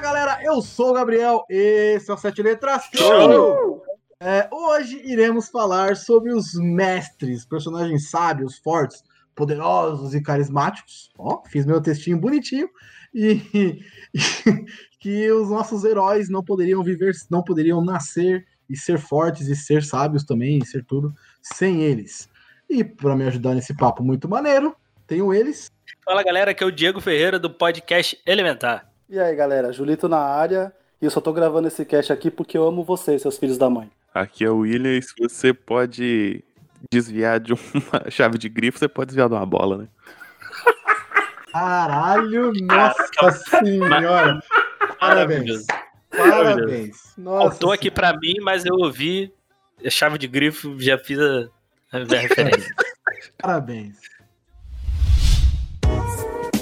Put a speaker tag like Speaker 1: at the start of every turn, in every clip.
Speaker 1: galera, eu sou o Gabriel, esse é o Sete Letras Show! É, hoje iremos falar sobre os mestres, personagens sábios, fortes, poderosos e carismáticos. Ó, fiz meu textinho bonitinho e, e que os nossos heróis não poderiam viver, não poderiam nascer e ser fortes e ser sábios também e ser tudo sem eles. E para me ajudar nesse papo muito maneiro, tenho eles.
Speaker 2: Fala galera, aqui é o Diego Ferreira do podcast Elementar.
Speaker 3: E aí galera, Julito na área e eu só tô gravando esse cast aqui porque eu amo vocês, seus filhos da mãe.
Speaker 4: Aqui é o William e se você pode desviar de uma chave de grifo, você pode desviar de uma bola, né?
Speaker 1: Caralho, nossa senhora! Parabéns! Parabéns! Nossa
Speaker 2: Faltou aqui pra mim, mas eu ouvi a chave de grifo, já fiz a, a referência.
Speaker 1: Parabéns!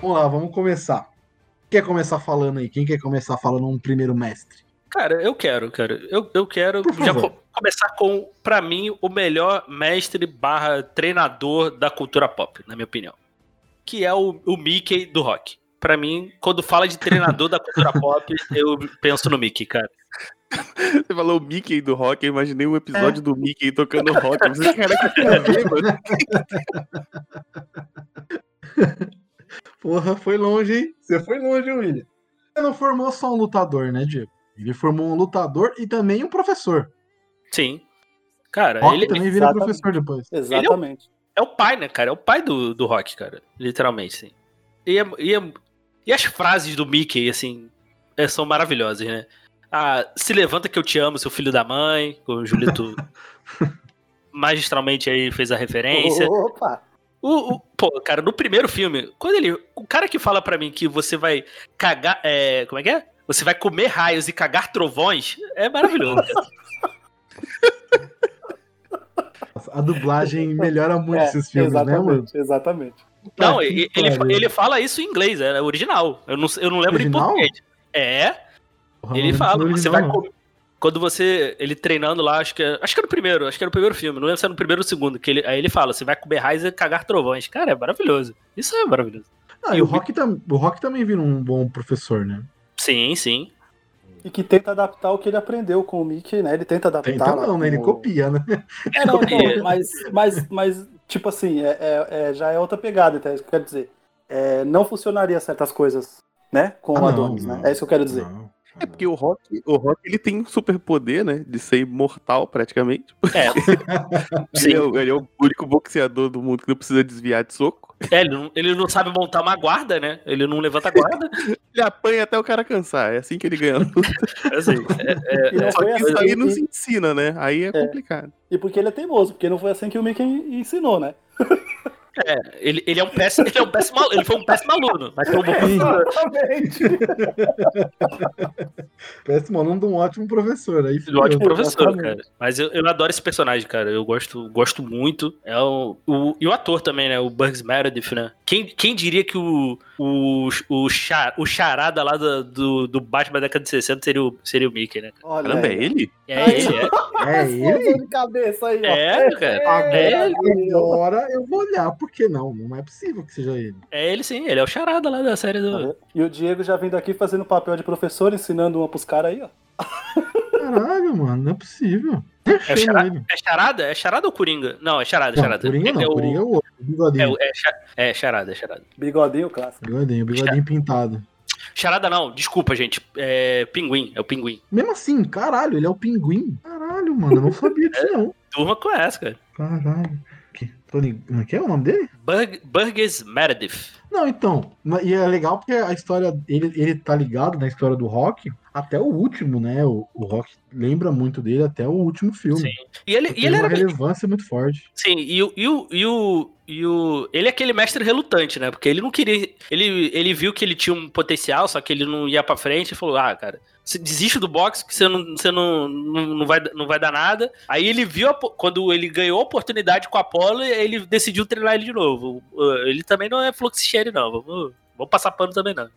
Speaker 1: Vamos lá, vamos começar. Quem quer começar falando aí? Quem quer começar falando um primeiro mestre?
Speaker 2: Cara, eu quero, cara. Eu, eu quero
Speaker 1: Por
Speaker 2: já
Speaker 1: favor.
Speaker 2: co- começar com, pra mim, o melhor mestre barra treinador da cultura pop, na minha opinião. Que é o, o Mickey do rock. Pra mim, quando fala de treinador da cultura pop, eu penso no Mickey, cara.
Speaker 4: Você falou o Mickey do rock, eu imaginei um
Speaker 2: É.
Speaker 4: episódio do Mickey tocando rock. Eu pensei, Caraca, que tem a ver, mano?
Speaker 1: Porra, foi longe, hein? Você foi longe, William. Você não formou só um lutador, né, Diego? Ele formou um lutador e também um professor.
Speaker 2: Sim. Cara,
Speaker 1: Rock
Speaker 2: É, ele,
Speaker 1: também vira
Speaker 3: exatamente.
Speaker 1: professor depois.
Speaker 3: Exatamente.
Speaker 2: é o pai, né, cara? É o pai do, do rock, cara. Literalmente, sim. E, é- e, é- e as frases do Mickey, assim, é, são maravilhosas, né? Ah, se levanta que eu te amo, seu filho da mãe, o Julito magistralmente aí fez a referência.
Speaker 3: Opa!
Speaker 2: O, o- pô, cara, no primeiro filme, quando ele. O cara que fala pra mim que você vai cagar. é, como é que é? Você vai comer raios e cagar trovões é maravilhoso. cara.
Speaker 1: Nossa, A dublagem melhora
Speaker 2: É,
Speaker 1: muito esses filmes, né, mano?
Speaker 3: É, exatamente, exatamente.
Speaker 1: Puta
Speaker 2: Não,
Speaker 1: que
Speaker 2: ele, ele,
Speaker 1: pariu.
Speaker 2: ele fala isso em inglês, é original. Eu não, eu não lembro
Speaker 1: Original?
Speaker 2: em português. É,
Speaker 1: Porra,
Speaker 2: Ele
Speaker 1: não
Speaker 2: fala,
Speaker 1: lembro
Speaker 2: você
Speaker 1: original,
Speaker 2: vai
Speaker 1: não.
Speaker 2: comer. Quando você. Ele treinando lá, acho que, é- acho que era o primeiro, acho que era o primeiro filme, não lembro se era no primeiro ou no segundo. Que ele, aí ele fala: você vai comer raiz e cagar trovões. Cara, é maravilhoso. Isso é maravilhoso.
Speaker 1: Não, Ah, e o Rock, tam- o Rock também vira um bom professor, né?
Speaker 2: Sim, sim.
Speaker 3: E que tenta adaptar o que ele aprendeu com o Mickey, né? Ele tenta
Speaker 2: Tá
Speaker 3: adaptar.
Speaker 1: Tenta
Speaker 3: lá
Speaker 1: não, né?
Speaker 3: com
Speaker 1: Ele
Speaker 3: o-
Speaker 1: copia, né?
Speaker 3: É, não,
Speaker 2: Copia.
Speaker 3: então, mas, mas, mas, tipo assim, é, é- é- já é outra pegada, tá? É isso que eu quero dizer. É, não funcionaria certas coisas, né? Com
Speaker 1: Ah,
Speaker 3: o
Speaker 1: não,
Speaker 3: Adonis, né?
Speaker 1: não.
Speaker 3: É isso que eu quero dizer.
Speaker 1: Não.
Speaker 4: É porque o rock, o rock ele tem um superpoder, né? De ser imortal praticamente.
Speaker 2: É.
Speaker 4: Ele é,
Speaker 2: sim.
Speaker 4: o- ele é o único boxeador do mundo que não precisa desviar de soco.
Speaker 2: É, ele, não, ele não sabe montar uma guarda, né? Ele não levanta a guarda.
Speaker 4: Ele apanha até o cara cansar. É assim que ele ganha. a luta.
Speaker 2: É assim, é- é-
Speaker 3: E não
Speaker 4: Só
Speaker 3: foi
Speaker 4: que isso
Speaker 3: assim
Speaker 4: aí não
Speaker 3: que-
Speaker 4: se ensina, né? Aí é complicado.
Speaker 3: E porque ele é teimoso, porque não foi assim que o Mickey ensinou, né?
Speaker 2: ele, ele é um péssimo. Ele é um péssimo aluno. Ele foi um péssimo aluno, mas foi um bom professor.
Speaker 3: Exatamente.
Speaker 1: Péssimo aluno de um ótimo professor. Aí
Speaker 2: Um ótimo professor,
Speaker 3: Exatamente.
Speaker 2: cara. Mas eu, eu adoro esse personagem, cara. Eu gosto, gosto muito. É o, o- e o ator também, né? O Bugs Meredith, né? Quem, quem diria que o, o, o, cha- o charada lá da- do, do Batman da década de 60 seria o, seria o Mickey, né?
Speaker 3: Olha, Tá
Speaker 4: Caramba, é ele?
Speaker 2: É ele, é.
Speaker 1: É ele?
Speaker 3: de cabeça aí, ó.
Speaker 2: É, cara.
Speaker 1: Agora,
Speaker 2: É
Speaker 1: agora eu vou olhar, porque não? Não é possível que seja ele.
Speaker 2: É ele sim, ele é o charada lá da série
Speaker 1: Ah, é?
Speaker 2: do.
Speaker 3: E o Diego já vindo aqui fazendo papel de professor, ensinando uma pros caras aí, ó.
Speaker 1: Caralho, mano, não é possível.
Speaker 2: É
Speaker 1: Achei
Speaker 2: charada,
Speaker 1: ele.
Speaker 2: é charada? É charada ou Coringa? Não, é charada, é
Speaker 1: Não,
Speaker 2: charada.
Speaker 1: Coringa não,
Speaker 2: é, o-
Speaker 1: Coringa é o outro.
Speaker 2: é,
Speaker 1: Bigodinho.
Speaker 2: o- é cha- é charada, é charada.
Speaker 3: Bigodinho clássico.
Speaker 1: Bigodinho, bigodinho pintado.
Speaker 2: Charada não, desculpa, gente. É pinguim, é o pinguim.
Speaker 1: Mesmo assim, caralho, ele é o pinguim. Caralho, mano, eu não sabia disso, não.
Speaker 2: Turma conhece, cara.
Speaker 1: Caralho. Que- Tony, como é que é o nome dele?
Speaker 2: Burg- Burgess Meredith.
Speaker 1: Não, então, na- e é legal porque a história, ele, ele tá ligado na história do rock até o último, né? O, o Rock lembra muito dele até o último filme.
Speaker 2: Sim. E ele,
Speaker 1: Tem
Speaker 2: e ele
Speaker 1: uma
Speaker 2: era. meio-
Speaker 1: relevância muito forte.
Speaker 2: Sim, e o, e, o, e, o, e o. Ele é aquele mestre relutante, né? Porque ele não queria. Ele, ele viu que ele tinha um potencial, só que ele não ia pra frente e falou: ah, cara, você desiste do boxe, que você não, você não, não, não vai, não vai dar nada. Aí ele viu. a po- quando ele ganhou a oportunidade com a Apollo, ele decidiu treinar ele de novo. Uh, Ele também não é fluxiere, não. Vamos, vamos passar pano também, não.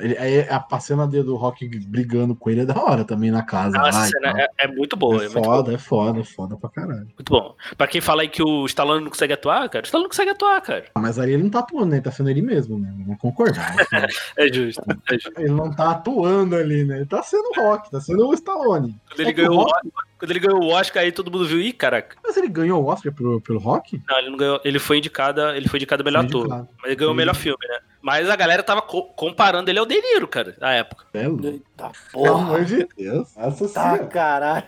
Speaker 1: Ele, aí, a a cena dele do Rock brigando com ele é da hora também na casa.
Speaker 2: Nossa,
Speaker 1: lá e
Speaker 2: essa cena
Speaker 1: tal.
Speaker 2: é, é muito boa.
Speaker 1: Ah, então. é
Speaker 2: é muito boa.
Speaker 1: foda, é foda, é foda pra caralho.
Speaker 2: Muito bom. Pra quem fala aí que o Stallone não consegue atuar, cara, o Stallone não consegue atuar, cara.
Speaker 1: Ah, Mas ali ele não tá atuando, né? Ele tá sendo ele mesmo, né? Vamos concordar. assim.
Speaker 2: É justo. É justo.
Speaker 1: ele não tá atuando ali, né? Ele tá sendo o Rock, tá sendo o Stallone.
Speaker 2: Quando ele,
Speaker 1: É que o
Speaker 2: ganhou, o Oscar- quando ele ganhou o Oscar, aí todo mundo viu, ih, caraca.
Speaker 1: Mas ele ganhou o Oscar pelo, pelo Rock?
Speaker 2: Não, ele não ganhou. Ele foi indicado, ele foi indicado melhor ator.
Speaker 1: Indicado.
Speaker 2: Mas ele ganhou o melhor filme, né? Mas a galera tava co- comparando ele ao De Niro, cara, na época.
Speaker 1: É louco.
Speaker 3: Eita
Speaker 1: Pelo amor
Speaker 3: porra.
Speaker 1: de Deus. Essa
Speaker 3: Tá,
Speaker 1: sim, ó.
Speaker 3: caralho.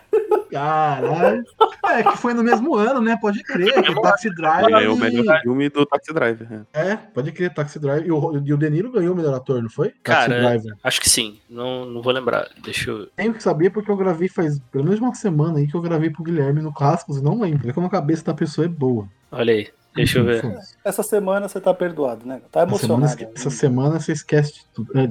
Speaker 1: Caralho. É que foi no mesmo ano, né? Pode
Speaker 2: É,
Speaker 1: crer. Que Taxi Drive.
Speaker 4: Ganhou o melhor filme do Taxi Driver. é.
Speaker 1: É, pode crer, Taxi Drive. E o, e o De Niro ganhou o melhor ator, não foi?
Speaker 2: Cara,
Speaker 1: Taxi Driver.
Speaker 2: Acho que sim. Não, não vou lembrar. Deixa eu.
Speaker 1: Tenho que saber porque eu gravei faz pelo menos uma semana aí que eu gravei pro Guilherme no Clássicos e não lembro. É como a cabeça da pessoa é boa.
Speaker 2: Olha aí. Deixa eu ver.
Speaker 1: Foda-se.
Speaker 3: Essa semana você tá perdoado, né? Tá
Speaker 1: Essa semana,
Speaker 3: emocionado.
Speaker 1: esque- essa semana você esquece de tudo. É,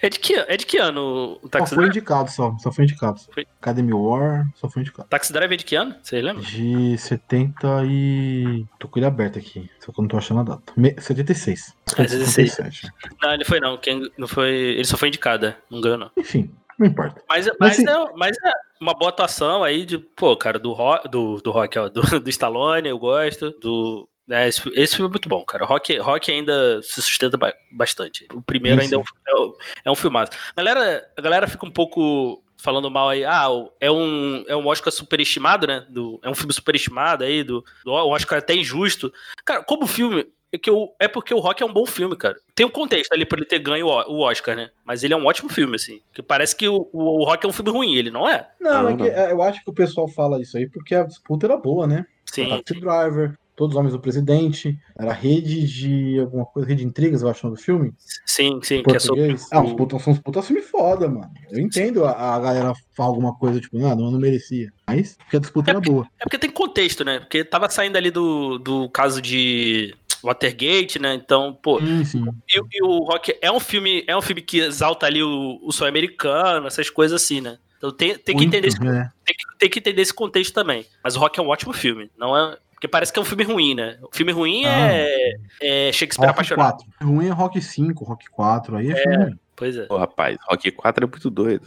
Speaker 2: É de que, é de que ano o
Speaker 1: só
Speaker 2: Taxi
Speaker 1: foi
Speaker 2: Drive?
Speaker 1: indicado só. Só foi indicado.
Speaker 2: Tá Foi.
Speaker 1: Academy War, só foi indicado.
Speaker 2: Taxi Drive é de que ano? Vocês lembram?
Speaker 1: De 70 e. Tô com ele aberto aqui, só que eu não tô achando a data. Me- 76.
Speaker 2: Ah, 76.
Speaker 1: 77.
Speaker 2: Não, ele foi não. Quem não foi. Ele só foi indicado, né? Não ganhou, não.
Speaker 1: Enfim, não importa.
Speaker 2: Mas, mas,
Speaker 1: Mas, assim-
Speaker 2: é, mas é uma boa atuação aí de, pô, cara, do Rock, do, do, rock ó, do, do Stallone, eu gosto, do... né, esse, esse filme é muito bom, cara. Rock, rock ainda se sustenta ba- bastante. O primeiro
Speaker 1: Sim,
Speaker 2: ainda é um, é um- é um filmaço. A galera, a galera fica um pouco falando mal aí. Ah, o- é um, é um Oscar superestimado, né? Do, é um filme superestimado aí, do, do um Oscar até injusto. Cara, como filme, é, que eu, é porque o Rock é um bom filme, cara. Tem um contexto ali pra ele ter ganho o o Oscar, né? Mas ele é um ótimo filme, assim. Que parece que o, o, o Rock é um filme ruim, ele não é?
Speaker 1: Não,
Speaker 4: Não,
Speaker 1: é que,
Speaker 4: não.
Speaker 1: é, eu acho que o pessoal fala isso aí porque a disputa era boa, né?
Speaker 2: Sim.
Speaker 1: Taxi Driver, Todos os Homens do Presidente, era Rede de alguma coisa, Rede de Intrigas, eu acho o nome do filme.
Speaker 2: Sim, sim. Que é sobre...
Speaker 1: Português. Ah, uns putas, são uns putas filme foda, mano. Eu entendo a, a galera falar alguma coisa, tipo, não, não merecia. Mas porque a disputa era boa.
Speaker 2: É porque tem contexto, né? Porque tava saindo ali do, do caso de Watergate, né? Então, pô.
Speaker 1: Sim, sim.
Speaker 2: E, e o Rock é um filme, é um filme que exalta ali o, o sonho americano, essas coisas assim, né? Então tem, tem, que
Speaker 1: Muito,
Speaker 2: entender esse,
Speaker 1: né?
Speaker 2: tem, que, tem que entender esse contexto também. Mas o Rock é um ótimo filme, não é. Porque parece que é um filme ruim, né? O filme ruim é, é Shakespeare
Speaker 1: Ah. Rock
Speaker 2: apaixonado.
Speaker 1: 4. Ruim é Rock 5, Rock 4, aí é, filme.
Speaker 2: Pois é.
Speaker 4: Ô, rapaz, Rock 4 é muito doido.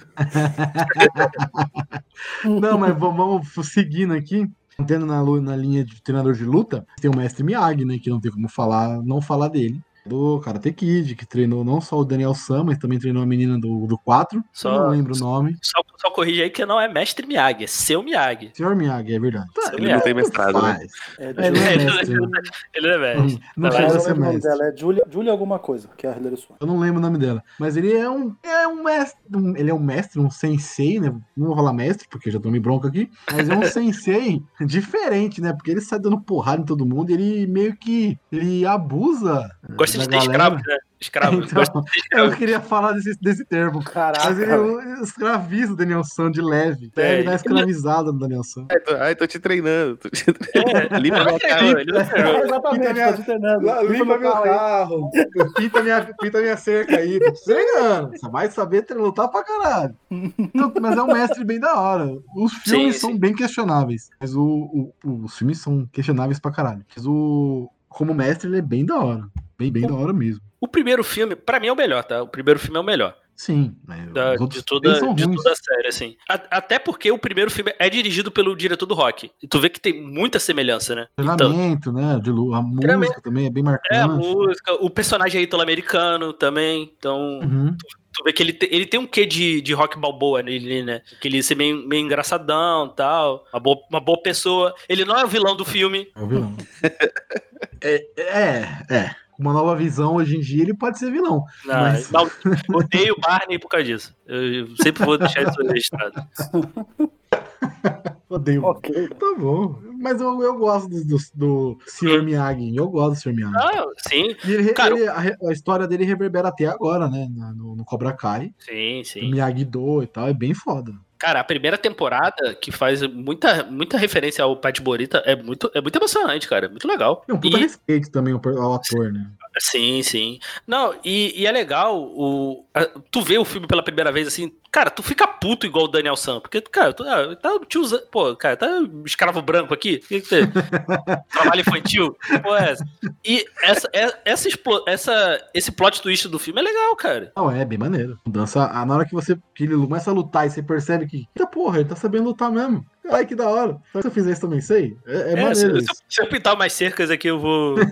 Speaker 1: Não, mas v- vamos seguindo aqui. Mantendo na, lu- na linha de treinador de luta, tem o mestre Miyagi, né? Que não tem como falar, não falar dele. Do Karate Kid, que treinou não só o Daniel Sam, mas também treinou a menina do, do 4.
Speaker 2: Só-
Speaker 1: Não lembro o nome.
Speaker 2: Só, só corrige aí que não é mestre Miyagi, é seu Miyagi.
Speaker 1: Senhor Miyagi, é verdade.
Speaker 2: Ele não
Speaker 4: tem mestrado, né?
Speaker 1: Faz.
Speaker 3: É,
Speaker 1: É,
Speaker 3: Ju-
Speaker 1: não é
Speaker 2: Ele-
Speaker 1: mestre. né?
Speaker 2: Ele não é mestre.
Speaker 1: Não
Speaker 2: Tá,
Speaker 3: eu
Speaker 1: chega a
Speaker 3: não
Speaker 1: ser
Speaker 3: lembro o nome
Speaker 1: mestre.
Speaker 3: dela, é Julia, Julia alguma coisa, que é a Hilary Swan.
Speaker 1: Eu não lembro o nome dela. Mas ele é um. É um mestre. um- ele é um mestre, um sensei, né? Não vou falar mestre, porque eu já tomei bronca aqui. Mas é um sensei diferente, né? Porque ele sai dando porrada em todo mundo e ele meio que. Ele abusa.
Speaker 2: Gosta de
Speaker 1: da
Speaker 2: ter
Speaker 1: galera.
Speaker 2: escravos, né? Escravos.
Speaker 1: Então,
Speaker 2: Gosta de ter
Speaker 1: Eu
Speaker 2: escravos.
Speaker 1: queria falar desse, desse termo. Mas ele é um
Speaker 3: Caraca,
Speaker 1: escraviza o Daniel San de leve.
Speaker 2: É,
Speaker 1: Ele dá
Speaker 2: ele-
Speaker 1: escravizada no Daniel San.
Speaker 4: Ai, tô, ai, tô te treinando. Tô te treinando. Limpa
Speaker 2: Ele não
Speaker 4: meu
Speaker 2: é escravo,
Speaker 4: carro.
Speaker 2: ele não
Speaker 1: né?
Speaker 2: é escravo.
Speaker 3: É, exatamente,
Speaker 1: Pinta
Speaker 3: tá te treinando. Limpa carro aí.
Speaker 1: carro, pinta minha, pinta minha cerca aí. Tô te treinando. Você vai saber tre- lutar pra caralho. Então, mas é um mestre bem da hora. Os filmes são
Speaker 2: sim.
Speaker 1: bem questionáveis. Mas o, o- o- os filmes são questionáveis pra caralho. Mas o. Como mestre, ele é bem da hora. Bem, bem da hora mesmo.
Speaker 2: O primeiro filme, pra mim, é o melhor, tá? O primeiro filme é o melhor.
Speaker 1: Sim. né,
Speaker 2: da-
Speaker 1: os outros
Speaker 2: de, toda,
Speaker 1: três são
Speaker 2: de
Speaker 1: ruins.
Speaker 2: toda a série, assim. A- até porque o primeiro filme é dirigido pelo diretor do rock. E tu vê que tem muita semelhança, né? Então,
Speaker 1: Treinamento, né? De, lu- a música
Speaker 2: Treinamento.
Speaker 1: também é bem
Speaker 2: é, a
Speaker 1: marcante.
Speaker 2: música, o personagem é italo-americano também. Então,
Speaker 1: Uhum.
Speaker 2: tu vê que ele, te- ele tem um quê de, de rock balboa nele, né? Que ele ser meio, meio engraçadão tal. Uma boa, uma boa pessoa. Ele não é o vilão do filme.
Speaker 1: É o vilão. é, é, é. Com Uma nova visão hoje em dia, ele pode ser vilão.
Speaker 2: Não,
Speaker 1: Mas-
Speaker 2: não, odeio o Barney por causa disso. Eu sempre vou deixar isso registrado.
Speaker 1: Odeio.
Speaker 3: Ok.
Speaker 1: Tá bom. Mas eu, eu gosto do, do, do Sr. Miyagi. Eu gosto do Sr. Miyagi.
Speaker 2: Ah, sim,
Speaker 1: E ele-
Speaker 2: Cara,
Speaker 1: ele- a, re- a história dele reverbera até agora, né? na- No, no Cobra Kai.
Speaker 2: sim,
Speaker 1: do
Speaker 2: sim.
Speaker 1: Miyagi-Do e tal. É bem foda.
Speaker 2: Cara, a primeira temporada que faz muita, muita referência ao Pat Borita é muito, é muito emocionante, cara. é Muito legal.
Speaker 1: É um puta
Speaker 2: E-
Speaker 1: respeito também ao, per- ao ator, né?
Speaker 2: Sim, sim. Não, e, e é legal o. a- tu vê o filme pela primeira vez assim, cara, tu fica puto igual o Daniel Sam, porque, cara, tu, ah, tá tiozão, pô, cara, tá um escravo branco aqui, que que você- trabalho infantil, que porra é essa? E essa, é- essa, explo- essa, esse plot twist do filme é legal, cara.
Speaker 1: Não, é bem maneiro. Dança, a- na hora que você que ele começa a lutar e você percebe que, eita porra, ele tá sabendo lutar mesmo. Ai, que da hora. Será que Se eu fizer isso também, sei. É, é
Speaker 2: É, se,
Speaker 1: maneiro isso.
Speaker 2: se- se eu pintar mais cercas aqui, eu vou, eu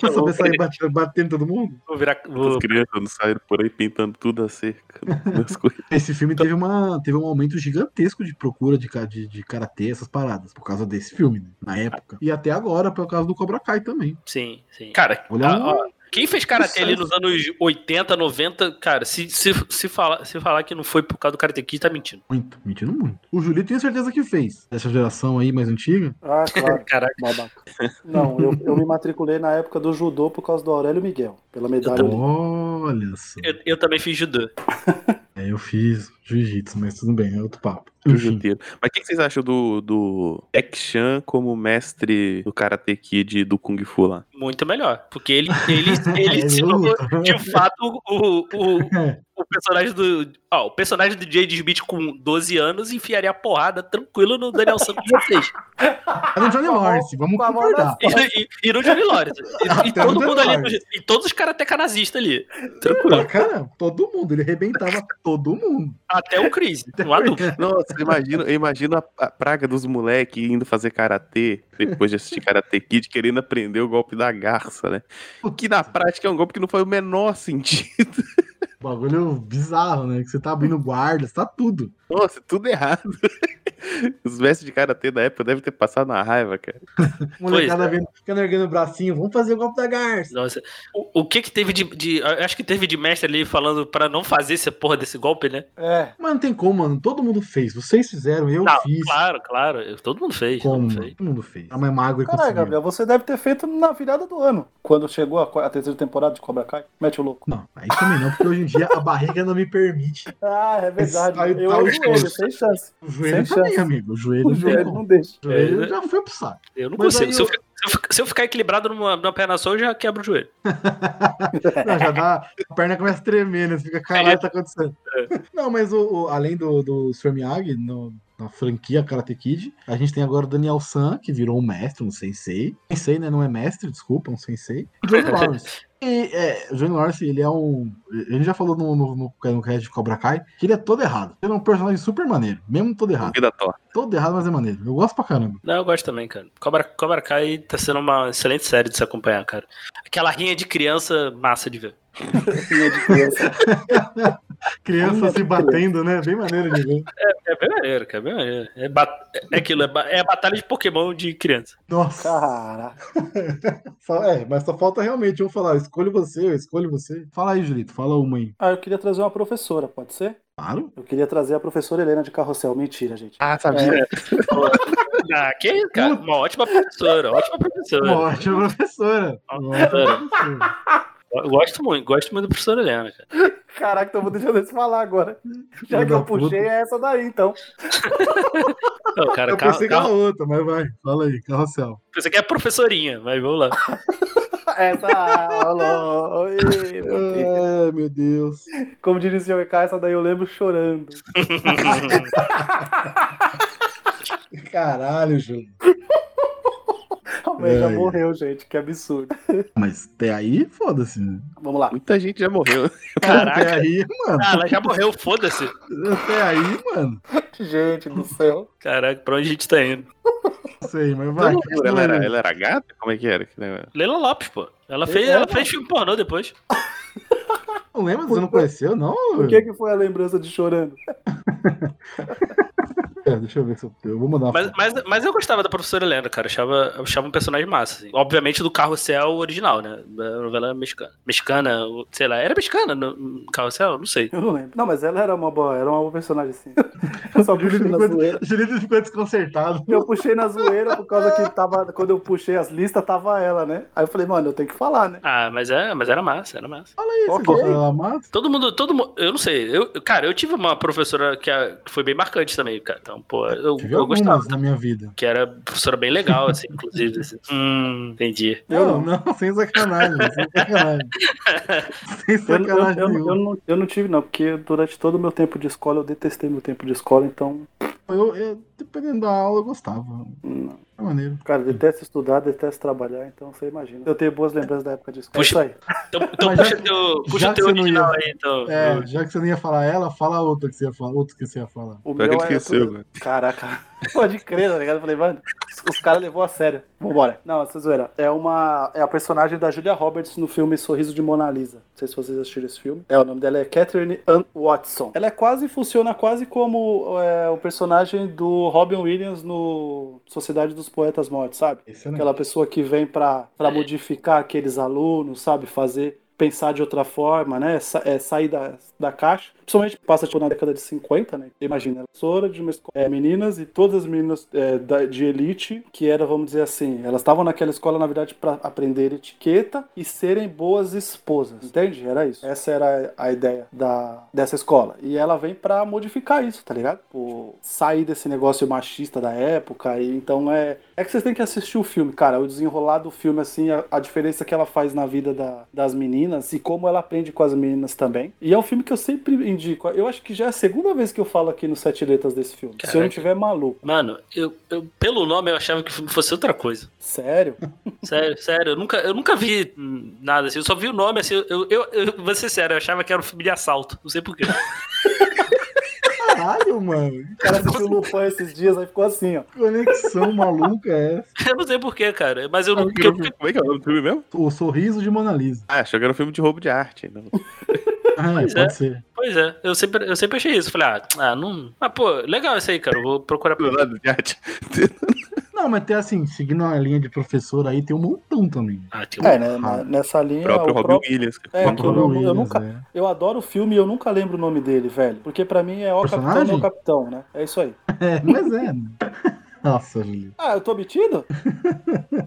Speaker 1: Saber
Speaker 2: vou,
Speaker 1: sair batendo, batendo todo mundo.
Speaker 2: vou virar. Vou,
Speaker 4: As crianças não saíram por aí pintando tudo a cerca. As coisas.
Speaker 1: Esse filme teve, uma, teve um aumento gigantesco de procura de, ca- de, de karatê, essas paradas, por causa desse filme, né? Na época. E até agora, por causa do Cobra Kai também.
Speaker 2: Sim, sim. Cara,
Speaker 1: Olha
Speaker 2: a-
Speaker 1: um-
Speaker 2: ó, quem fez karatê ali nos anos 80, 90, cara, se, se, se, falar, se falar que não foi por causa do Karate Kid, tá mentindo.
Speaker 1: Muito, mentindo muito. O Julito tenho certeza que fez. Dessa geração aí mais antiga.
Speaker 3: Ah, claro.
Speaker 2: Caraca.
Speaker 3: Babaca. Não, eu, eu me matriculei na época do judô por causa do Aurélio Miguel, pela medalha olímpica.
Speaker 1: Olha só.
Speaker 2: Eu, eu também fiz judô.
Speaker 1: É, eu fiz jiu-jitsu, mas tudo bem, é outro papo.
Speaker 4: Uhum.
Speaker 1: Enfim.
Speaker 4: Jujuteiro. Mas o que, que vocês acham do, do Action como mestre do Karate Kid e do Kung Fu lá?
Speaker 2: Muito melhor. Porque ele, ele, ele
Speaker 1: É,
Speaker 2: ensinou
Speaker 1: luta.
Speaker 2: de fato o, o,
Speaker 1: É.
Speaker 2: o personagem do. Ó, o personagem do Jade Smith com 12 anos enfiaria a porrada tranquilo no Daniel Sam com 16.
Speaker 1: É no Johnny
Speaker 3: Com a mão-
Speaker 1: Lawrence, vamos
Speaker 3: com a mão
Speaker 1: concordar.
Speaker 2: E, e, e no Johnny Lawrence. E, e
Speaker 1: Até o
Speaker 2: todo
Speaker 1: Johnny
Speaker 2: mundo ali.
Speaker 1: Lawrence.
Speaker 2: E todos os karateca nazistas ali.
Speaker 1: Pra caramba, todo mundo, ele arrebentava todo mundo.
Speaker 2: Até o Chris. um Não há dúvida.
Speaker 4: Nossa, eu imagino, eu imagino a, a praga dos moleques indo fazer karatê, depois de assistir Karate Kid, querendo aprender o golpe da garça, né? O que na prática é um golpe que não faz o menor sentido.
Speaker 1: Bagulho bizarro, né? Que você tá abrindo guarda, você tá tudo.
Speaker 4: Nossa, é tudo errado. Os mestres de karatê da época devem ter passado na raiva, cara.
Speaker 1: Molecada
Speaker 2: é.
Speaker 1: vendo, fica largando o bracinho, vamos fazer o golpe da garça.
Speaker 2: Nossa. O, o que que teve de, de- Acho que teve de mestre ali falando pra não fazer essa porra desse golpe, né?
Speaker 3: É,
Speaker 1: Mas não tem como, mano. Todo mundo fez. Vocês fizeram, eu
Speaker 2: Não,
Speaker 1: fiz.
Speaker 2: Claro, claro. Eu- Todo mundo fez. Todo
Speaker 1: Como?
Speaker 2: mundo fez.
Speaker 1: Todo mundo fez. A mais mágoa e
Speaker 3: caralho,
Speaker 1: conseguiu.
Speaker 3: Gabriel, você deve ter feito na virada do ano, quando chegou a, qua- a terceira temporada de Cobra Kai. Mete o louco.
Speaker 1: Não, aí também não, porque hoje em dia a barriga não me permite.
Speaker 3: Ah, é verdade.
Speaker 1: Aí
Speaker 3: eu
Speaker 1: tá o
Speaker 3: olho ele,
Speaker 1: esforço.
Speaker 3: sem chance.
Speaker 1: O joelho
Speaker 3: Sem
Speaker 1: também,
Speaker 3: chance.
Speaker 1: amigo. é assim. O joelho,
Speaker 3: O
Speaker 1: não tem
Speaker 3: joelho
Speaker 1: como.
Speaker 3: não deixa.
Speaker 1: O joelho
Speaker 2: É,
Speaker 1: já foi pro saco.
Speaker 2: Eu não
Speaker 1: Mas
Speaker 2: consigo.
Speaker 1: aí
Speaker 2: Se
Speaker 1: eu-
Speaker 2: eu, ficar- se eu ficar- se eu ficar equilibrado numa, numa perna só, eu já quebro o joelho.
Speaker 1: Não, já dá, a perna começa a tremer, né? Você fica, caralho, tá acontecendo. Não, mas o, o- além do, do Sr. Miyagi, no- na franquia Karate Kid, a gente tem agora o Daniel San, que virou um mestre, um sensei. Sensei, né? Não é mestre, desculpa, um sensei. E Johnny Lawrence. E, é, o Johnny Lawrence, ele é um. Ele já falou no, no, no, no cast de Cobra Kai que ele é todo errado. Ele é um personagem super maneiro, mesmo todo errado.
Speaker 4: Vida torta.
Speaker 1: Todo errado, mas é maneiro. Eu gosto pra caramba.
Speaker 2: Não, eu gosto também, cara. Cobra, Cobra Kai tá sendo uma excelente série de se acompanhar, cara. Aquela rinha de criança, massa de ver.
Speaker 3: Filha é de criança.
Speaker 1: Criança se batendo, né? Bem maneiro de ver.
Speaker 2: É bem maneiro, cara. É bem maneiro. É, ba- é aquilo, é, ba- é a batalha de Pokémon de criança.
Speaker 1: Nossa.
Speaker 3: Caraca.
Speaker 1: Só- é, mas só falta realmente eu falar, eu escolho você, eu escolho você. Fala aí, Julito, fala uma aí.
Speaker 3: Ah, eu queria trazer uma professora, pode ser?
Speaker 1: Claro.
Speaker 3: Eu queria trazer a professora Helena de Carrossel. Mentira, gente.
Speaker 4: Ah, sabia?
Speaker 2: Ah, que isso, cara? Uma ótima professora, ótima professora.
Speaker 1: Uma ótima professora. Uma ótima professora.
Speaker 2: Eu Gosto muito, gosto muito da professora Helena, cara.
Speaker 3: Caraca, então tô deixando eles falar agora.
Speaker 1: Filha
Speaker 3: Já que
Speaker 1: da
Speaker 3: eu puxei,
Speaker 1: puta.
Speaker 3: é essa daí, então.
Speaker 2: Não, cara,
Speaker 1: Eu
Speaker 2: carro-
Speaker 1: pensei que
Speaker 2: carro-
Speaker 1: era outra, mas vai, fala aí, carrossel.
Speaker 2: pensei que é professorinha, mas vamos lá.
Speaker 3: Essa aula. Oi, meu Deus.
Speaker 1: É, meu Deus.
Speaker 3: Como diria o senhor EK, essa daí eu lembro chorando.
Speaker 1: Caralho, Júlio.
Speaker 3: A mulher já
Speaker 1: Ai.
Speaker 3: morreu, gente. Que absurdo.
Speaker 1: Mas até aí, foda-se. né?
Speaker 3: Vamos lá.
Speaker 4: Muita gente já morreu.
Speaker 1: Até
Speaker 2: Caraca.
Speaker 1: aí, mano.
Speaker 2: Ah, ela já morreu, foda-se.
Speaker 1: Até aí, mano.
Speaker 3: Gente do céu.
Speaker 2: Caraca, pra onde a gente tá indo?
Speaker 1: Não sei, mas
Speaker 4: Eu
Speaker 1: vai.
Speaker 4: não
Speaker 1: que
Speaker 4: lembro, Ela
Speaker 1: história.
Speaker 4: era, ela era gata? Como é que era? que negócio?
Speaker 2: Leila Lopes, pô. Ela fez,
Speaker 3: É,
Speaker 2: ela
Speaker 3: mano.
Speaker 2: fez filme pornô depois.
Speaker 1: Não lembra? Você não conheceu, não?
Speaker 3: Por que, que foi a lembrança de chorando?
Speaker 1: É, deixa eu ver se eu, eu vou mandar uma
Speaker 2: Mas,
Speaker 1: foto.
Speaker 2: mas, mas eu gostava da professora Helena, cara. Eu achava, eu achava um personagem massa. assim. Obviamente do Carrossel original, né? Da novela mexicana. Mexicana, ou- sei lá. Era mexicana no no Carrossel? Não sei.
Speaker 3: Eu não lembro. Não, mas ela era uma boa, era uma boa personagem, sim. Eu só puxei Tá na zoeira.
Speaker 1: O Julito ficou desconcertado.
Speaker 3: Eu puxei na zoeira por causa que tava. Quando eu puxei as listas, tava ela, né? Aí eu falei, mano, eu tenho que falar, né?
Speaker 2: Ah, mas, é, mas era massa, era massa.
Speaker 1: Fala aí, você
Speaker 3: Ok.
Speaker 1: gosta da massa?
Speaker 2: Todo mundo, todo mundo, eu não sei. Eu, cara, eu tive uma professora que, a- que foi bem marcante também, cara. Então, pô, eu,
Speaker 1: É, Tive
Speaker 2: eu gostava.
Speaker 1: algumas né? na minha vida.
Speaker 2: Que era professora bem legal, assim, inclusive. assim. Hum, entendi.
Speaker 3: Eu
Speaker 1: Não, não, sem sacanagem, sem sacanagem. sem
Speaker 3: Eu, eu,
Speaker 1: sacanagem
Speaker 3: eu- eu
Speaker 1: nenhuma.
Speaker 3: não, eu não tive, não, porque durante todo o meu tempo de escola, eu detestei meu tempo de escola, então,
Speaker 1: Eu, eu- dependendo da aula, eu gostava.
Speaker 3: Não.
Speaker 1: É maneiro.
Speaker 3: hum, cara, detesto estudar, detesto trabalhar, então você imagina. Eu tenho boas lembranças da época de escola.
Speaker 2: Puxa.
Speaker 3: É isso aí.
Speaker 2: Então, então
Speaker 1: Mas já-
Speaker 2: puxa teu, puxa
Speaker 1: já
Speaker 2: teu
Speaker 1: que você não
Speaker 2: original
Speaker 1: ia-
Speaker 2: aí, então.
Speaker 1: É, já que você não ia falar ela, fala outra que você ia falar, outro que você ia falar.
Speaker 3: O
Speaker 4: Pior que ele
Speaker 3: é-
Speaker 4: esqueceu, velho.
Speaker 3: Caraca, pode crer, tá ligado? Eu falei, mano, os- os caras levou a sério. Vambora. Não, essa zoeira. É uma. É a personagem da Julia Roberts no filme Sorriso de Mona Lisa. Não sei se vocês assistiram esse filme. É, o nome dela é Catherine Ann Watson. Ela é quase, funciona quase como é, o personagem do Robin Williams no Sociedade dos Poetas Mortos, sabe?
Speaker 1: Excelente.
Speaker 3: Aquela pessoa que vem pra pra modificar aqueles alunos, sabe? Fazer pensar de outra forma, né? Sa- é, sair da, da caixa. Principalmente passa tipo, na década de 50, né? Imagina, ela é professora de uma escola, é, meninas e todas as meninas é, da- de elite, que era, vamos dizer assim, elas estavam naquela escola, na verdade, pra aprender etiqueta e serem boas esposas, entende? Era isso. Essa era a ideia da, dessa escola. E ela vem pra modificar isso, tá ligado? Por sair desse negócio machista da época. E, então é. É que vocês têm que assistir o filme, cara. O desenrolar do filme, assim, a, a diferença que ela faz na vida da- das meninas e como ela aprende com as meninas também. E é um filme que eu sempre indico. Eu acho que já é a segunda vez que eu falo aqui no Sete Letras desse filme. Se eu não
Speaker 2: Caraca.
Speaker 3: tiver maluco.
Speaker 2: Mano, eu, eu- pelo nome eu achava que o filme fosse outra coisa.
Speaker 3: Sério?
Speaker 2: Sério, sério. Eu nunca, eu nunca vi hum, nada assim. Eu só vi o nome assim. Eu, eu, eu, vou ser sério, eu achava que era um filme de assalto. Não sei porquê.
Speaker 1: Caralho, mano.
Speaker 3: O cara assistiu o Lupin esses dias, aí ficou assim, ó.
Speaker 1: Que conexão maluca é essa?
Speaker 2: Eu não sei porquê, cara. Mas eu
Speaker 1: Ah,
Speaker 2: nunca. eu-
Speaker 4: Como é que é o nome do filme mesmo?
Speaker 1: O sorriso de Mona Lisa.
Speaker 4: Ah, achou que era um filme de roubo de arte. Não.
Speaker 1: Ah,
Speaker 2: Pois
Speaker 1: pode
Speaker 2: é.
Speaker 1: ser.
Speaker 2: Pois é, eu sempre, eu sempre achei isso. Falei, ah, ah, não. Ah, pô, legal isso aí, cara. Eu vou procurar pra
Speaker 4: Nada de arte.
Speaker 1: Não, mas tem assim, seguindo a linha de professor aí, tem um montão também.
Speaker 2: Ah, tem um-
Speaker 3: É, né? na- nessa linha.
Speaker 4: O próprio
Speaker 3: o
Speaker 4: Robin
Speaker 3: próprio-
Speaker 4: Williams.
Speaker 3: É,
Speaker 4: Robin
Speaker 3: que eu, eu
Speaker 1: Williams,
Speaker 3: nunca,
Speaker 1: é.
Speaker 3: eu adoro o filme e eu nunca lembro o nome dele, velho. Porque pra mim é o capitão
Speaker 1: Personagem?
Speaker 3: meu capitão, né? É isso aí.
Speaker 1: É, mas é. né? Nossa, Julio.
Speaker 3: Ah, eu tô metido?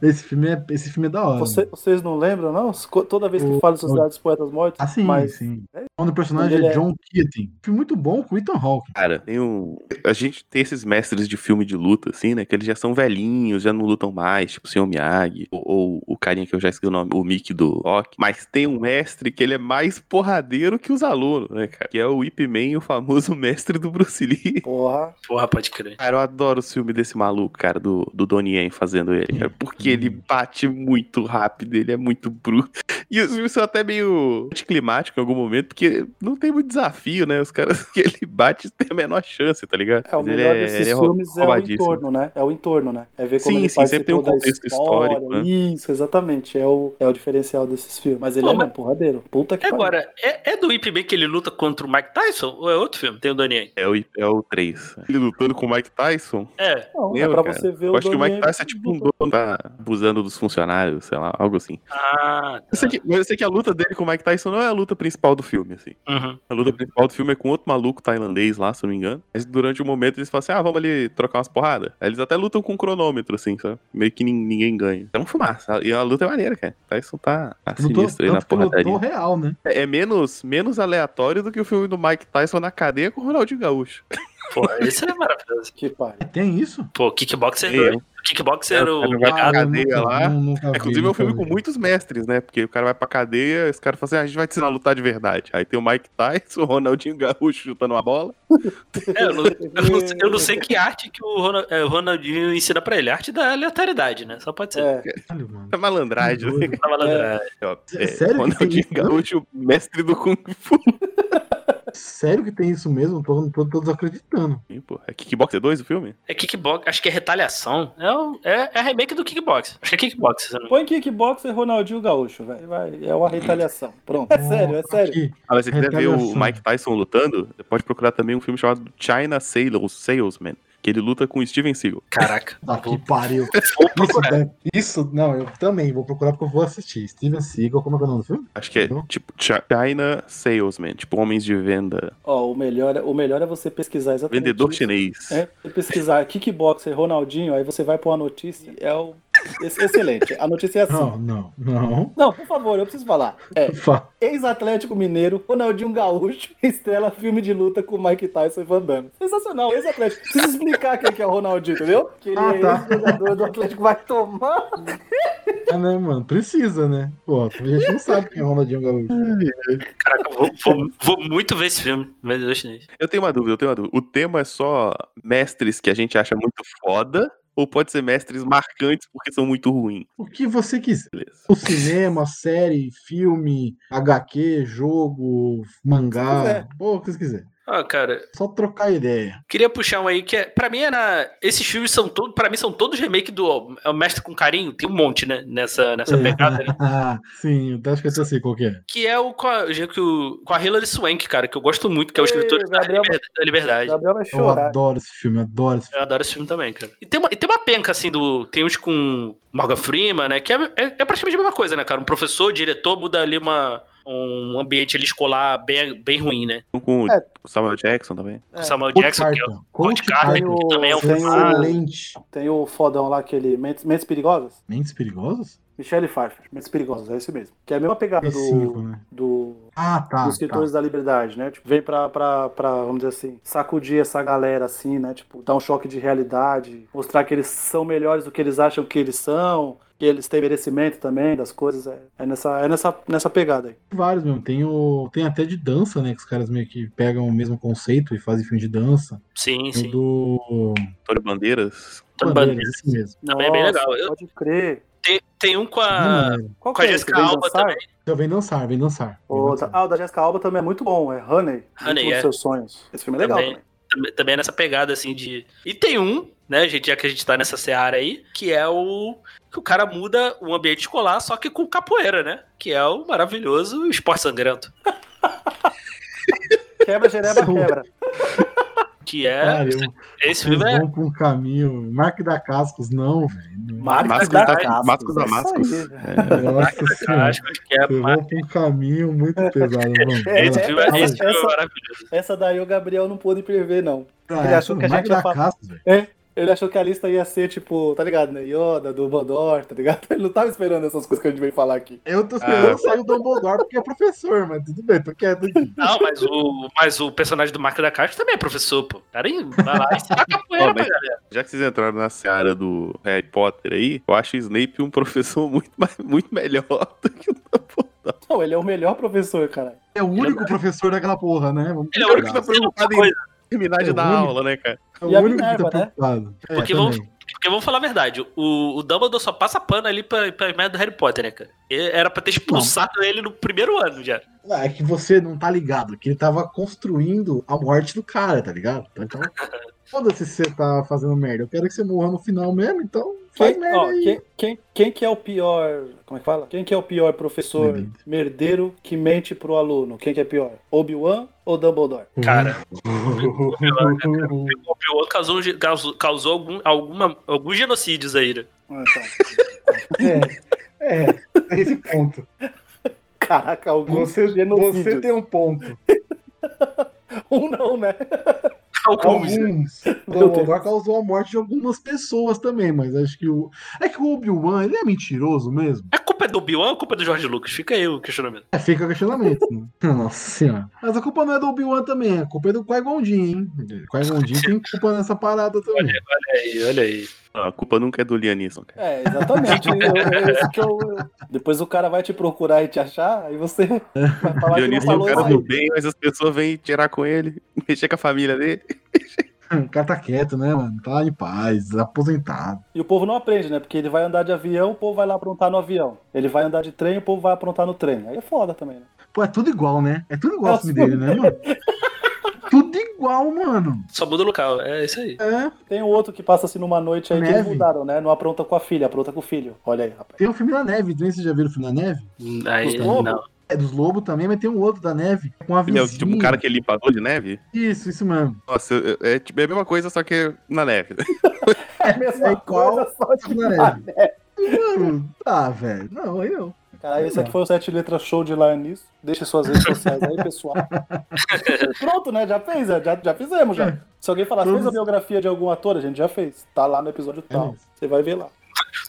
Speaker 1: Esse filme é, esse filme é da hora.
Speaker 3: Você- vocês não lembram, não? Co- Toda vez que
Speaker 1: O-
Speaker 3: falo Sociedade dos Poetas Mortos.
Speaker 1: Ah, sim,
Speaker 3: mas
Speaker 1: sim.
Speaker 3: é.
Speaker 1: O nome do personagem
Speaker 3: Ele
Speaker 1: é
Speaker 3: é-
Speaker 1: John Keating. Filme muito bom com o Ethan Hawke.
Speaker 4: Cara, tem um... a gente tem esses mestres de filme de luta, assim, né? Que eles já são velhinhos, já não lutam mais, tipo o Sr. Miyagi, ou, ou o carinha que eu já esqueci o nome, o Mickey do Rock. Mas tem um mestre que ele é mais porradeiro que os alunos, né, cara? Que é o Ip Man, o famoso mestre do Bruce Lee.
Speaker 3: Porra.
Speaker 2: Porra, pode crer.
Speaker 4: Cara, eu adoro o filme desse maluco, cara, do, do Donnie Yen fazendo ele, cara, porque ele
Speaker 3: Uhum.
Speaker 4: bate muito rápido, ele é muito bruto. E os filmes são até meio anticlimáticos em algum momento, porque não tem muito desafio, né? Os caras que ele bate tem a menor chance, tá ligado?
Speaker 3: É, o
Speaker 4: Mas ele
Speaker 3: melhor desses
Speaker 4: ele rou-
Speaker 3: filmes é o
Speaker 4: roubadíssimo.
Speaker 3: entorno, né? É o entorno, né? É ver como
Speaker 4: Sim,
Speaker 3: ele
Speaker 4: sim,
Speaker 3: participou
Speaker 4: sempre tem um
Speaker 3: da
Speaker 4: contexto
Speaker 3: história.
Speaker 4: histórico, né?
Speaker 3: Isso, exatamente. É o, é o diferencial desses filmes. Mas ele
Speaker 2: Pô,
Speaker 3: é
Speaker 2: mas-
Speaker 3: mesmo porradeiro. Puta que pariu.
Speaker 2: Agora, é, é do Ip Man que ele luta contra o Mike Tyson? Ou é outro filme? Tem o Donnie Yen.
Speaker 4: É o, é o 3. Ele lutando com o Mike Tyson?
Speaker 2: É.
Speaker 3: Não, é
Speaker 4: Meu,
Speaker 3: pra
Speaker 4: cara,
Speaker 3: você ver
Speaker 4: Eu
Speaker 3: o
Speaker 4: acho que o
Speaker 3: Donnie
Speaker 4: Mike Tyson é tipo um dono, tá abusando dos funcionários, sei lá, algo assim.
Speaker 2: Ah,
Speaker 4: Eu
Speaker 2: tá.
Speaker 4: sei, que, eu sei que a luta dele com o Mike Tyson não é a luta principal do filme, assim.
Speaker 2: Uhum.
Speaker 4: A luta principal do filme é com outro maluco tailandês lá, se eu não me engano. Mas durante o momento eles falam assim: ah, vamos ali trocar umas porradas. Aí eles até lutam com um cronômetro, assim, sabe? Meio que nin- ninguém ganha. É um fumaça. E a luta é maneira, cara. Tyson tá, tá
Speaker 1: Lutou,
Speaker 4: sinistro aí na
Speaker 1: tanto que lutou
Speaker 4: porradaria.
Speaker 1: real, né?
Speaker 4: É é menos, menos aleatório do que o filme do Mike Tyson na cadeia com o Ronaldinho Gaúcho.
Speaker 1: Tá
Speaker 2: Pô, isso é maravilhoso.
Speaker 3: Que pariu.
Speaker 1: Tem isso?
Speaker 2: Pô, Kickboxer
Speaker 4: É,
Speaker 2: 2. Kickboxer
Speaker 4: É,
Speaker 2: o.
Speaker 4: o cara vai-
Speaker 1: eu
Speaker 4: cadeia
Speaker 1: nunca-
Speaker 4: lá.
Speaker 1: nu- nunca vi,
Speaker 4: Inclusive é um
Speaker 1: nunca
Speaker 4: filme
Speaker 1: vi.
Speaker 4: com muitos mestres, né? Porque o cara vai pra cadeia, os caras falam assim: ah, a gente vai te ensinar a lutar de verdade. Aí tem o Mike Tyson, o Ronaldinho Gaúcho chutando uma bola.
Speaker 2: É, eu, não, eu não sei- eu não sei que arte que o, Ronald- é, o Ronaldinho ensina pra ele. Arte da aleatoriedade, né? Só pode ser.
Speaker 3: É,
Speaker 1: Caralho, mano.
Speaker 4: É malandragem, assim.
Speaker 2: Tá malandragem.
Speaker 4: Ó,
Speaker 1: É sério que tem
Speaker 4: Ronaldinho
Speaker 1: isso, né?
Speaker 4: Gaúcho, mestre do Kung Fu.
Speaker 1: É Sério que tem isso mesmo? Tô, tô, tô desacreditando.
Speaker 4: Ih, pô, É Kickboxer 2 o filme?
Speaker 2: É kickbox, acho que é retaliação. É, um- é, é remake do kickbox. Acho que é kickbox. se eu não-
Speaker 3: Põe kickboxer Ronaldinho Gaúcho, velho. Vai, É uma retaliação. Pronto. É sério, é sério.
Speaker 1: Aqui.
Speaker 4: Ah, mas se quiser ver o
Speaker 1: Retaliação.
Speaker 4: Mike Tyson lutando, você pode procurar também um filme chamado China Sailors, Salesman. que ele luta com o Steven Seagal.
Speaker 2: Caraca.
Speaker 1: Tá que pariu.
Speaker 2: Vou
Speaker 1: Isso,
Speaker 2: procurar.
Speaker 1: né? isso, não, eu também vou procurar porque eu vou assistir. Steven Seagal, como é que é o nome do filme?
Speaker 4: Acho que é
Speaker 1: Não.
Speaker 4: tipo Chi- China Salesman, tipo homens de venda,
Speaker 3: Ó, o melhor, é- o melhor é você pesquisar exatamente.
Speaker 4: vendedor
Speaker 3: isso.
Speaker 4: chinês.
Speaker 3: É, você pesquisar kickboxer, Ronaldinho, aí você vai pôr a notícia. É o. ex- Excelente. A notícia é assim. Não.
Speaker 1: Não, não, não.
Speaker 3: por favor, eu preciso falar. É,
Speaker 1: Fa-
Speaker 3: ex-Atlético Mineiro, Ronaldinho Gaúcho, estrela filme de luta com Mike Tyson e Van Damme. Sensacional, ex-Atlético. Preciso explicar quem que é o Ronaldinho, entendeu? Que ele
Speaker 1: Ah, tá.
Speaker 3: é ex-jogador do Atlético, vai tomar.
Speaker 1: É, né, mano? Precisa, né? Pô, a gente não sabe quem é o Ronaldinho Gaúcho.
Speaker 2: Caraca, eu vou, vou- vou muito ver esse filme. Vendedor chinês.
Speaker 4: Eu tenho uma dúvida, eu tenho uma dúvida. O tema é só mestres que a gente acha muito foda, ou pode ser mestres marcantes porque são muito ruins?
Speaker 1: O que você quiser.
Speaker 4: Beleza.
Speaker 1: O cinema, série, filme, HQ, jogo, mangá,
Speaker 3: quiser.
Speaker 1: pô, o que você quiser.
Speaker 2: Ah, cara,
Speaker 1: Só trocar ideia.
Speaker 2: queria puxar um aí que é. Pra mim era. Esses filmes são todos. Pra mim são todos remake do é o Mestre com Carinho. Tem um monte, né? Nessa, nessa pegada. né?
Speaker 1: Ah, sim, eu acho que eu já sei qual que é.
Speaker 2: Que é o com a, já que o- com a Hilary Swank, cara, que eu gosto muito, que é o escritor
Speaker 3: Ei,
Speaker 2: da
Speaker 3: Gabriel-
Speaker 2: Liber- da Liberdade.
Speaker 3: Gabriel vai
Speaker 1: Eu
Speaker 3: chorar.
Speaker 1: adoro esse filme, adoro esse filme.
Speaker 2: Eu adoro esse filme também, cara. E tem uma, e tem uma penca, assim, do. Tem uns com Morgan Freeman, né? Que é, é, é praticamente a mesma coisa, né, cara? Um professor, o diretor, muda ali uma, um ambiente ali escolar bem, bem ruim, né?
Speaker 4: Um Com
Speaker 3: É.
Speaker 4: o Samuel Jackson também.
Speaker 2: Com
Speaker 3: É.
Speaker 2: Samuel
Speaker 1: Coach
Speaker 2: Jackson, que é o
Speaker 1: Carter.
Speaker 2: Coach
Speaker 1: Coach
Speaker 2: Carter,
Speaker 1: Carter.
Speaker 3: Carter.
Speaker 2: que também é um
Speaker 3: Tem o-
Speaker 2: filme.
Speaker 1: Excelente.
Speaker 3: Tem o fodão lá, aquele Mentes, Mentes Perigosas?
Speaker 1: Mentes Perigosas?
Speaker 3: Michelle Pfeiffer, Mentes Perigosas, é isso mesmo. Que é a mesma pegada
Speaker 1: P5,
Speaker 3: do,
Speaker 1: né?
Speaker 3: do
Speaker 1: Ah, tá.
Speaker 3: dos escritores da liberdade, né? Tipo, vem pra, pra, pra, vamos dizer assim, sacudir essa galera, assim, né? Tipo, dar um choque de realidade, mostrar que eles são melhores do que eles acham que eles são, que eles têm merecimento também das coisas. É, é nessa, é nessa, nessa pegada aí.
Speaker 1: Tem vários mesmo. Tem, o, tem até de dança, né? Que os caras meio que pegam o mesmo conceito e fazem filme de dança.
Speaker 2: Sim,
Speaker 1: Tem o
Speaker 2: sim.
Speaker 1: do.
Speaker 4: Antônio Bandeiras.
Speaker 2: Antônio
Speaker 1: Bandeiras,
Speaker 2: Bandeiras.
Speaker 1: esse mesmo.
Speaker 2: Também é bem
Speaker 3: Nossa,
Speaker 2: legal. Eu-
Speaker 3: Pode crer.
Speaker 2: Tem, tem um com
Speaker 1: Não,
Speaker 2: a.
Speaker 1: maneiro.
Speaker 3: Qual é
Speaker 2: Com a Jéssica
Speaker 3: esse? Vem
Speaker 2: Alba
Speaker 3: Dançar?
Speaker 2: também.
Speaker 1: Então vem dançar, vem dançar. Vem
Speaker 3: O da-
Speaker 1: dançar.
Speaker 3: ah, o da Jéssica Alba também é muito bom, é Honey.
Speaker 2: Honey,
Speaker 3: Últimos
Speaker 2: é.
Speaker 3: Seus Sonhos. Esse filme é legal
Speaker 2: Também.
Speaker 3: também.
Speaker 2: Tam- Também é nessa pegada, assim, de. E tem um, né, gente, já que a gente tá nessa seara aí, que é o. Que o cara muda o ambiente escolar, só que com capoeira, né? Que é o maravilhoso esporte sangrento.
Speaker 3: Quebra, gereba,
Speaker 1: Sou-
Speaker 3: quebra.
Speaker 2: Que é.
Speaker 1: Cara, eu- vocês
Speaker 2: esse filme é.
Speaker 1: vão pra um caminho. Mark da Cascos, não, velho.
Speaker 3: Marcos
Speaker 4: Marcos
Speaker 3: da
Speaker 4: da-
Speaker 3: Cascos.
Speaker 4: Marcos da
Speaker 3: É isso
Speaker 4: Mascos.
Speaker 3: aí.
Speaker 1: Nossa senhora.
Speaker 2: Acho que é.
Speaker 1: Vocês
Speaker 2: mar-
Speaker 1: vão pra um caminho muito pesado, mano.
Speaker 3: É,
Speaker 2: Esse
Speaker 3: é-
Speaker 2: filme
Speaker 3: essa-
Speaker 2: é, esse filme é
Speaker 3: essa-
Speaker 2: maravilhoso.
Speaker 3: Essa daí o Gabriel não pôde prever, não.
Speaker 2: é
Speaker 1: Ah,
Speaker 3: ele achou que a
Speaker 1: Mark
Speaker 3: gente ia
Speaker 1: da
Speaker 3: falar-
Speaker 1: Cascos, velho.
Speaker 3: Ele achou que a lista ia ser, tipo, tá ligado, né? Yoda, Dumbledore, tá ligado? Ele não tava esperando essas coisas que a gente veio falar aqui.
Speaker 1: Eu tô esperando
Speaker 4: Ah.
Speaker 1: sair o Dumbledore porque é professor, mas tudo bem, é tô quieto aqui.
Speaker 2: Não, mas o, mas o personagem do Marco da Caixa também é professor, pô. O Cara, aí vai lá e se dá capoeira
Speaker 4: Ó,
Speaker 2: pra
Speaker 4: mas-
Speaker 2: galera.
Speaker 4: Já que vocês entraram na seara do Harry Potter aí, eu acho o Snape um professor muito, mais- muito melhor do que o Dumbledore.
Speaker 3: Não, ele é o melhor professor, cara.
Speaker 1: É o único professor daquela porra, né? Vamos
Speaker 2: Ele é o único
Speaker 1: combinar.
Speaker 2: que tá preocupado em-
Speaker 4: Terminar de
Speaker 1: É
Speaker 4: dar
Speaker 1: ruim.
Speaker 4: aula, né, cara?
Speaker 1: É
Speaker 3: E a
Speaker 1: o único que
Speaker 3: Minerva,
Speaker 1: tá
Speaker 3: né?
Speaker 1: preocupado. É,
Speaker 2: Porque vamos-
Speaker 1: também.
Speaker 2: Porque vamos falar a verdade, o, o Dumbledore só passa pano ali pra, pra merda do Harry Potter, né, cara? E Era pra ter expulsado ele no primeiro ano já.
Speaker 1: Não, É que você não tá ligado, que ele tava construindo a morte do cara, tá ligado? Então, então, foda-se se você tá fazendo merda. Eu quero que você morra no final mesmo, então faz
Speaker 3: Quem,
Speaker 1: merda
Speaker 3: ó,
Speaker 1: aí.
Speaker 3: quem, quem, quem que é o pior. Como é que fala? Quem que é o pior professor
Speaker 1: Merdeiro.
Speaker 3: merdeiro que mente pro aluno? Quem que é pior? Obi-Wan ou Dumbledore?
Speaker 2: Cara,
Speaker 1: Uhum.
Speaker 2: o Obi-Wan causou, um ge- causou, causou algum, alguma, alguns genocídios aí, né?
Speaker 3: Ah, tá.
Speaker 1: é, é, é esse ponto.
Speaker 3: Caraca, algum
Speaker 1: Você,
Speaker 3: genocídio.
Speaker 1: você tem um ponto.
Speaker 3: Um não, né?
Speaker 2: Alguns. né?
Speaker 1: Alguns. O Dumbledore causou a morte de algumas pessoas também, mas acho que o. É que o Obi-Wan, ele é mentiroso mesmo.
Speaker 2: A culpa é do Obi-Wan ou a culpa é do Jorge Lucas? Fica aí o questionamento.
Speaker 1: É, fica o questionamento, né? Nossa senhora. Mas a culpa não é do Obi-Wan também, a culpa é do Qui-Gon Jinn, hein? Qui-Gon Jinn tem culpa nessa parada também.
Speaker 2: Olha É aí, olha aí.
Speaker 4: Não, a culpa nunca é do Lianisson, cara.
Speaker 3: É, exatamente. Eu- eu- eu- isso que eu- eu- Depois o cara vai te procurar e te achar, aí você vai falar que não
Speaker 4: Lianisson é um
Speaker 3: falou
Speaker 4: cara
Speaker 3: isso
Speaker 1: aí.
Speaker 4: do bem, mas as pessoas vêm tirar com ele, mexer com a família dele.
Speaker 1: O cara tá quieto, né, mano? Tá em paz, aposentado.
Speaker 3: E o povo não aprende, né? Porque ele vai andar de avião, o povo vai lá aprontar no avião. Ele vai andar de trem, o povo vai aprontar no trem. Aí é foda também, né?
Speaker 1: Pô, é tudo igual, né? É tudo igual o filme dele, né, mano? tudo igual, mano.
Speaker 2: Só muda o local, é isso aí.
Speaker 1: É,
Speaker 3: Tem o outro que passa assim numa noite aí que eles
Speaker 1: Neve.
Speaker 3: mudaram, né? Não
Speaker 1: um
Speaker 3: apronta com a filha, apronta com o filho. Olha aí, rapaz.
Speaker 1: né? tem o filme da neve, também vocês já viram o filme da neve?
Speaker 2: Aí,
Speaker 1: Os lobos?
Speaker 2: não.
Speaker 1: É dos lobos também, mas tem um outro da neve. Com a
Speaker 4: Ele é
Speaker 1: vizinha.
Speaker 4: o tipo um cara que é limpador de neve?
Speaker 1: Isso, isso mesmo.
Speaker 4: Nossa, eu- eu- é, tipo, é a mesma coisa, só que na neve.
Speaker 3: É a mesma
Speaker 1: É igual-
Speaker 3: coisa, só que
Speaker 1: Na
Speaker 3: na
Speaker 1: neve. Mano, tá, velho. Não, aí não.
Speaker 3: Caralho, esse aqui foi o Sete Letras Show de Lionis. Deixa suas redes sociais aí, pessoal. Pronto, né? Já fez, é, já, já fizemos já. Se alguém falar, fez a biografia de algum ator, a gente já fez. Tá lá no episódio tal.
Speaker 1: mesmo.
Speaker 3: Você vai ver lá.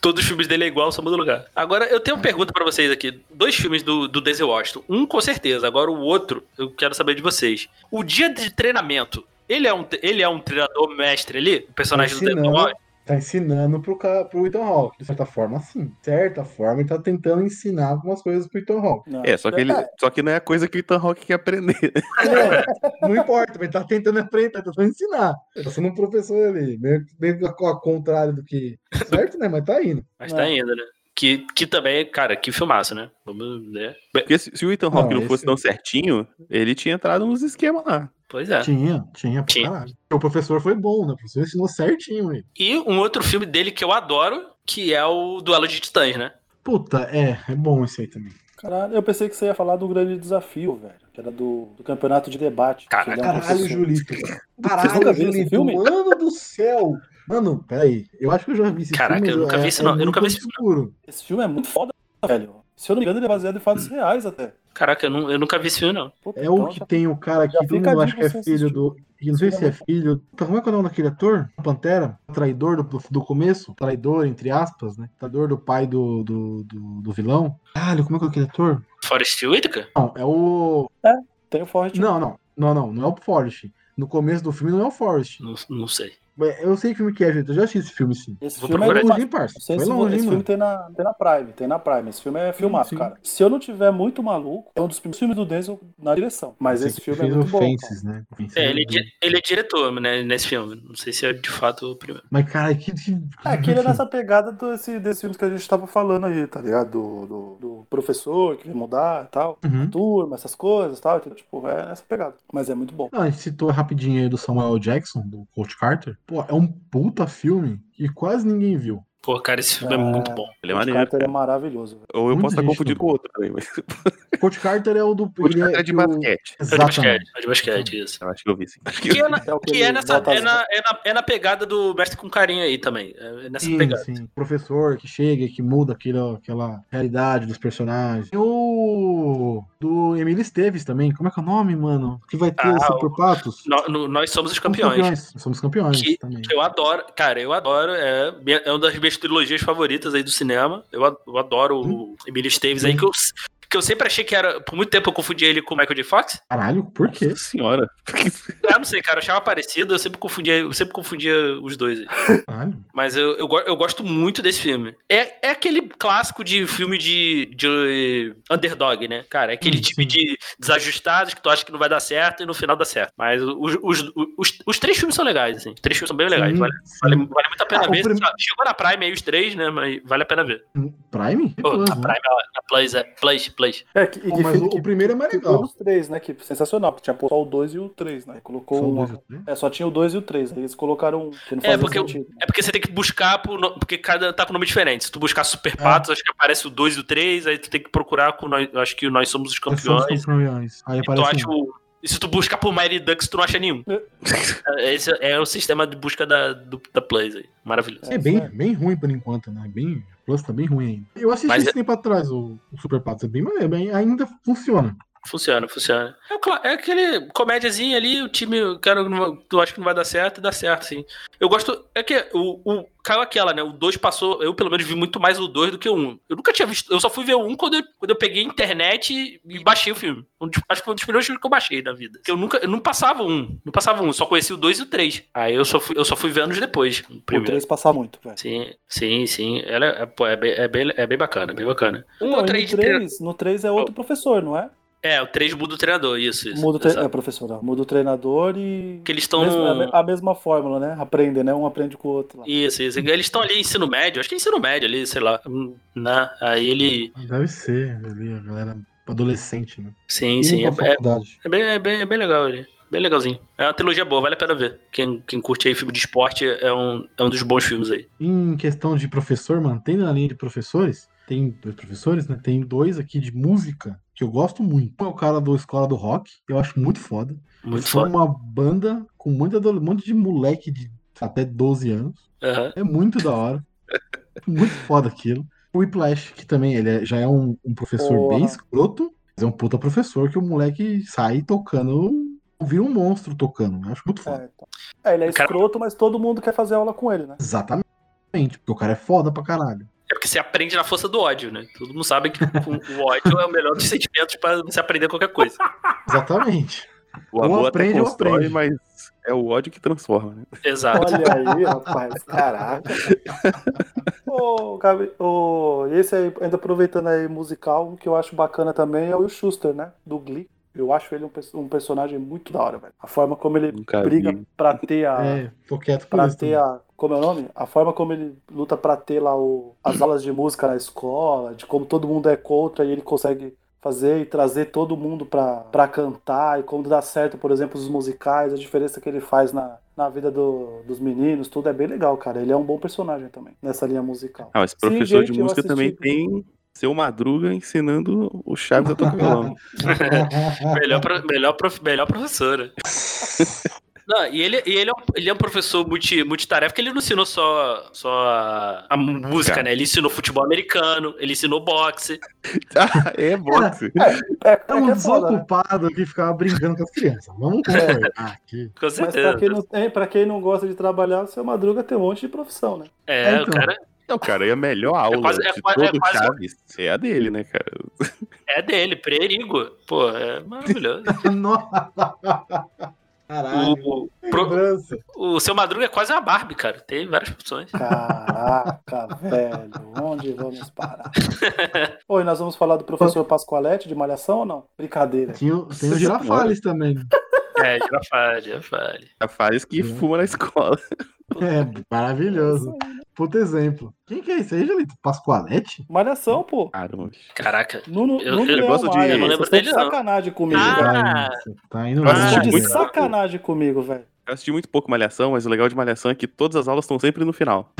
Speaker 2: Todos os filmes dele é igual, só muda o lugar. Agora, eu tenho uma pergunta pra vocês aqui. Dois filmes do, do Denzel Washington. Um com certeza, agora o outro, eu quero saber de vocês. O dia de treinamento, ele é um, ele é um treinador mestre ali? O personagem do Denzel
Speaker 1: Ensinando.
Speaker 2: Washington?
Speaker 1: Tá ensinando pro, ca- pro Ethan Hawke, de certa forma, sim. De certa forma, ele tá tentando ensinar algumas coisas pro Ethan Hawke.
Speaker 3: Não.
Speaker 4: É, só que, ele, só que não é a coisa que o Ethan Hawke quer aprender.
Speaker 3: é.
Speaker 1: Não, não importa, mas ele tá tentando aprender, tá tentando ensinar. Tá sendo um professor ali, meio, meio ao ao contrário do que. Certo, né? Mas tá indo.
Speaker 2: Mas tá indo, né? Que, que também, cara, que filmaço, né? Vamos, né? Bem,
Speaker 4: Porque se, se o Ethan Hawke
Speaker 1: Não,
Speaker 4: não, fosse
Speaker 1: esse-
Speaker 4: tão certinho, ele tinha entrado nos esquemas lá.
Speaker 2: Pois é.
Speaker 1: Tinha, tinha, pra
Speaker 2: Tinha.
Speaker 1: caralho. O professor foi bom, né? O professor ensinou certinho ele.
Speaker 2: E um outro filme dele que eu adoro, que é o Duelo de Titãs, né?
Speaker 1: Puta, é, é bom esse aí também.
Speaker 3: Caralho, eu pensei que você ia falar do grande desafio, velho. Que era do, do campeonato de debate.
Speaker 2: Cara,
Speaker 3: Que dá pra
Speaker 1: Caralho,
Speaker 3: você-
Speaker 1: Julito.
Speaker 3: Tá Vocês nunca
Speaker 1: Caralho,
Speaker 3: viram esse
Speaker 1: Julito,
Speaker 3: filme?
Speaker 1: mano do céu. Mano, peraí, eu acho que eu já vi esse
Speaker 2: Caraca,
Speaker 1: filme. é
Speaker 2: eu nunca vi esse não, eu nunca vi esse não.
Speaker 1: escuro.
Speaker 3: Esse filme é muito foda, velho. Se eu não me engano, ele é baseado em fatos reais até.
Speaker 2: Caraca, eu, nu- eu nunca vi esse filme, não.
Speaker 3: Puta,
Speaker 1: É o
Speaker 3: então
Speaker 1: que
Speaker 3: já-
Speaker 1: tem o cara
Speaker 3: Já
Speaker 1: que todo
Speaker 3: fica
Speaker 1: mundo
Speaker 3: a
Speaker 1: acha que é
Speaker 3: dica, você
Speaker 1: filho
Speaker 3: assistiu.
Speaker 1: do. que Não sei
Speaker 3: Sim,
Speaker 1: se é
Speaker 3: né?
Speaker 1: filho. Puta, Como é que é o nome daquele ator? Pantera? Traidor do, do começo? Traidor, entre aspas, né? Traidor do pai do, do, do, do vilão? Caralho, como é que é aquele ator?
Speaker 2: Forrest Whitaker?
Speaker 1: Não, é o.
Speaker 3: Tem um o Forrest.
Speaker 1: Não, não. Não, não. Não é o Forrest. No começo do filme não é o Forrest.
Speaker 2: Não, não sei.
Speaker 1: Eu sei que filme que é, gente. Eu já assisti esse filme, sim.
Speaker 3: Esse
Speaker 2: Vou
Speaker 3: filme é
Speaker 2: procurar
Speaker 1: Foi
Speaker 3: do
Speaker 1: longe, hein, parça?
Speaker 2: Parece-
Speaker 3: Não sei
Speaker 1: Foi
Speaker 3: se
Speaker 1: longe, hein,
Speaker 3: esse filme
Speaker 1: mano?
Speaker 3: tem na, tem na Prime, tem na Prime. Esse filme é filmado,
Speaker 1: sim.
Speaker 3: cara. Se eu não tiver muito maluco, é um dos primeiros filmes do Denzel na direção. Mas esse
Speaker 1: que
Speaker 3: filme é
Speaker 1: fez
Speaker 3: muito bom. cara.
Speaker 1: Offenses, né? Offenses
Speaker 2: É, ele, é
Speaker 1: muito bom.
Speaker 2: di- ele é diretor, né, nesse filme. Não sei se é de fato o primeiro.
Speaker 1: Mas, cara, que. que-
Speaker 3: É, aquele é nessa pegada desse, desse filme que a gente tava falando aí, tá ligado? Do, do, do professor que quer mudar e tal.
Speaker 1: Uhum.
Speaker 3: Turma, essas coisas e tal. Então, tipo, é nessa pegada. Mas é muito bom.
Speaker 1: Não, a gente Ah, citou rapidinho aí do Samuel Jackson, do Coach Carter. Pô, é um puta filme e quase ninguém viu.
Speaker 2: Pô, cara, esse filme é,
Speaker 3: É.
Speaker 2: muito bom.
Speaker 4: Ele é
Speaker 3: O
Speaker 4: maneiro.
Speaker 3: Carter é maravilhoso. velho.
Speaker 4: Ou eu
Speaker 1: Muita
Speaker 4: posso estar
Speaker 1: gente
Speaker 4: confundido
Speaker 1: não-
Speaker 4: com outro também, mas
Speaker 1: Coach Carter é o do.
Speaker 4: o
Speaker 1: ele
Speaker 4: cara é de
Speaker 1: o-
Speaker 4: basquete.
Speaker 2: É de
Speaker 1: Exatamente.
Speaker 2: basquete, é de basquete, isso.
Speaker 4: Eu acho que eu vi sim. Acho que
Speaker 2: Que é na,
Speaker 3: É o
Speaker 2: que é
Speaker 3: Então. ele
Speaker 2: nessa,
Speaker 3: bota
Speaker 2: é,
Speaker 3: as-
Speaker 2: na, é, na, é na pegada do Mestre com Carinho aí também. É nessa
Speaker 1: Sim,
Speaker 2: pegada.
Speaker 1: sim. Professor que chega e que muda aquela, aquela realidade dos personagens. Tem o. Do Emílio Esteves também. Como é que é o nome, mano? Que vai ter
Speaker 2: Ah,
Speaker 1: esse
Speaker 2: o-
Speaker 1: por patos?
Speaker 2: No- no- nós somos os
Speaker 1: Somos
Speaker 2: campeões.
Speaker 1: Somos campeões
Speaker 2: Que-
Speaker 1: também.
Speaker 2: Eu adoro, cara, eu adoro. É, minha- é uma das minhas trilogias favoritas aí do cinema. Eu, a- eu adoro
Speaker 3: Hum.
Speaker 2: o Emílio Esteves aí, que eu, que eu sempre achei que era. Por muito tempo eu confundi ele com o Michael J. Fox.
Speaker 1: Caralho, por quê?
Speaker 4: Nossa senhora.
Speaker 2: Ah, não sei, cara, eu achava parecido, eu sempre confundia, eu sempre confundia os dois aí.
Speaker 1: Caralho.
Speaker 2: Mas eu, eu, go- eu gosto muito desse filme. É, é aquele clássico de filme de, de underdog, né? Cara, é aquele
Speaker 1: Hum,
Speaker 2: time
Speaker 1: sim.
Speaker 2: de desajustados que tu acha que não vai dar certo e no final dá certo. Mas os, os, os, os três filmes são legais, assim. Os três filmes são bem legais.
Speaker 1: Sim,
Speaker 2: Vale,
Speaker 1: sim.
Speaker 2: vale, vale muito a pena
Speaker 1: Ah, o
Speaker 2: ver.
Speaker 1: prim-
Speaker 2: Já Chegou na Prime aí os três, né? Mas vale a pena ver.
Speaker 1: Prime?
Speaker 2: Pô,
Speaker 1: Plus,
Speaker 2: na
Speaker 1: né?
Speaker 2: Prime, ó, na Plus, é. Plus, Plus.
Speaker 3: É, que, e
Speaker 1: Pô,
Speaker 3: que
Speaker 1: mas
Speaker 3: filme
Speaker 1: o,
Speaker 3: que-
Speaker 1: o primeiro é mais
Speaker 3: que foi
Speaker 1: legal.
Speaker 3: os três, né? Que sensacional, porque tinha só o 2 e o 3, né? Colocou
Speaker 1: Só
Speaker 3: um.
Speaker 1: o dois e o três?
Speaker 3: É, só tinha o 2 e o 3. Aí eles colocaram um. Que não
Speaker 2: É,
Speaker 3: fazia
Speaker 2: porque o-
Speaker 3: sentido.
Speaker 2: É porque você tem que buscar, por no- porque cada tá com nome diferente. Se tu buscar
Speaker 1: É.
Speaker 2: Super Patos, acho que aparece o 2 e o 3, aí tu tem que procurar com nós, acho que o nós somos os
Speaker 1: Nós somos
Speaker 2: campeões. Então,
Speaker 1: campeões. Aí
Speaker 2: E tu
Speaker 1: aparece um
Speaker 2: acha o- e se tu buscar por Mighty Ducks, tu não acha nenhum. É, Esse é o sistema de busca da, do, da Plays aí. Maravilhoso.
Speaker 1: É bem, bem ruim por enquanto, né? Bem, o Plus tá bem ruim ainda. Eu assisti
Speaker 2: Mas
Speaker 1: esse
Speaker 2: é-
Speaker 1: tempo atrás o, o Super Patos, é bem maneiro, bem- ainda funciona.
Speaker 2: Funciona, funciona. É, o cla- é aquele comédiazinho ali, o time, o cara, não- tu acha que não vai dar certo, e dá certo, sim. Eu gosto. É que o, o caiu aquela, né? O 2 passou. Eu, pelo menos, vi muito mais o 2 do que o 1. Um. Eu nunca tinha visto. Eu só fui ver o 1 um quando, eu- quando eu peguei a internet e, e baixei o filme. Um dos- acho que foi um dos primeiros filmes que eu baixei na vida. Porque Eu nunca. Eu não passava o um. Não passava um. Só conheci o 2 e o 3. Aí eu só fui, eu só fui ver anos depois. o
Speaker 3: O
Speaker 2: primeiro.
Speaker 3: 3 passar muito, velho.
Speaker 2: Sim, sim, sim. Ela é, pô, é, bem, é, bem, é bem bacana, bem bacana. Um
Speaker 3: Então,
Speaker 2: ou
Speaker 3: e
Speaker 2: três de
Speaker 3: no
Speaker 2: treino-
Speaker 3: 3, no 3 é outro professor, não é?
Speaker 2: É, o três muda o treinador, isso, isso.
Speaker 3: Muda o, tre...
Speaker 2: Exato.
Speaker 3: é, professor, ó. Muda o treinador e.
Speaker 2: Porque eles estão
Speaker 3: Mesmo- é a
Speaker 2: no.
Speaker 3: me- a mesma fórmula, né? Aprendem, né? Um aprende com o outro. Lá.
Speaker 2: Isso, isso. Eles estão ali, ensino médio, acho que é ensino médio ali, sei lá. Hum, Né? Aí ele.
Speaker 1: Deve ser ali, a galera adolescente, né?
Speaker 2: Sim,
Speaker 1: Indo
Speaker 2: sim. É,
Speaker 1: pra faculdade.
Speaker 2: é bem, é, bem, é bem legal ele. Bem legalzinho. É uma trilogia boa, vale a pena ver. Quem, quem curte aí filme de esporte é um, é um dos bons filmes aí.
Speaker 1: Em questão de professor, mantendo a linha de professores, tem dois professores, né? Tem dois aqui de música que eu gosto muito. Um é o cara do Escola do Rock, eu acho muito foda.
Speaker 2: Muito
Speaker 1: Eles
Speaker 2: foda.
Speaker 1: são uma banda com muito adole- um monte de moleque de até 12 anos.
Speaker 2: Aham.
Speaker 1: É muito da hora. muito foda aquilo. O Whiplash, que também ele é- já é um, um professor
Speaker 3: Porra.
Speaker 1: bem escroto, mas é um puta professor que o moleque sai tocando, vira um monstro tocando. Eu acho muito foda.
Speaker 3: É, então. É, ele é
Speaker 2: O cara-
Speaker 3: escroto, mas todo mundo quer fazer aula com ele, né?
Speaker 1: Exatamente, porque o cara é foda pra caralho.
Speaker 2: É porque você aprende na força do ódio, né? Todo mundo sabe que com o ódio é o melhor dos sentimentos pra você aprender qualquer coisa.
Speaker 1: Exatamente.
Speaker 4: O
Speaker 1: Ou
Speaker 4: amor
Speaker 1: aprende,
Speaker 4: até
Speaker 1: ou
Speaker 4: constrói,
Speaker 1: aprende.
Speaker 4: mas é o ódio que transforma, né?
Speaker 2: Exato.
Speaker 3: Olha aí, rapaz, caraca. Ô, Gabi, ô, e esse aí, ainda aproveitando aí musical, um que eu acho bacana também é o Will Schuster, né? Do Glee. Eu acho ele um, perso- um personagem muito da hora, velho. A forma como ele
Speaker 4: Nunca
Speaker 3: briga
Speaker 4: vi.
Speaker 3: pra ter a.
Speaker 1: É, tô quieto por
Speaker 3: Ah, Pra
Speaker 1: isso.
Speaker 3: ter
Speaker 1: também.
Speaker 3: a. Como é o nome? A forma como ele luta pra ter lá o, as aulas de música na escola, de como todo mundo é contra e ele consegue fazer e trazer todo mundo pra, pra cantar, e como dá certo, por exemplo, os musicais, a diferença que ele faz na, na vida do- dos meninos, tudo é bem legal, cara. Ele é um bom personagem também, nessa linha musical.
Speaker 4: Ah, mas
Speaker 3: Sim,
Speaker 4: professor
Speaker 3: gente,
Speaker 4: de
Speaker 3: eu
Speaker 4: música
Speaker 3: assisti-
Speaker 4: também tem seu Madruga ensinando o Chaves a tocar violão.
Speaker 2: Melhor, pro- melhor, prof- melhor né? professora. Não, e ele, e ele, é um, ele é um professor multi, multitarefa que ele não ensinou só, só a, a música,
Speaker 4: Cara.
Speaker 2: né? Ele ensinou futebol americano, ele ensinou boxe.
Speaker 4: Ah, é boxe.
Speaker 3: É, é que
Speaker 1: É um
Speaker 3: é foda, né? É.
Speaker 1: desocupado que ficava brincando com as crianças. Vamos concordar aqui.
Speaker 2: Com
Speaker 3: Mas pra
Speaker 2: certeza.
Speaker 3: quem, não tem, pra quem não gosta de trabalhar, o seu Madruga tem um monte de profissão, né?
Speaker 1: É,
Speaker 2: É,
Speaker 1: então.
Speaker 2: o cara
Speaker 4: Não, cara, e a melhor aula
Speaker 2: quase- é
Speaker 4: de
Speaker 2: quase- é
Speaker 4: todo o
Speaker 2: quase-
Speaker 4: Chaves é a dele, né, cara?
Speaker 2: é dele, perigo. Pô, é maravilhoso.
Speaker 1: Nossa. Caralho.
Speaker 2: o, pro-
Speaker 1: Lembrança.
Speaker 2: o seu Madruga é quase uma Barbie, cara. Tem várias opções.
Speaker 3: Caraca, velho, onde vamos parar? Oi, nós vamos falar do professor Pascoaletti de Malhação ou não? Brincadeira.
Speaker 1: Tinha, o- tem o girafales também.
Speaker 2: É, já fale, já fale.
Speaker 4: A fase que
Speaker 1: Hum.
Speaker 4: fuma na escola.
Speaker 1: É, maravilhoso. Puta exemplo. Quem que é esse aí, Julito? Pascoalete?
Speaker 3: Malhação, pô.
Speaker 4: Caramba, bicho.
Speaker 2: Caraca.
Speaker 3: Nuno,
Speaker 2: Eu-
Speaker 3: Nuno
Speaker 2: eu
Speaker 3: Leão
Speaker 4: gosto de-
Speaker 3: Maia,
Speaker 4: eu não
Speaker 3: vocês
Speaker 2: lembro
Speaker 3: estão de
Speaker 2: dele, não.
Speaker 3: sacanagem comigo,
Speaker 2: Ah,
Speaker 3: velho.
Speaker 1: Tá indo
Speaker 4: Eu
Speaker 3: Vocês estão
Speaker 4: assisti
Speaker 3: de
Speaker 4: muito.
Speaker 3: sacanagem comigo, velho.
Speaker 4: Eu assisti muito pouco Malhação, mas o legal de Malhação é que todas as aulas estão sempre no final.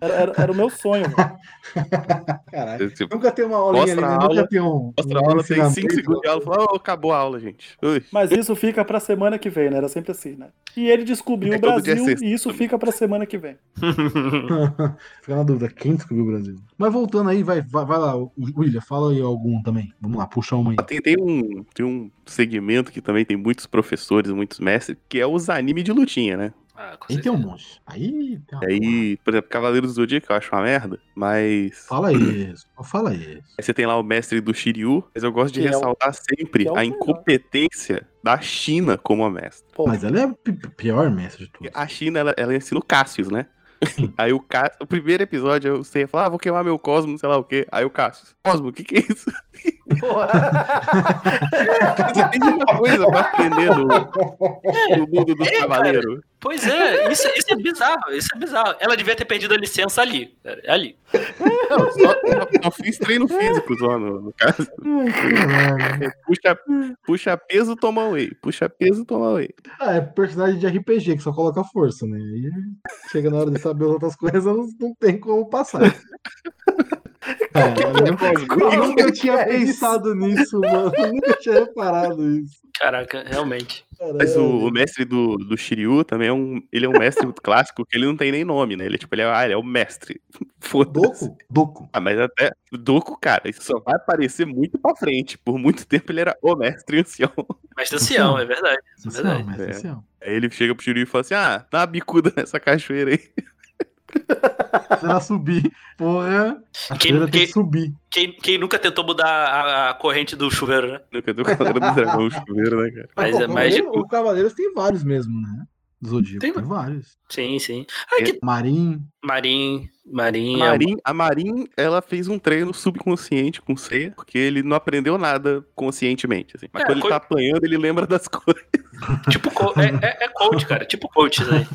Speaker 3: Era, era- era o meu sonho, velho.
Speaker 1: Caralho.
Speaker 4: Você
Speaker 1: Nunca tem uma aulinha ali,
Speaker 4: Mostra
Speaker 1: né?
Speaker 4: a
Speaker 1: Nunca
Speaker 4: aula.
Speaker 1: tem um.
Speaker 4: Tipo, Mostra
Speaker 1: um
Speaker 4: a aula, tem
Speaker 1: ensinamento.
Speaker 4: 5 segundos de aula, fala, "Oh, acabou a aula, gente. Ui.
Speaker 3: Mas isso fica pra semana que vem, né? Era sempre assim, né? E ele descobriu
Speaker 4: É
Speaker 3: o
Speaker 4: todo dia
Speaker 3: Brasil
Speaker 4: sexta.
Speaker 3: e isso fica pra semana que vem.
Speaker 1: Fica na dúvida, quem descobriu o Brasil? Mas voltando aí, vai, vai, vai lá, o- o William, fala aí algum também. Vamos lá, puxa uma aí.
Speaker 4: Ah, Tem, tem um, tem um segmento que também tem muitos professores, muitos mestres, que é os anime de lutinha, né?
Speaker 2: Ah, com
Speaker 1: Aí
Speaker 2: certeza.
Speaker 1: tem um monte. Aí tem uma porra.
Speaker 4: Aí, por exemplo, Cavaleiros do Zodíaco eu acho uma merda, mas...
Speaker 3: Ah.
Speaker 1: Fala isso, fala isso.
Speaker 4: Aí você tem lá o mestre do Shiryu, mas eu gosto de
Speaker 3: Que é o-
Speaker 4: ressaltar sempre
Speaker 3: que é o
Speaker 4: a
Speaker 3: melhor.
Speaker 4: incompetência da China como a mestre.
Speaker 3: Pô,
Speaker 1: Mas ela é a pi- pior mestre de tudo.
Speaker 4: A China, ela, ela ensina o Cassius, né? Aí o Cassius, o primeiro episódio, eu sei, falar, ah, vou queimar meu Cosmo, sei lá o quê. Aí o Cassius, Cosmo, o que que é isso? Você tem uma coisa pra aprender no, no mundo dos
Speaker 2: É, cara.
Speaker 4: cavaleiros.
Speaker 2: Pois é, isso, isso é bizarro, isso é bizarro. Ela devia ter perdido a licença ali. cara, É Ali.
Speaker 4: Não, só, só- só fiz treino físico só no, no caso. É.
Speaker 1: Caralho.
Speaker 4: Puxa, puxa peso, toma whey. Puxa peso, toma whey.
Speaker 1: Ah, é personagem de RPG que só coloca força, né? Aí chega na hora de saber as outras coisas, não, não tem como passar. Caralho, eu, eu nunca tinha pensado nisso, mano. Eu nunca tinha reparado isso.
Speaker 2: Caraca, realmente.
Speaker 4: Mas o,
Speaker 1: Caralho.
Speaker 4: o mestre do, do Shiryu também é um. Ele é um mestre muito clássico que ele não tem nem nome, né? Ele é tipo, ele é, ah, ele é o mestre. Foda-se.
Speaker 1: Doku? Doku.
Speaker 4: Ah, mas até Doku, cara, isso só vai aparecer muito pra frente. Por muito tempo ele era o mestre ancião.
Speaker 2: Mestre Ancião, é verdade.
Speaker 1: Essencial, mas
Speaker 4: É.
Speaker 1: essencial.
Speaker 4: Aí ele chega pro Shiryu e fala assim: ah, dá uma bicuda nessa cachoeira aí.
Speaker 1: Se ela subir, porra, a
Speaker 2: Quem-
Speaker 1: cadeira tem
Speaker 2: quem-
Speaker 1: que subir.
Speaker 2: Quem, quem nunca tentou mudar a, a corrente do chuveiro, né?
Speaker 4: Nunca deu Cavaleiro do Dragão o chuveiro, né, cara?
Speaker 2: Mas
Speaker 1: Pô,
Speaker 2: é mais de-
Speaker 1: Cavaleiros- O Cavaleiros tem vários mesmo, né? Do Zodíaco,
Speaker 2: Tem-
Speaker 1: tem, vários.
Speaker 2: Sim, sim.
Speaker 1: Marim,
Speaker 2: Marim, Marim. é um-
Speaker 4: Marin, a Marin, ela fez um treino subconsciente com o Seiya, porque ele não aprendeu nada conscientemente, assim. Mas
Speaker 2: É,
Speaker 4: quando ele
Speaker 2: coi-
Speaker 4: tá apanhando, ele lembra das
Speaker 1: Um
Speaker 4: coisas.
Speaker 2: tipo, co- é, é, é coach, cara. Tipo coach, né?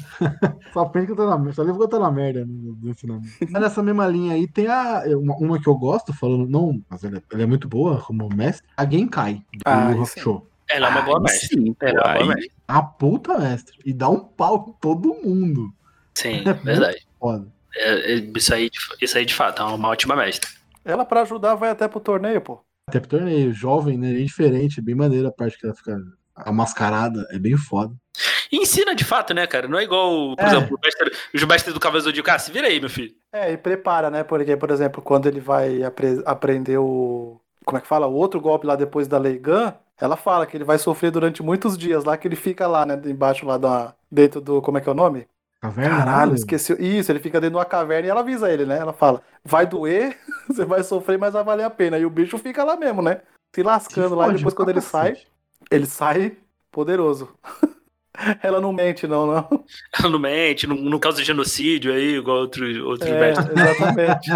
Speaker 1: Só aprende que eu tô na merda. Só livro que eu tô na merda né, no, no ensinamento. Mas nessa mesma linha aí tem a, é, uma, uma que eu gosto, falando, não, mas ela, ela é muito boa como mestre, a Genkai, do
Speaker 3: Ah,
Speaker 1: Yu Yu
Speaker 3: isso aí.
Speaker 1: Hakusho.
Speaker 2: Ela é uma boa mestre.
Speaker 4: Sim, pô,
Speaker 2: Ela é uma
Speaker 4: aí-
Speaker 2: boa mestre.
Speaker 1: A puta mestre. E dá um pau em todo mundo.
Speaker 2: Sim, verdade.
Speaker 1: Foda.
Speaker 2: É, é, isso, aí, de- isso aí de fato, é uma ótima mestre.
Speaker 3: Ela, pra ajudar, vai até pro torneio, pô.
Speaker 1: Até pro torneio, jovem, né? Bem diferente, bem maneira a parte que ela fica. A mascarada é bem foda.
Speaker 2: E ensina de fato, né, cara? Não é igual, por
Speaker 3: É.
Speaker 2: exemplo, o mestre, os mestres do Cavaleiro do Zodíaco. Ah, se vira aí, meu filho.
Speaker 3: É, e prepara, né? Porque, por exemplo, quando ele vai apre- aprender o. Como é que fala? O outro golpe lá depois da Leigan, ela fala que ele vai sofrer durante muitos dias lá, que ele fica lá, né? Embaixo lá da. Dentro do. Como é que é o nome?
Speaker 1: Caverna?
Speaker 3: Caralho,
Speaker 1: né?
Speaker 3: esqueci. Isso, ele fica dentro de uma caverna e ela avisa ele, né? Ela fala: vai doer, você vai sofrer, mas vai valer a pena. E o bicho fica lá mesmo, né? Se
Speaker 1: Se
Speaker 3: lascando lá, e
Speaker 1: fode
Speaker 3: depois
Speaker 1: pra
Speaker 3: quando ele sai,
Speaker 1: cacete.
Speaker 3: ele sai poderoso. Ela não mente, não, não.
Speaker 2: Ela não mente, não, não causa genocídio aí, igual outros, outros
Speaker 3: É,
Speaker 2: mestres.
Speaker 3: exatamente.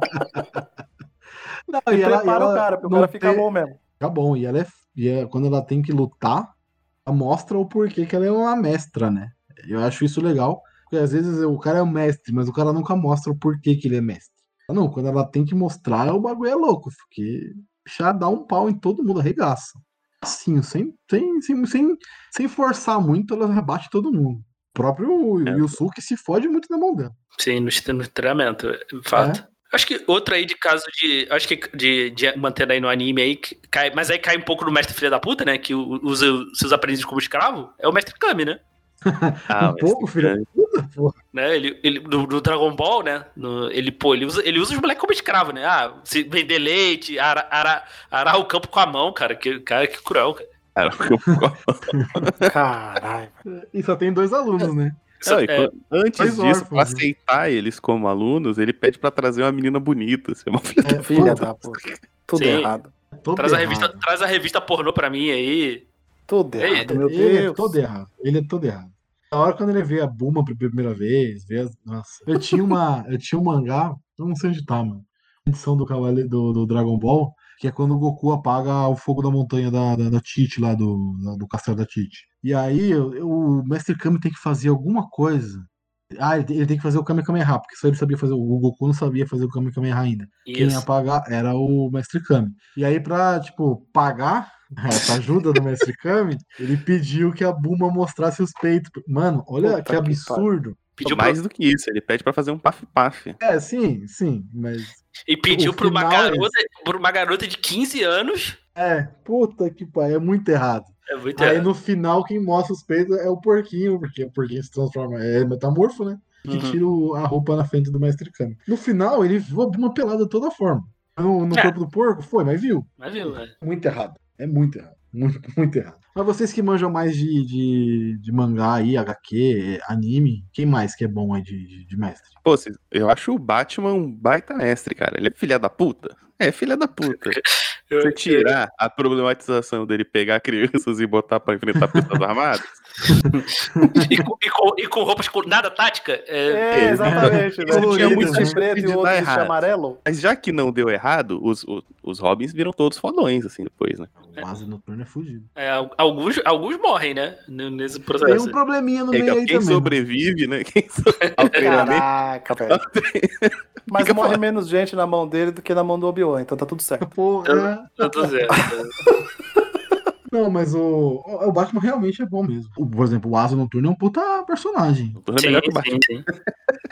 Speaker 1: Não,
Speaker 3: E prepara o cara, porque o
Speaker 1: não
Speaker 3: cara fica
Speaker 1: tem-
Speaker 3: bom mesmo.
Speaker 1: Fica bom. E ela é. E é- quando ela tem que lutar, ela mostra o porquê que ela é uma mestra, né? Eu acho isso legal. Porque às vezes o cara é um mestre, mas o cara nunca mostra o porquê que ele é mestre. Não, quando ela tem que mostrar, o bagulho é louco. Porque já dá um pau em todo mundo, arregaça. Assim, sem, sem, sem, sem, sem forçar muito, ela rebate todo mundo. O próprio
Speaker 4: É.
Speaker 1: Yusuke se fode muito na mão dela.
Speaker 2: Sim, no, tre- no treinamento, de
Speaker 1: É?
Speaker 2: fato. Acho que outro aí de caso de. Acho que de, de mantendo aí no anime aí, que cai, mas aí cai um pouco no mestre filha da puta, né? Que u- usa os seus aprendizes como escravo, é o mestre Kami, né?
Speaker 4: Ah,
Speaker 1: um pouco,
Speaker 4: mas-
Speaker 1: filho. da puta, porra.
Speaker 2: né? Ele, ele, no, no Dragon Ball, né? No- ele, pô, ele usa, ele usa os moleques como escravo, né? Ah, se vender leite, ara- ara- arar o campo com a mão, cara. Que, cara, que cruel, cara.
Speaker 4: Cara, porque eu-
Speaker 3: Caralho.
Speaker 1: E só tem dois alunos, né?
Speaker 2: Isso
Speaker 4: Não, e
Speaker 2: é-
Speaker 4: quando- antes
Speaker 1: Dois
Speaker 4: disso, pra
Speaker 1: órfãos, né?
Speaker 4: aceitar eles como alunos, ele pede pra trazer uma menina bonita. Assim, uma filha
Speaker 1: É,
Speaker 3: Filha
Speaker 1: puta,
Speaker 3: da puta. Tudo
Speaker 2: Sim.
Speaker 3: errado.
Speaker 1: todo
Speaker 2: Traz a,
Speaker 1: errado.
Speaker 2: revista, traz a revista pornô pra mim aí.
Speaker 3: Tudo
Speaker 2: Ei,
Speaker 3: errado, meu
Speaker 1: ele é
Speaker 3: Deus.
Speaker 1: todo errado. Ele é todo errado. Na hora quando ele vê a Buma pela primeira vez, vê as- nossa. Eu tinha uma, eu tinha um mangá, eu não sei onde tá, mano. Edição do Cavaleiro do, do Dragon Ball, que é quando o Goku apaga o fogo da montanha da, da, da Tite lá do, da- do castelo da Tite. E aí eu- eu- o Mestre Kami tem que fazer alguma coisa. Ah, ele tem, ele tem que fazer o Kame Kamehameha, porque só ele sabia fazer. O Goku não sabia fazer o Kame Kamehameha ainda. Quem é, ia
Speaker 2: Isso.
Speaker 1: pagar era o Mestre Kami. E aí, pra, tipo, pagar essa ajuda do Mestre Kami, ele pediu que a Buma mostrasse os peitos. Mano, olha
Speaker 3: Puta
Speaker 1: que
Speaker 3: que
Speaker 1: absurdo.
Speaker 2: Pediu pro-
Speaker 4: mais do que isso. Ele pede pra fazer um paf-paf.
Speaker 1: É, sim, sim, mas.
Speaker 2: e pediu
Speaker 1: o
Speaker 2: pra uma,
Speaker 1: final é
Speaker 2: garota, pra uma garota de 15 anos.
Speaker 1: É, puta que pai, é muito errado.
Speaker 2: É muito
Speaker 1: Aí
Speaker 2: errado.
Speaker 1: no final, quem mostra os peitos é o porquinho, porque o porquinho se transforma, é metamorfo, né? Que
Speaker 2: Uhum.
Speaker 1: tira o- a roupa na frente do Mestre Kami. No final, ele viu a Buma pelada de toda forma. No, no
Speaker 2: É.
Speaker 1: corpo do porco? Foi, mas viu.
Speaker 2: Mas viu, né?
Speaker 1: Muito errado. É muito errado. Muito, muito errado. Mas vocês que manjam mais de, de, de mangá aí, HQ, eh, anime, quem mais que é bom aí de, de, de mestre?
Speaker 4: Pô, cês- eu acho o Batman um baita mestre, cara. Ele é filha da puta? É, filha da puta.
Speaker 2: Eu-
Speaker 4: Você tirar a problematização dele pegar crianças e botar pra enfrentar pessoas armadas?
Speaker 2: E, com, e com- e com roupas com nada tática. é-
Speaker 3: É, exatamente.
Speaker 4: Ele
Speaker 3: né? Um
Speaker 1: tinha muito
Speaker 3: de
Speaker 4: sentido
Speaker 3: preto
Speaker 4: de
Speaker 3: e o outro
Speaker 4: dar
Speaker 3: de
Speaker 4: errado.
Speaker 3: amarelo.
Speaker 4: Mas já que não deu errado, os, os, os Robins viram todos fodões, assim, depois, né?
Speaker 1: O Asa Noturno é fugido.
Speaker 2: é, al- alguns, alguns morrem, né? N- Nesse
Speaker 1: Tem
Speaker 2: processo.
Speaker 1: um probleminha no
Speaker 4: É,
Speaker 1: meio aí
Speaker 4: quem
Speaker 1: também.
Speaker 4: sobrevive, né? Quem sobrevive ao treinamento.
Speaker 3: Caraca, velho. Mas
Speaker 4: Fica
Speaker 3: morre
Speaker 4: falando.
Speaker 3: menos gente na mão dele do que na mão do Obi-Wan, então tá tudo
Speaker 1: né?
Speaker 3: certo.
Speaker 1: Porra.
Speaker 2: Eu tô dizendo.
Speaker 1: é.
Speaker 2: né?
Speaker 1: Não, mas o, o o Batman realmente é bom mesmo. O- por exemplo, o Asa Noturno é um puta personagem.
Speaker 4: O Batman é melhor que o Batman.
Speaker 2: sim, sim.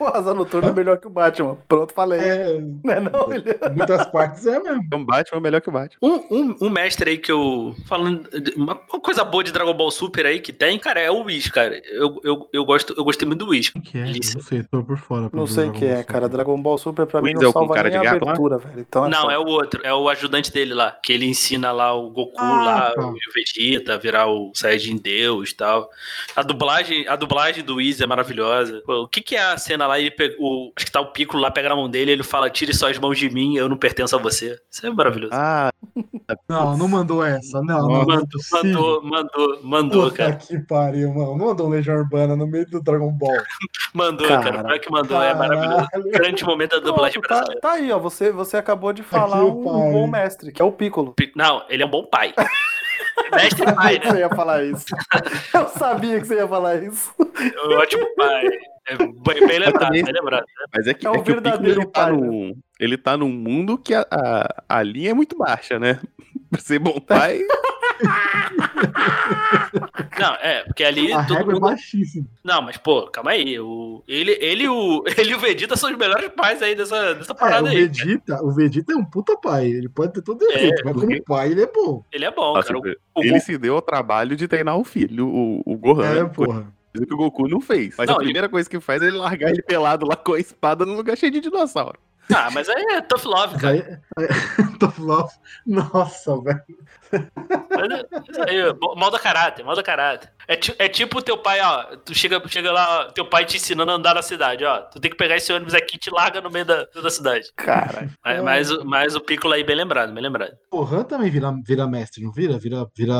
Speaker 3: O Asa Noturno é melhor que o Batman. Pronto, falei.
Speaker 1: É,
Speaker 3: Não é não, ele...
Speaker 1: em muitas partes é mesmo.
Speaker 4: Então, Batman é melhor que o Batman.
Speaker 2: Um, um, um mestre aí que eu. Falando. de- Uma, uma coisa boa de Dragon Ball Super aí que tem, cara, é o Whis, cara. Eu, eu, eu, gosto, eu gostei muito do Whis.
Speaker 1: O que é?
Speaker 2: Isso.
Speaker 1: Não sei, tô por fora.
Speaker 3: Não sei o que é, cara. Dragon Ball Super pra mim
Speaker 4: Luiz é
Speaker 3: não
Speaker 4: o com
Speaker 3: salva
Speaker 4: cara
Speaker 3: nem
Speaker 4: de
Speaker 3: a
Speaker 4: gato lá?
Speaker 3: abertura, velho. Então,
Speaker 2: Não,
Speaker 3: só-
Speaker 2: é o outro, é o ajudante dele lá, que ele ensina lá o Goku,
Speaker 1: Ah,
Speaker 2: lá,
Speaker 1: tá.
Speaker 2: o Vegeta, a virar o Saiyajin Deus e tal. A dublagem, a dublagem do Whis é maravilhosa. Pô, o que que é a cena lá, ele pega, o, acho que tá o Piccolo lá, pega na mão dele, ele fala, tire só as mãos de mim, eu não pertenço a você. Isso é maravilhoso.
Speaker 4: Ah,
Speaker 1: Não, não mandou essa. Não, não, não é
Speaker 2: mandou,
Speaker 1: possível.
Speaker 2: mandou, mandou, mandou,
Speaker 1: Puta
Speaker 2: cara.
Speaker 1: que pariu, mano. Não mandou um Legião Urbana no meio do Dragon Ball.
Speaker 2: Mandou, cara.
Speaker 3: Cara,
Speaker 2: Pior que mandou, é maravilhoso.
Speaker 1: Caralho.
Speaker 2: Grande momento da dublagem
Speaker 3: Pronto, tá,
Speaker 2: brasileira.
Speaker 3: tá aí, ó. Você, você acabou de falar
Speaker 1: Aqui o
Speaker 3: um
Speaker 1: pai.
Speaker 3: bom mestre, que é o Piccolo.
Speaker 2: Não, ele é um bom pai. Mestre pai, né?
Speaker 3: Você ia falar isso. Eu sabia que você ia falar isso.
Speaker 2: É um ótimo pai. É bem, bem lembrado, bem lembrado.
Speaker 4: mas é que,
Speaker 3: É o
Speaker 4: é que o Piccolo,
Speaker 3: verdadeiro
Speaker 4: ele tá,
Speaker 3: pai, né?
Speaker 4: num, ele tá num mundo que a, a, a linha é muito baixa, né? Pra ser bom pai,
Speaker 2: Não, é, porque ali.
Speaker 1: A
Speaker 2: todo
Speaker 1: régua é
Speaker 2: mundo-
Speaker 1: baixíssima.
Speaker 2: Não, mas, pô, calma aí. O... Ele, ele, e o... ele e o Vegeta são os melhores pais aí dessa, dessa
Speaker 1: É, o
Speaker 2: parada aí. É,
Speaker 1: Vegeta, o Vegeta é um puta pai. Ele pode ter todo defeito, mas como pai ele é bom.
Speaker 2: Ele é bom,
Speaker 4: Nossa,
Speaker 2: cara. O- o
Speaker 4: ele se deu ao trabalho de treinar o filho, o, o Gohan.
Speaker 1: É, porra.
Speaker 4: Coisa que o Goku não fez. Mas
Speaker 2: Não,
Speaker 4: a
Speaker 2: ele-
Speaker 4: primeira coisa que faz é ele largar ele pelado lá com a espada num lugar cheio de dinossauro.
Speaker 2: Ah, mas aí é tough love, cara.
Speaker 1: Aí, aí, Tough Love. Então, Nossa, velho.
Speaker 2: Mas é- isso aí, mo- mal da caráter, mal da caráter. É, ti- é tipo teu pai, ó. Tu chega, chega lá, ó, teu pai te ensinando a andar na cidade, ó. Tu tem que pegar esse ônibus aqui e te larga no meio da, da cidade.
Speaker 4: Cara,
Speaker 1: É.
Speaker 2: Mas, mas, o- mas o Piccolo aí, bem lembrado, bem lembrado.
Speaker 1: O Han também vira, vira mestre, não vira? Vira, vira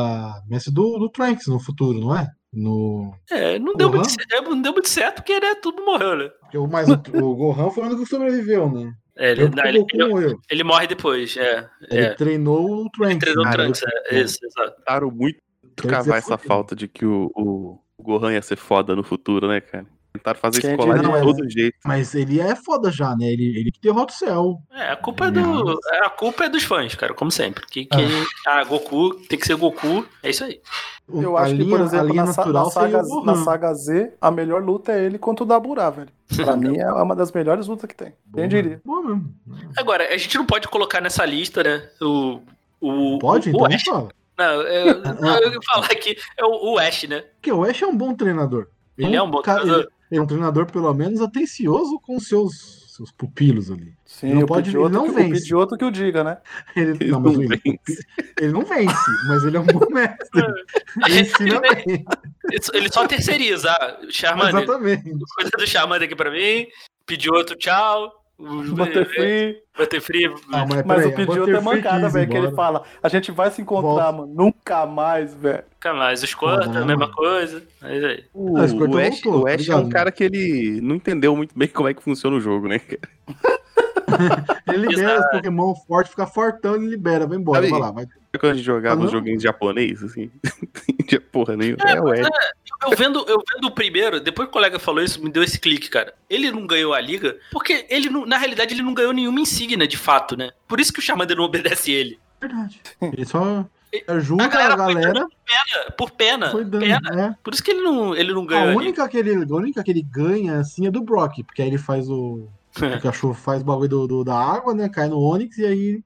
Speaker 1: mestre do, do Trunks no futuro, não é? No...
Speaker 2: É, não deu,
Speaker 1: Porra.
Speaker 2: muito, cer- é, não deu muito certo porque, né, tudo morreu, né?
Speaker 1: Porque o, mais, o Gohan foi o único que sobreviveu, né?
Speaker 2: É, ele,
Speaker 1: Eu,
Speaker 2: não,
Speaker 1: porque
Speaker 2: ele-
Speaker 1: o Goku
Speaker 2: ele-
Speaker 1: morreu.
Speaker 2: ele morre depois, é.
Speaker 1: Ele
Speaker 2: é.
Speaker 1: treinou o Trunks.
Speaker 2: Treinou o
Speaker 1: né?
Speaker 2: Trunks, é, isso, exato.
Speaker 4: tentaram muito
Speaker 1: Quer
Speaker 4: cavar
Speaker 1: dizer,
Speaker 4: essa
Speaker 1: fudeu.
Speaker 4: falta de que o, o- o Gohan ia ser foda no futuro, né, cara? Tentaram fazer
Speaker 3: Quem
Speaker 4: escolar de
Speaker 1: diria, né?
Speaker 4: todo jeito.
Speaker 1: Mas ele é foda já, né? Ele, ele que derrota o céu.
Speaker 2: É, a culpa é do. é, A culpa é dos fãs, cara, como sempre. Que, que ah. Goku tem que ser Goku, é isso aí.
Speaker 1: O-
Speaker 3: Eu acho
Speaker 1: a
Speaker 3: que,
Speaker 1: linha-
Speaker 3: por
Speaker 1: a
Speaker 3: exemplo,
Speaker 1: linha
Speaker 3: na, sa-
Speaker 1: natural
Speaker 3: na
Speaker 1: seria
Speaker 3: saga,
Speaker 1: o Gohan.
Speaker 3: na saga Z, a melhor luta é ele contra o Daburá, velho. Pra mim é uma das melhores lutas que tem.
Speaker 1: Boa,
Speaker 3: Quem diria?
Speaker 1: Boa mesmo.
Speaker 2: Agora, a gente não pode colocar nessa lista, né? O. o
Speaker 1: Pode?
Speaker 2: o
Speaker 1: Então
Speaker 2: Ash.
Speaker 1: fala.
Speaker 2: Não, eu, não, eu ia falar aqui. É o, o Ash, né?
Speaker 1: Porque o Ash é um bom treinador.
Speaker 2: Ele é um bom
Speaker 1: cara-
Speaker 2: treinador.
Speaker 1: Ele, ele é um treinador, pelo menos, atencioso com seus, seus pupilos ali.
Speaker 3: Sim,
Speaker 1: Não
Speaker 3: o
Speaker 1: pode-
Speaker 3: Pidioto
Speaker 1: ele não
Speaker 3: que- o
Speaker 1: vence.
Speaker 3: Pidioto que o diga, né?
Speaker 1: Ele
Speaker 4: Ele
Speaker 1: não, mas
Speaker 4: não
Speaker 1: ele,
Speaker 4: vence.
Speaker 1: ele não vence, mas ele é um bom mestre. Ele ensina bem.
Speaker 2: Ele só- Ele só terceiriza. ah, Charmander,
Speaker 1: Exatamente.
Speaker 2: coisa do Charmander aqui pra mim. Pediu outro tchau.
Speaker 3: Butterfree.
Speaker 2: Butterfree.
Speaker 1: Ah,
Speaker 3: Mas
Speaker 1: peraí,
Speaker 3: o
Speaker 1: a
Speaker 3: Pidioto é
Speaker 1: Butterfree
Speaker 3: mancada,
Speaker 1: quis ir
Speaker 3: velho, que ele
Speaker 1: embora.
Speaker 3: fala. A gente vai se encontrar, mano. Nunca mais, velho.
Speaker 2: Nunca mais. Os Corta,
Speaker 1: Caramba.
Speaker 2: mesma coisa. Mas é aí.
Speaker 4: O,
Speaker 1: Ah, esse corte
Speaker 4: o Ash,
Speaker 1: voltou,
Speaker 4: o Ash é um
Speaker 1: obrigado.
Speaker 4: cara que ele não entendeu muito bem como é que funciona o jogo, né? cara?
Speaker 1: Ele libera
Speaker 2: né?
Speaker 1: os Pokémon forte, fica fortão, ele libera, vai embora,
Speaker 4: Sabe-
Speaker 1: vai lá. Vai.
Speaker 4: Quando a gente jogava
Speaker 1: Ah,
Speaker 4: uns
Speaker 1: não?
Speaker 4: joguinhos japonês, assim, de porra nenhuma. É o Ash.
Speaker 2: Eu vendo, eu vendo o primeiro, depois que o colega falou isso, me deu esse clique, cara. Ele não ganhou a liga, porque ele, não- na realidade, ele não ganhou nenhuma insígnia, de fato, né? Por isso que o Charmander não obedece ele.
Speaker 1: Verdade. Ele só junta
Speaker 2: A
Speaker 1: a
Speaker 2: galera
Speaker 1: galera,
Speaker 2: foi Pena, por pena.
Speaker 1: foi dando.
Speaker 2: pena.
Speaker 1: né?
Speaker 2: Por isso que ele não, ele não ganhou a,
Speaker 1: A
Speaker 2: liga.
Speaker 1: única, que ele, a única que ele ganha, assim, é do Brock, porque aí ele faz o. O cachorro faz o bagulho do, do- da água, né? Cai no Onix e aí.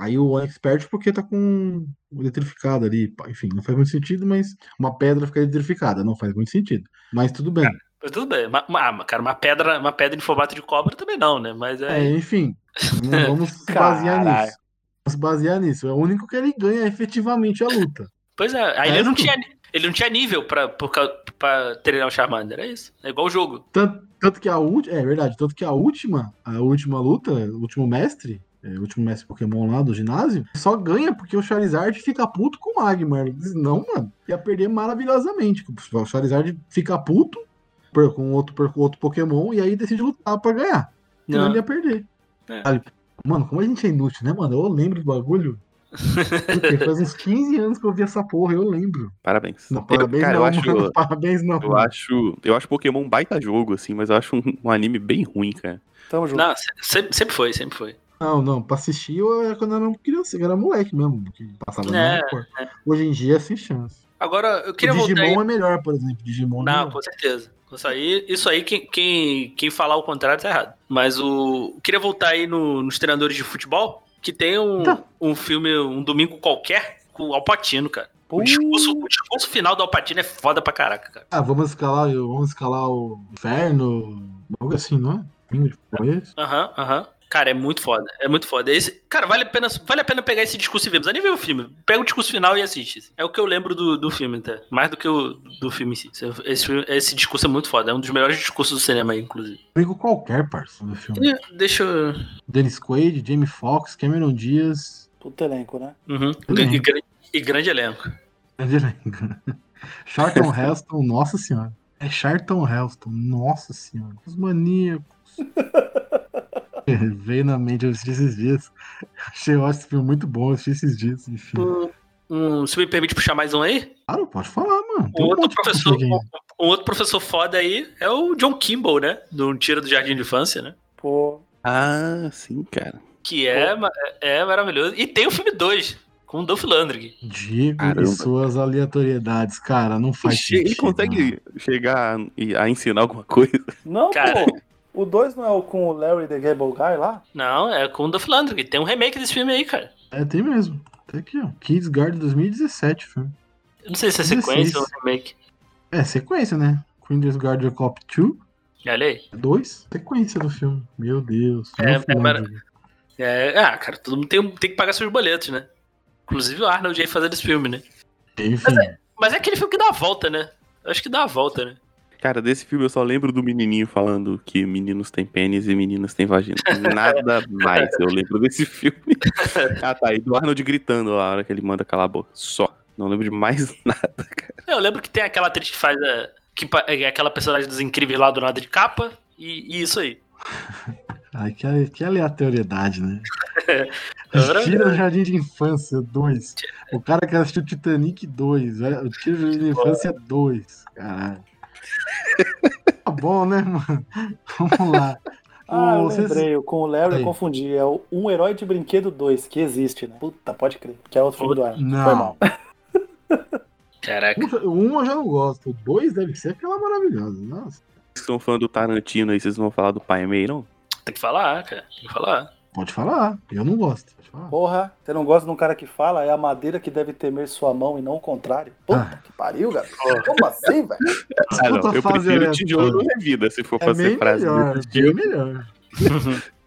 Speaker 1: Aí o Onix perde porque tá com o eletrificado ali. pá, Enfim, não faz muito sentido, mas uma pedra fica eletrificada. Não faz muito sentido. Mas tudo bem.
Speaker 2: Mas tudo bem. Uma, uma- cara, uma pedra, uma pedra em formato de cobra também não, né? Mas
Speaker 1: É,
Speaker 2: é.
Speaker 1: enfim. Não vamos se basear
Speaker 3: Caralho.
Speaker 1: nisso. Vamos se basear nisso. É o único que ele ganha efetivamente a luta.
Speaker 2: Pois é, aí
Speaker 1: É
Speaker 2: ele não
Speaker 1: isso.
Speaker 2: tinha. Ele não tinha nível pra, por causa- pra treinar o Charmander, é isso. É igual o jogo.
Speaker 1: Tanto, tanto que a última. É verdade, tanto que a última, a última luta, o último mestre, é, o último mestre Pokémon lá do ginásio, só ganha porque o Charizard fica puto com o Magmar. Ele diz, não, mano, ia perder maravilhosamente. O Charizard fica puto por- com outro, por- com outro Pokémon e aí decide lutar pra ganhar. Senão
Speaker 2: Não.
Speaker 1: ele ia perder.
Speaker 2: É.
Speaker 1: Sabe? Mano, como a gente é inútil, né, mano? Eu lembro do bagulho. Porque Faz uns 15 anos que eu vi essa porra, eu lembro.
Speaker 4: Parabéns.
Speaker 1: Não, parabéns,
Speaker 4: eu, cara,
Speaker 1: não,
Speaker 4: eu acho.
Speaker 1: mano, parabéns, não.
Speaker 4: Eu acho, eu acho Pokémon um baita jogo, assim, mas eu acho um, um anime bem ruim, cara.
Speaker 3: Tamo junto.
Speaker 2: Não, se- sempre, sempre foi, sempre foi.
Speaker 1: Não, não, pra assistir eu era quando eu era um criança, eu era moleque mesmo, que passava
Speaker 2: É,
Speaker 1: na Record. Hoje em dia é sem chance.
Speaker 2: Agora, eu
Speaker 1: O
Speaker 2: queria voltar. aí-
Speaker 1: Digimon é melhor, por exemplo. Digimon é
Speaker 2: Não,
Speaker 1: melhor.
Speaker 2: com certeza. Isso aí, isso aí quem, quem, quem falar o contrário tá errado. Mas o. eu Queria voltar aí no- nos treinadores de futebol, que tem um,
Speaker 1: Tá.
Speaker 2: um filme, um domingo qualquer, com o Alpatino, cara. O
Speaker 3: Pô,
Speaker 2: discurso, o discurso final do Alpatino é foda pra caraca, cara.
Speaker 1: Ah, vamos escalar, vamos escalar o inferno, algo assim, não é? Domingo de Palmeiras.
Speaker 2: Aham, aham. Cara, é muito foda. É muito foda. Esse, cara, vale a, pena, vale a pena pegar esse discurso e ver. Não precisa nem ver o filme. Pega o discurso final e assiste. É o que eu lembro do, do filme, até. Mais do que o do filme em si. Esse, filme- esse discurso é muito foda. É um dos melhores discursos do cinema, inclusive.
Speaker 1: Pego qualquer parceiro do filme.
Speaker 2: E Deixa eu.
Speaker 1: Dennis Quaid, Jamie Foxx, Cameron Diaz.
Speaker 3: Puta elenco, né?
Speaker 2: Uhum.
Speaker 1: Tudo
Speaker 2: E,
Speaker 1: bem.
Speaker 2: gran- e grande elenco.
Speaker 1: grande elenco. É Charlton Heston, nossa senhora. É Charlton Heston, nossa senhora. Os maníacos. Veio na mente, eu assisti esses dias. Achei eu acho esse filme muito bom, eu assisti esses dias, enfim.
Speaker 2: Um, um- se me permite puxar mais um aí,
Speaker 1: Claro, pode falar, mano.
Speaker 2: um outro,
Speaker 1: monte de
Speaker 2: professor,
Speaker 1: coisa
Speaker 2: um,
Speaker 1: aqui.
Speaker 2: um outro professor foda aí é o John Kimball, né? Do Tira do Jardim de Infância, né?
Speaker 3: Pô,
Speaker 4: Ah, sim, cara.
Speaker 2: Que é, ma- é maravilhoso. E tem o filme 2. com o Dolph Lundgren.
Speaker 1: Digo
Speaker 4: Caramba.
Speaker 1: e suas aleatoriedades, cara, não faz
Speaker 4: Che- Ele
Speaker 1: sentido. né?
Speaker 4: consegue chegar e- a ensinar alguma coisa?
Speaker 3: Não,
Speaker 2: Cara.
Speaker 3: pô. O 2 não é o com o Larry the Gable Guy lá?
Speaker 2: Não, é com o Dolph Lundgren. Tem um remake desse filme aí, cara.
Speaker 1: É, tem mesmo. Tem aqui, ó. Kids Garden 2017, filme.
Speaker 2: Eu não sei se é sequência ou remake.
Speaker 1: É, sequência, né? Queen's Guard Cop 2,
Speaker 2: Olha aí.
Speaker 1: 2, sequência do filme. Meu Deus.
Speaker 2: É,
Speaker 1: Dolph
Speaker 2: é mara-
Speaker 1: Lundgren.
Speaker 2: É, ah, cara, todo mundo tem, tem que pagar seus boletos, né? Inclusive o Arnold aí fazendo esse filme, né?
Speaker 1: Enfim,
Speaker 2: Mas é aquele filme que dá a volta, né? Eu acho que dá a volta, né?
Speaker 4: Cara, desse filme eu só lembro do menininho falando que meninos têm pênis e meninas têm vagina. Nada mais eu lembro desse filme. Ah, tá. E do Arnold gritando lá na hora que ele manda calar a boca. Só. Não lembro de mais nada, cara.
Speaker 2: É, Eu lembro que tem aquela atriz que faz a, que pa- é aquela personagem dos incríveis lá do nada de capa e, e isso aí.
Speaker 1: ai, que, ale- que aleatoriedade, né?
Speaker 2: Agora-
Speaker 1: Tira o Jardim de Infância 2. O cara que assistiu Titanic 2. né? O Tira o Jardim de Infância 2. Caralho. Tá bom, né, mano? Vamos lá.
Speaker 3: Ah, eu
Speaker 1: O- vocês-
Speaker 3: lembrei. o Com o Larry
Speaker 1: Aí.
Speaker 3: eu confundi. É o Um Herói de Brinquedo 2, que existe, né? Puta, pode crer. Que é outro filme do Arnold. Foi
Speaker 1: Não.
Speaker 3: mal.
Speaker 2: Caraca.
Speaker 1: Um- Um eu já não gosto. O dois deve ser aquela maravilhosa. Nossa.
Speaker 4: Vocês que são fã do Tarantino aí, vocês vão falar do Pai Mei, não?
Speaker 2: Tem que falar, cara. Tem que falar.
Speaker 1: Pode falar. Eu não gosto. Pode falar.
Speaker 3: Porra, você não gosta de um cara que fala, é a madeira que deve temer sua mão e não o contrário. Puta que pariu, garoto. Como assim, velho?
Speaker 4: Ah, não.
Speaker 1: Puta
Speaker 4: Eu
Speaker 1: fase
Speaker 4: prefiro
Speaker 1: aleatória.
Speaker 4: tijolo na vida, se for
Speaker 1: É
Speaker 4: pra
Speaker 1: bem
Speaker 4: ser frase
Speaker 1: melhor.
Speaker 4: do
Speaker 1: Bem
Speaker 4: tijolo.
Speaker 1: melhor.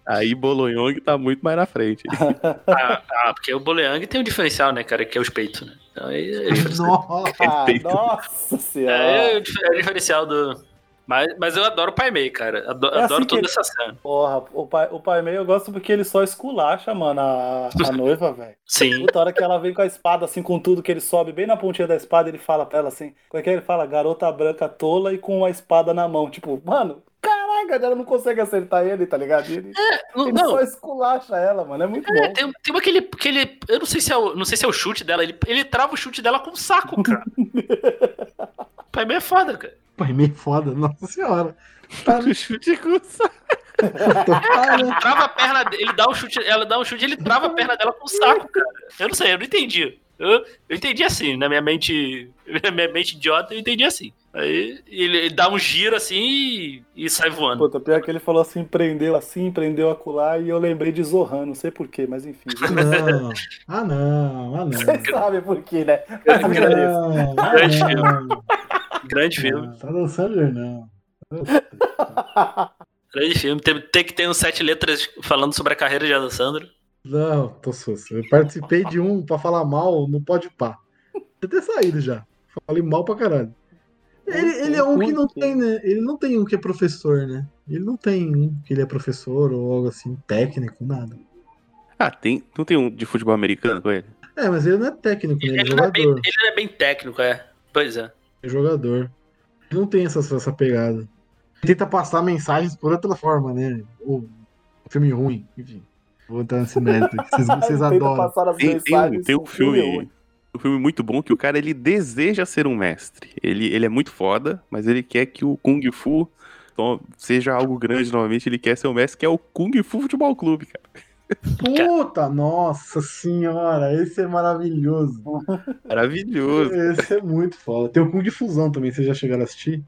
Speaker 4: Aí Bolognong tá muito mais na frente.
Speaker 2: Ah, ah, porque o Boleang tem um diferencial, né, cara? Que é os peitos, né? Então aí é,
Speaker 1: Nossa.
Speaker 3: Ah,
Speaker 4: Perfeito.
Speaker 3: nossa senhora.
Speaker 2: é, é o dif- é o diferencial do. Mas, mas eu adoro o Pai Mei, cara. Ado- Adoro,
Speaker 3: É assim que
Speaker 2: toda
Speaker 3: ele-
Speaker 2: essa cena.
Speaker 3: Porra, o pai, o pai meio eu gosto porque ele só esculacha, mano, a, a noiva, velho.
Speaker 2: Sim.
Speaker 3: Puta, a hora que ela vem com a espada, assim, com tudo, que ele sobe bem na pontinha da espada, ele fala pra ela assim, como é que é? ele fala? Garota branca tola e com a espada na mão. Tipo, mano, caraca, ela não consegue acertar ele, tá ligado? E Ele,
Speaker 2: Não,
Speaker 3: ele
Speaker 2: não,
Speaker 3: só esculacha ela, mano, é muito
Speaker 2: É,
Speaker 3: bom.
Speaker 2: tem, tem aquele, aquele. Eu não sei se é o, não sei se é o chute dela. Ele, ele trava o chute dela com um saco, cara. Pai meio é foda, cara.
Speaker 1: Pai, meio foda. Nossa senhora.
Speaker 4: O chute com o saco.
Speaker 1: Puta, cara.
Speaker 2: Ele trava a perna dele, ele dá um chute, ela dá um chute, ele trava a perna dela com um saco, cara. Eu não sei, eu não entendi. Eu, eu entendi assim, na minha mente. Na minha mente idiota, eu entendi assim. Aí ele, ele dá um giro assim e, e sai voando.
Speaker 3: Puta, pior que ele falou assim, prendeu assim, prendeu acular, e eu lembrei de Zohan, não sei porquê, mas enfim.
Speaker 1: Não. Ah, não. Ah, não.
Speaker 3: Vocês sabem porquê, né?
Speaker 1: Ah, não.
Speaker 2: tá Grande
Speaker 1: Ah, não.
Speaker 2: Grande filme.
Speaker 1: Tá dançando, não.
Speaker 2: Grande filme. Tem, tem que ter uns sete letras falando sobre a carreira de Alessandro.
Speaker 1: Não, tô susto. Eu participei de um pra falar mal no Pode Pá. Deve ter saído já. Falei mal pra caralho. Ele, ele é um que não tem, né? Ele não tem um que é professor, né? Ele não tem um que ele é professor ou algo assim, técnico, nada.
Speaker 4: Ah, tem. Não tem um de futebol americano com ele?
Speaker 1: É, mas ele não é técnico, né? Ele é
Speaker 2: Ele não é bem,
Speaker 1: jogador.
Speaker 2: ele não é bem técnico, é. Pois é.
Speaker 1: É jogador. Ele não tem essa, essa pegada. Ele tenta passar mensagens por outra forma, né? Ou filme ruim, enfim. Vou entrar nesse mérito que
Speaker 3: é,
Speaker 1: vocês, vocês adoram.
Speaker 4: Tem, tem um, tem um filme. Um filme muito bom que o cara ele deseja ser um mestre. Ele, ele é muito foda, mas ele quer que o Kung Fu to- seja algo grande novamente. Ele quer ser um mestre, que é o Kung Fu Futebol Clube, cara.
Speaker 1: Puta, nossa senhora, esse é maravilhoso.
Speaker 4: Maravilhoso.
Speaker 1: Esse é muito foda. Tem o Kung de Fusão também, vocês já chegaram a assistir?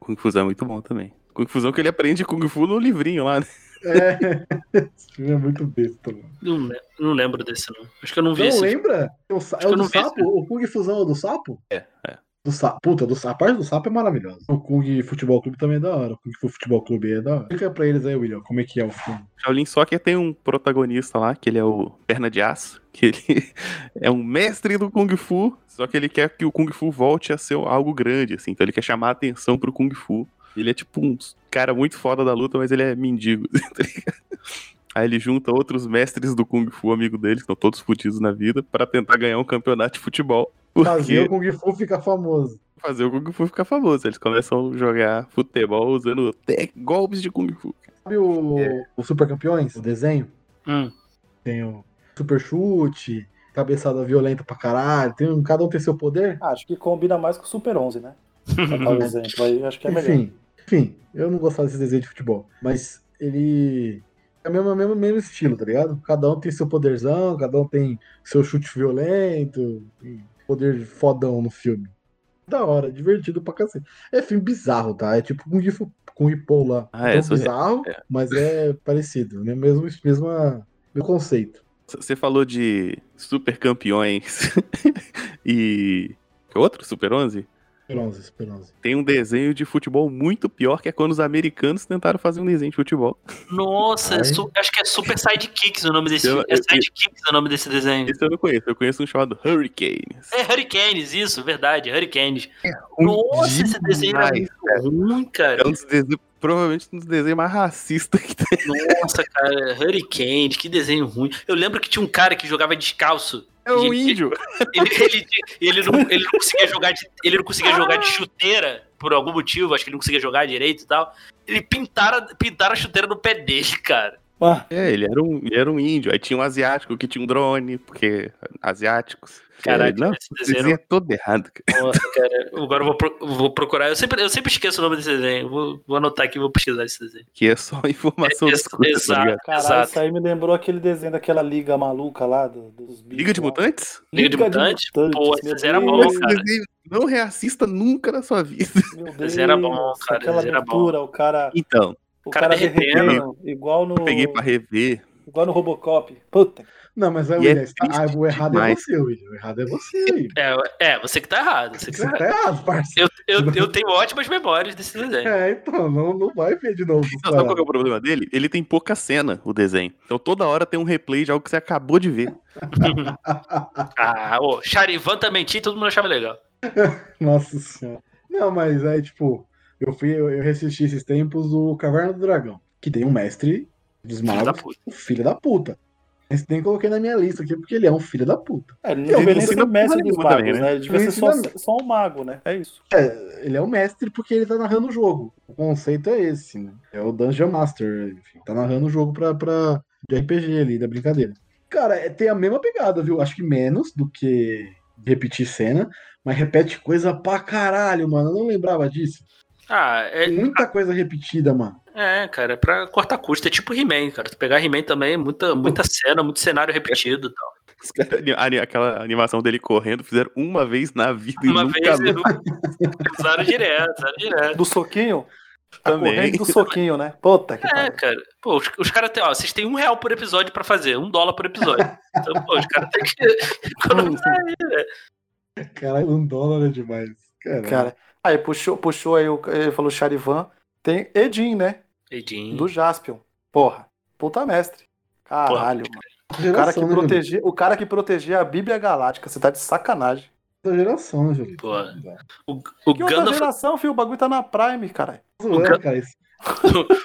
Speaker 4: Kung Fusão é muito bom também. Kung Fusão que ele aprende Kung Fu no livrinho lá, né?
Speaker 1: É, esse filme é muito besta. mano.
Speaker 2: Não, le- não lembro desse, não. Acho que eu não vi
Speaker 1: Não
Speaker 2: esse.
Speaker 1: lembra? É o, sa- é
Speaker 2: que
Speaker 1: o
Speaker 2: eu
Speaker 1: do
Speaker 2: não vi esse né?
Speaker 1: sapo? O Kung Fusão é o do sapo?
Speaker 4: É, é.
Speaker 1: Do sapo. Puta, do sapo. a parte do sapo é maravilhosa. O Kung Futebol Clube também é da hora. O Kung Fu Futebol Clube é da hora. Explica pra eles aí, William, como é que é o filme.
Speaker 4: Shaolin Soccer tem um protagonista lá, que ele é o Perna de Aço, que ele é um mestre do Kung Fu, só que ele quer que o Kung Fu volte a ser algo grande, assim, então ele quer chamar a atenção pro Kung Fu. Ele é tipo um cara muito foda da luta, mas ele é mendigo, tá ligado? Aí ele junta outros mestres do Kung Fu, amigo dele, que estão todos fodidos na vida, pra tentar ganhar um campeonato de futebol.
Speaker 1: Fazer o
Speaker 4: Porque
Speaker 1: Kung Fu ficar famoso.
Speaker 4: fazer o Kung Fu ficar famoso. Eles começam a jogar futebol usando te- golpes de Kung Fu.
Speaker 1: Sabe o,
Speaker 2: É.
Speaker 1: o Super Campeões, o desenho?
Speaker 2: Hum.
Speaker 1: Tem o super chute, cabeçada violenta pra caralho. Tem, um- cada um tem seu poder.
Speaker 3: Ah, Acho que combina mais com o Super 11, né? Talvez, acho que é melhor.
Speaker 1: enfim, enfim, eu não gostava desse desenho de futebol. Mas ele. É o mesmo, mesmo, mesmo estilo, tá ligado? Cada um tem seu poderzão, cada um tem seu chute violento, e poder fodão no filme. Da hora, divertido pra cacete. É filme bizarro, tá? É tipo Kung Fu, Kung Pou lá.
Speaker 4: Ah, é,
Speaker 1: Não
Speaker 4: isso é-
Speaker 1: bizarro,
Speaker 4: é.
Speaker 1: mas é parecido, né? Mesmo, mesma, mesmo conceito.
Speaker 4: Você falou de super campeões e. que Outro? Super 11?
Speaker 1: Esperança, esperança.
Speaker 4: Tem um desenho de futebol muito pior que é quando os americanos tentaram fazer um desenho de futebol.
Speaker 2: Nossa, é
Speaker 1: Ai.
Speaker 2: su- acho que é Super Sidekicks o nome desse
Speaker 4: Eu-
Speaker 2: filme. É
Speaker 4: eu-
Speaker 2: Sidekicks o nome desse desenho.
Speaker 4: Esse eu não conheço, eu conheço um chamado Hurricanes.
Speaker 2: É Hurricanes, isso, verdade, Hurricanes.
Speaker 3: Um
Speaker 4: ruim
Speaker 2: Nossa, esse desenho era
Speaker 4: demais,
Speaker 2: muito ruim, cara.
Speaker 4: É um dos desenhos, provavelmente um dos desenhos mais racistas que tem.
Speaker 2: Nossa, cara, Hurricanes, que desenho ruim. Eu lembro que tinha um cara que jogava descalço.
Speaker 4: É um
Speaker 2: Gente,
Speaker 4: índio.
Speaker 2: Ele, ele, ele não, ele não conseguia jogar de, ele não conseguia jogar de chuteira por algum motivo, acho que ele não conseguia jogar direito e tal. Ele pintaram, pintaram a chuteira no pé dele, cara.
Speaker 3: Ah,
Speaker 4: É, ele era, um, ele era um índio. Aí tinha um asiático que tinha um drone, porque asiáticos.
Speaker 2: Caraca,
Speaker 4: É, não,
Speaker 2: esse
Speaker 4: esse desenho
Speaker 2: desenho.
Speaker 4: é todo errado. cara.
Speaker 2: Nossa, cara, agora eu vou, pro- vou procurar. Eu sempre, eu sempre esqueço o nome desse desenho. Vou, vou anotar aqui e vou pesquisar esse desenho.
Speaker 4: Que é só informação
Speaker 2: É, é,
Speaker 4: escura, tá
Speaker 2: exato.
Speaker 4: ligado?
Speaker 3: caralho,
Speaker 2: Exato.
Speaker 3: isso aí me lembrou aquele desenho daquela liga maluca lá do- dos bichos.
Speaker 4: Liga de
Speaker 3: lá.
Speaker 4: Mutantes?
Speaker 2: Liga de Mutantes? Pô,
Speaker 3: meu
Speaker 2: esse era
Speaker 3: Deus,
Speaker 2: bom,
Speaker 4: Esse
Speaker 2: cara.
Speaker 4: desenho não reassista nunca na sua vida.
Speaker 3: Meu Deus,
Speaker 2: Esse era bom, cara,
Speaker 3: Aquela
Speaker 2: esse era bom.
Speaker 3: abertura, o cara,
Speaker 4: Então,
Speaker 3: o
Speaker 2: cara
Speaker 3: cara,
Speaker 2: derretendo.
Speaker 3: derretendo, igual no,
Speaker 4: eu peguei pra rever.
Speaker 3: igual no Robocop. Puta,
Speaker 1: Não, mas é,
Speaker 4: E
Speaker 1: William,
Speaker 4: é
Speaker 1: você tá- ah, o errado
Speaker 4: demais.
Speaker 1: é você, William. O errado é você. William.
Speaker 2: É, é, você que tá errado. Você que
Speaker 1: Você
Speaker 2: tá
Speaker 1: tá
Speaker 2: errado.
Speaker 1: errado, parceiro.
Speaker 2: Eu, eu, eu tenho ótimas memórias desse desenho.
Speaker 1: É, então, não, não vai ver de novo. essas
Speaker 4: Não, sabe qual
Speaker 1: paradas.
Speaker 4: que é o problema dele? Ele tem pouca cena, o desenho. Então toda hora tem um replay de algo que você acabou de ver.
Speaker 2: Ah, ô, Charivan também tinha, todo mundo achava legal.
Speaker 1: Nossa senhora. Não, mas é tipo, eu fui, eu, eu assisti esses tempos o Caverna do Dragão, que tem um mestre dos
Speaker 2: Filho da
Speaker 1: magos,
Speaker 2: puta.
Speaker 1: o filho da puta. Esse nem coloquei na minha lista aqui, porque ele é um filho da puta.
Speaker 3: é, ele não
Speaker 4: Eu
Speaker 3: devia
Speaker 4: não
Speaker 3: nem
Speaker 4: sei
Speaker 3: ser o
Speaker 4: da
Speaker 3: mestre
Speaker 4: porra
Speaker 3: dos
Speaker 4: nenhuma
Speaker 3: magos,
Speaker 4: também, né?
Speaker 3: né? Ele devia
Speaker 1: Ele
Speaker 3: ser só,
Speaker 1: ensina-
Speaker 3: só um mago, né? É isso.
Speaker 1: É, ele é um mestre porque ele tá narrando o jogo. O conceito é esse, né? É o Dungeon Master, enfim, tá narrando o jogo pra, pra, de RPG ali, da brincadeira. Cara, é- tem a mesma pegada, viu? Acho que menos do que repetir cena, mas repete coisa pra caralho, mano. Eu não lembrava disso.
Speaker 2: Ah, é,
Speaker 1: Tem muita coisa repetida, mano.
Speaker 2: é, cara, é pra cortar custo. É tipo He-Man, cara. Tu pegar He-Man também, é muita, muita cena, muito cenário repetido e tal.
Speaker 4: Os caras ani- ani- Aquela animação dele correndo, fizeram uma vez na vida e
Speaker 2: Uma
Speaker 4: nunca
Speaker 2: vez
Speaker 4: mais.
Speaker 2: eu usaram direto, usaram direto.
Speaker 3: Do soquinho? A
Speaker 4: Também.
Speaker 3: corrente do soquinho, né? Puta que
Speaker 2: É,
Speaker 3: pariu.
Speaker 2: cara. Pô, os, os caras têm, ó, vocês têm um real por episódio pra fazer, um dólar por episódio. Então, pô, os caras têm que economizar aí, né?
Speaker 1: Caralho, um dólar é demais. Caralho.
Speaker 3: Cara, aí puxou, puxou aí, o, ele falou Charivan. Tem Edin, né?
Speaker 2: Edinho.
Speaker 3: Do Jaspion. Porra, puta mestre. Caralho, mano. O cara, que
Speaker 1: né, Júlio?
Speaker 3: protegia, o cara que protegia a Bíblia Galáctica, você tá de sacanagem.
Speaker 1: Outra geração, né, Júlio?
Speaker 2: Pô.
Speaker 1: Não dá.
Speaker 2: O, o,
Speaker 3: Que outra
Speaker 2: Gandalf,
Speaker 3: geração, filho? O bagulho tá na Prime, caralho.
Speaker 1: Zoando,
Speaker 2: Gan-
Speaker 1: cara, esse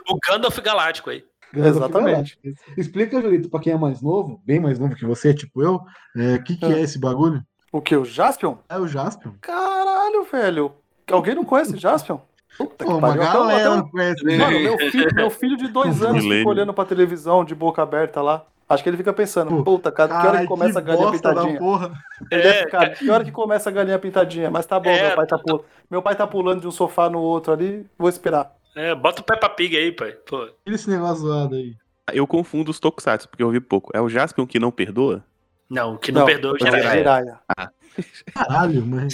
Speaker 2: o Gandalf Galáctico aí.
Speaker 1: Gandalf
Speaker 3: Exatamente.
Speaker 1: Galáctico. Explica, Julito, pra quem é mais novo, bem mais novo que você, tipo eu, o que,
Speaker 3: Ah.
Speaker 1: que é esse bagulho?
Speaker 3: O que? O Jaspion?
Speaker 1: É o Jaspion?
Speaker 3: Caralho, velho. Alguém não conhece Jaspion? Puta
Speaker 1: Pô,
Speaker 3: que
Speaker 1: uma
Speaker 3: pariu. Até um o- até
Speaker 1: galera
Speaker 3: o-
Speaker 1: não conhece. né?
Speaker 3: Mano, meu filho, meu filho de dois
Speaker 4: Um
Speaker 3: anos
Speaker 4: milênio.
Speaker 3: fica olhando pra televisão de boca aberta lá. Acho que ele fica pensando,
Speaker 1: Pô,
Speaker 3: puta, cara, que hora que
Speaker 1: Caralho,
Speaker 3: começa a galinha
Speaker 1: bosta da
Speaker 3: pintadinha?
Speaker 1: porra.
Speaker 3: Ele
Speaker 2: É,
Speaker 3: deve ficar, que hora que começa a galinha pintadinha? Mas tá bom,
Speaker 2: É,
Speaker 3: meu, pai tá pul... meu pai tá pulando de um sofá no outro ali, vou esperar.
Speaker 2: É, bota o Peppa Pig aí, pai. Pô.
Speaker 1: Olha esse negócio zoado aí.
Speaker 4: Eu confundo os tokusatsu, porque eu vi pouco. É o Jaspion que não perdoa?
Speaker 2: Não, o que não, perdoa o
Speaker 3: é
Speaker 2: Jiraiya.
Speaker 3: Jiraiya.
Speaker 1: Caralho, mano.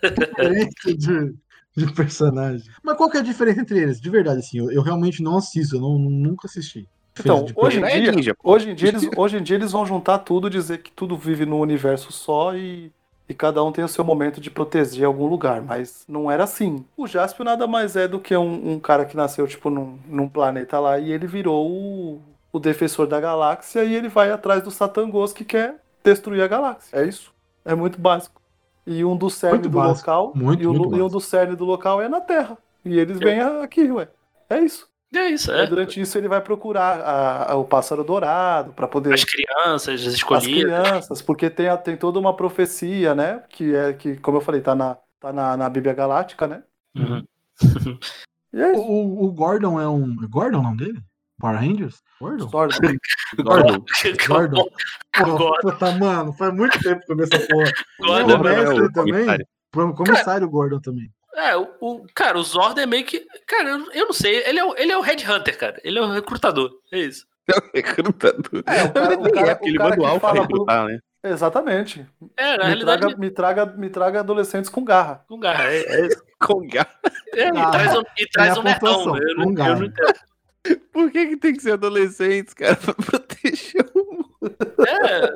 Speaker 1: Diferença de, de personagem. Mas qual que é a diferença entre eles? De verdade, assim, eu, eu realmente não assisto, eu não- nunca assisti.
Speaker 3: Então,
Speaker 1: Diferença de
Speaker 3: hoje em
Speaker 4: Jiraiya é
Speaker 3: dia,
Speaker 4: ninja, pô.
Speaker 3: hoje em dia, eles, hoje em dia eles vão juntar tudo, dizer que tudo vive num universo só e, e cada um tem o seu momento de proteger algum lugar, mas não era assim. O Jaspion nada mais é do que um, um cara que nasceu, tipo, num, num planeta lá e ele virou o, o defensor da galáxia e ele vai atrás do Satangos que quer destruir a galáxia. É isso. É muito básico. E um do cerne
Speaker 1: Muito
Speaker 3: do
Speaker 1: básico.
Speaker 3: local
Speaker 1: Muito,
Speaker 3: e, o,
Speaker 1: muito
Speaker 3: lu- e um
Speaker 1: básico.
Speaker 3: do cerne do local é na Terra. E eles vêm aqui, ué. É isso.
Speaker 2: É isso,
Speaker 3: Aí,
Speaker 2: é.
Speaker 3: durante isso ele vai procurar a- a- o pássaro dourado para poder
Speaker 2: As crianças, as
Speaker 3: as
Speaker 2: escolhidas.
Speaker 3: crianças, porque tem, a- tem toda uma profecia, né? Que é que, como eu falei, tá na, tá na, na Bíblia Galáctica, né?
Speaker 2: Uhum.
Speaker 3: E é
Speaker 1: O,
Speaker 3: isso.
Speaker 1: o- o Gordon é um. é Gordon é o nome dele? Power Rangers? Gordon?
Speaker 3: Sorry.
Speaker 2: Uhum.
Speaker 4: Gordon.
Speaker 1: Gordon. Pô,
Speaker 2: Gordon.
Speaker 1: puta, mano, faz muito tempo que eu vi essa porra.
Speaker 2: Gordon,
Speaker 1: Não, o
Speaker 2: né?
Speaker 1: mestre
Speaker 4: é o
Speaker 1: também?
Speaker 4: comissário.
Speaker 1: Pro- Comissário Gordon também.
Speaker 2: É, o, o- cara, o Zordon é meio que. Cara, eu, eu não sei. Ele é, o, ele é o Headhunter, cara. Ele é o recrutador. É isso.
Speaker 4: É o recrutador.
Speaker 3: É, o cara-
Speaker 4: Na verdade,
Speaker 3: o
Speaker 4: nem
Speaker 3: cara-
Speaker 4: é, porque
Speaker 3: o
Speaker 4: ele
Speaker 3: cara
Speaker 4: manda o
Speaker 3: que
Speaker 4: Alpha
Speaker 3: fala
Speaker 4: recrutar, né?
Speaker 3: Exatamente.
Speaker 2: É, na
Speaker 3: Me
Speaker 2: realidade,
Speaker 3: traga, me, traga, me traga adolescentes com garra.
Speaker 2: com garra. É,
Speaker 4: Congar.
Speaker 2: é, e
Speaker 1: Garra.
Speaker 2: traz um, e traz
Speaker 1: a
Speaker 2: um nerdão.
Speaker 1: pontuação,
Speaker 2: né? Eu,
Speaker 1: com
Speaker 2: não- eu
Speaker 1: garra.
Speaker 2: não entendo.
Speaker 4: Por que, que tem que ser adolescentes, cara? Pra proteger o mundo.
Speaker 2: É,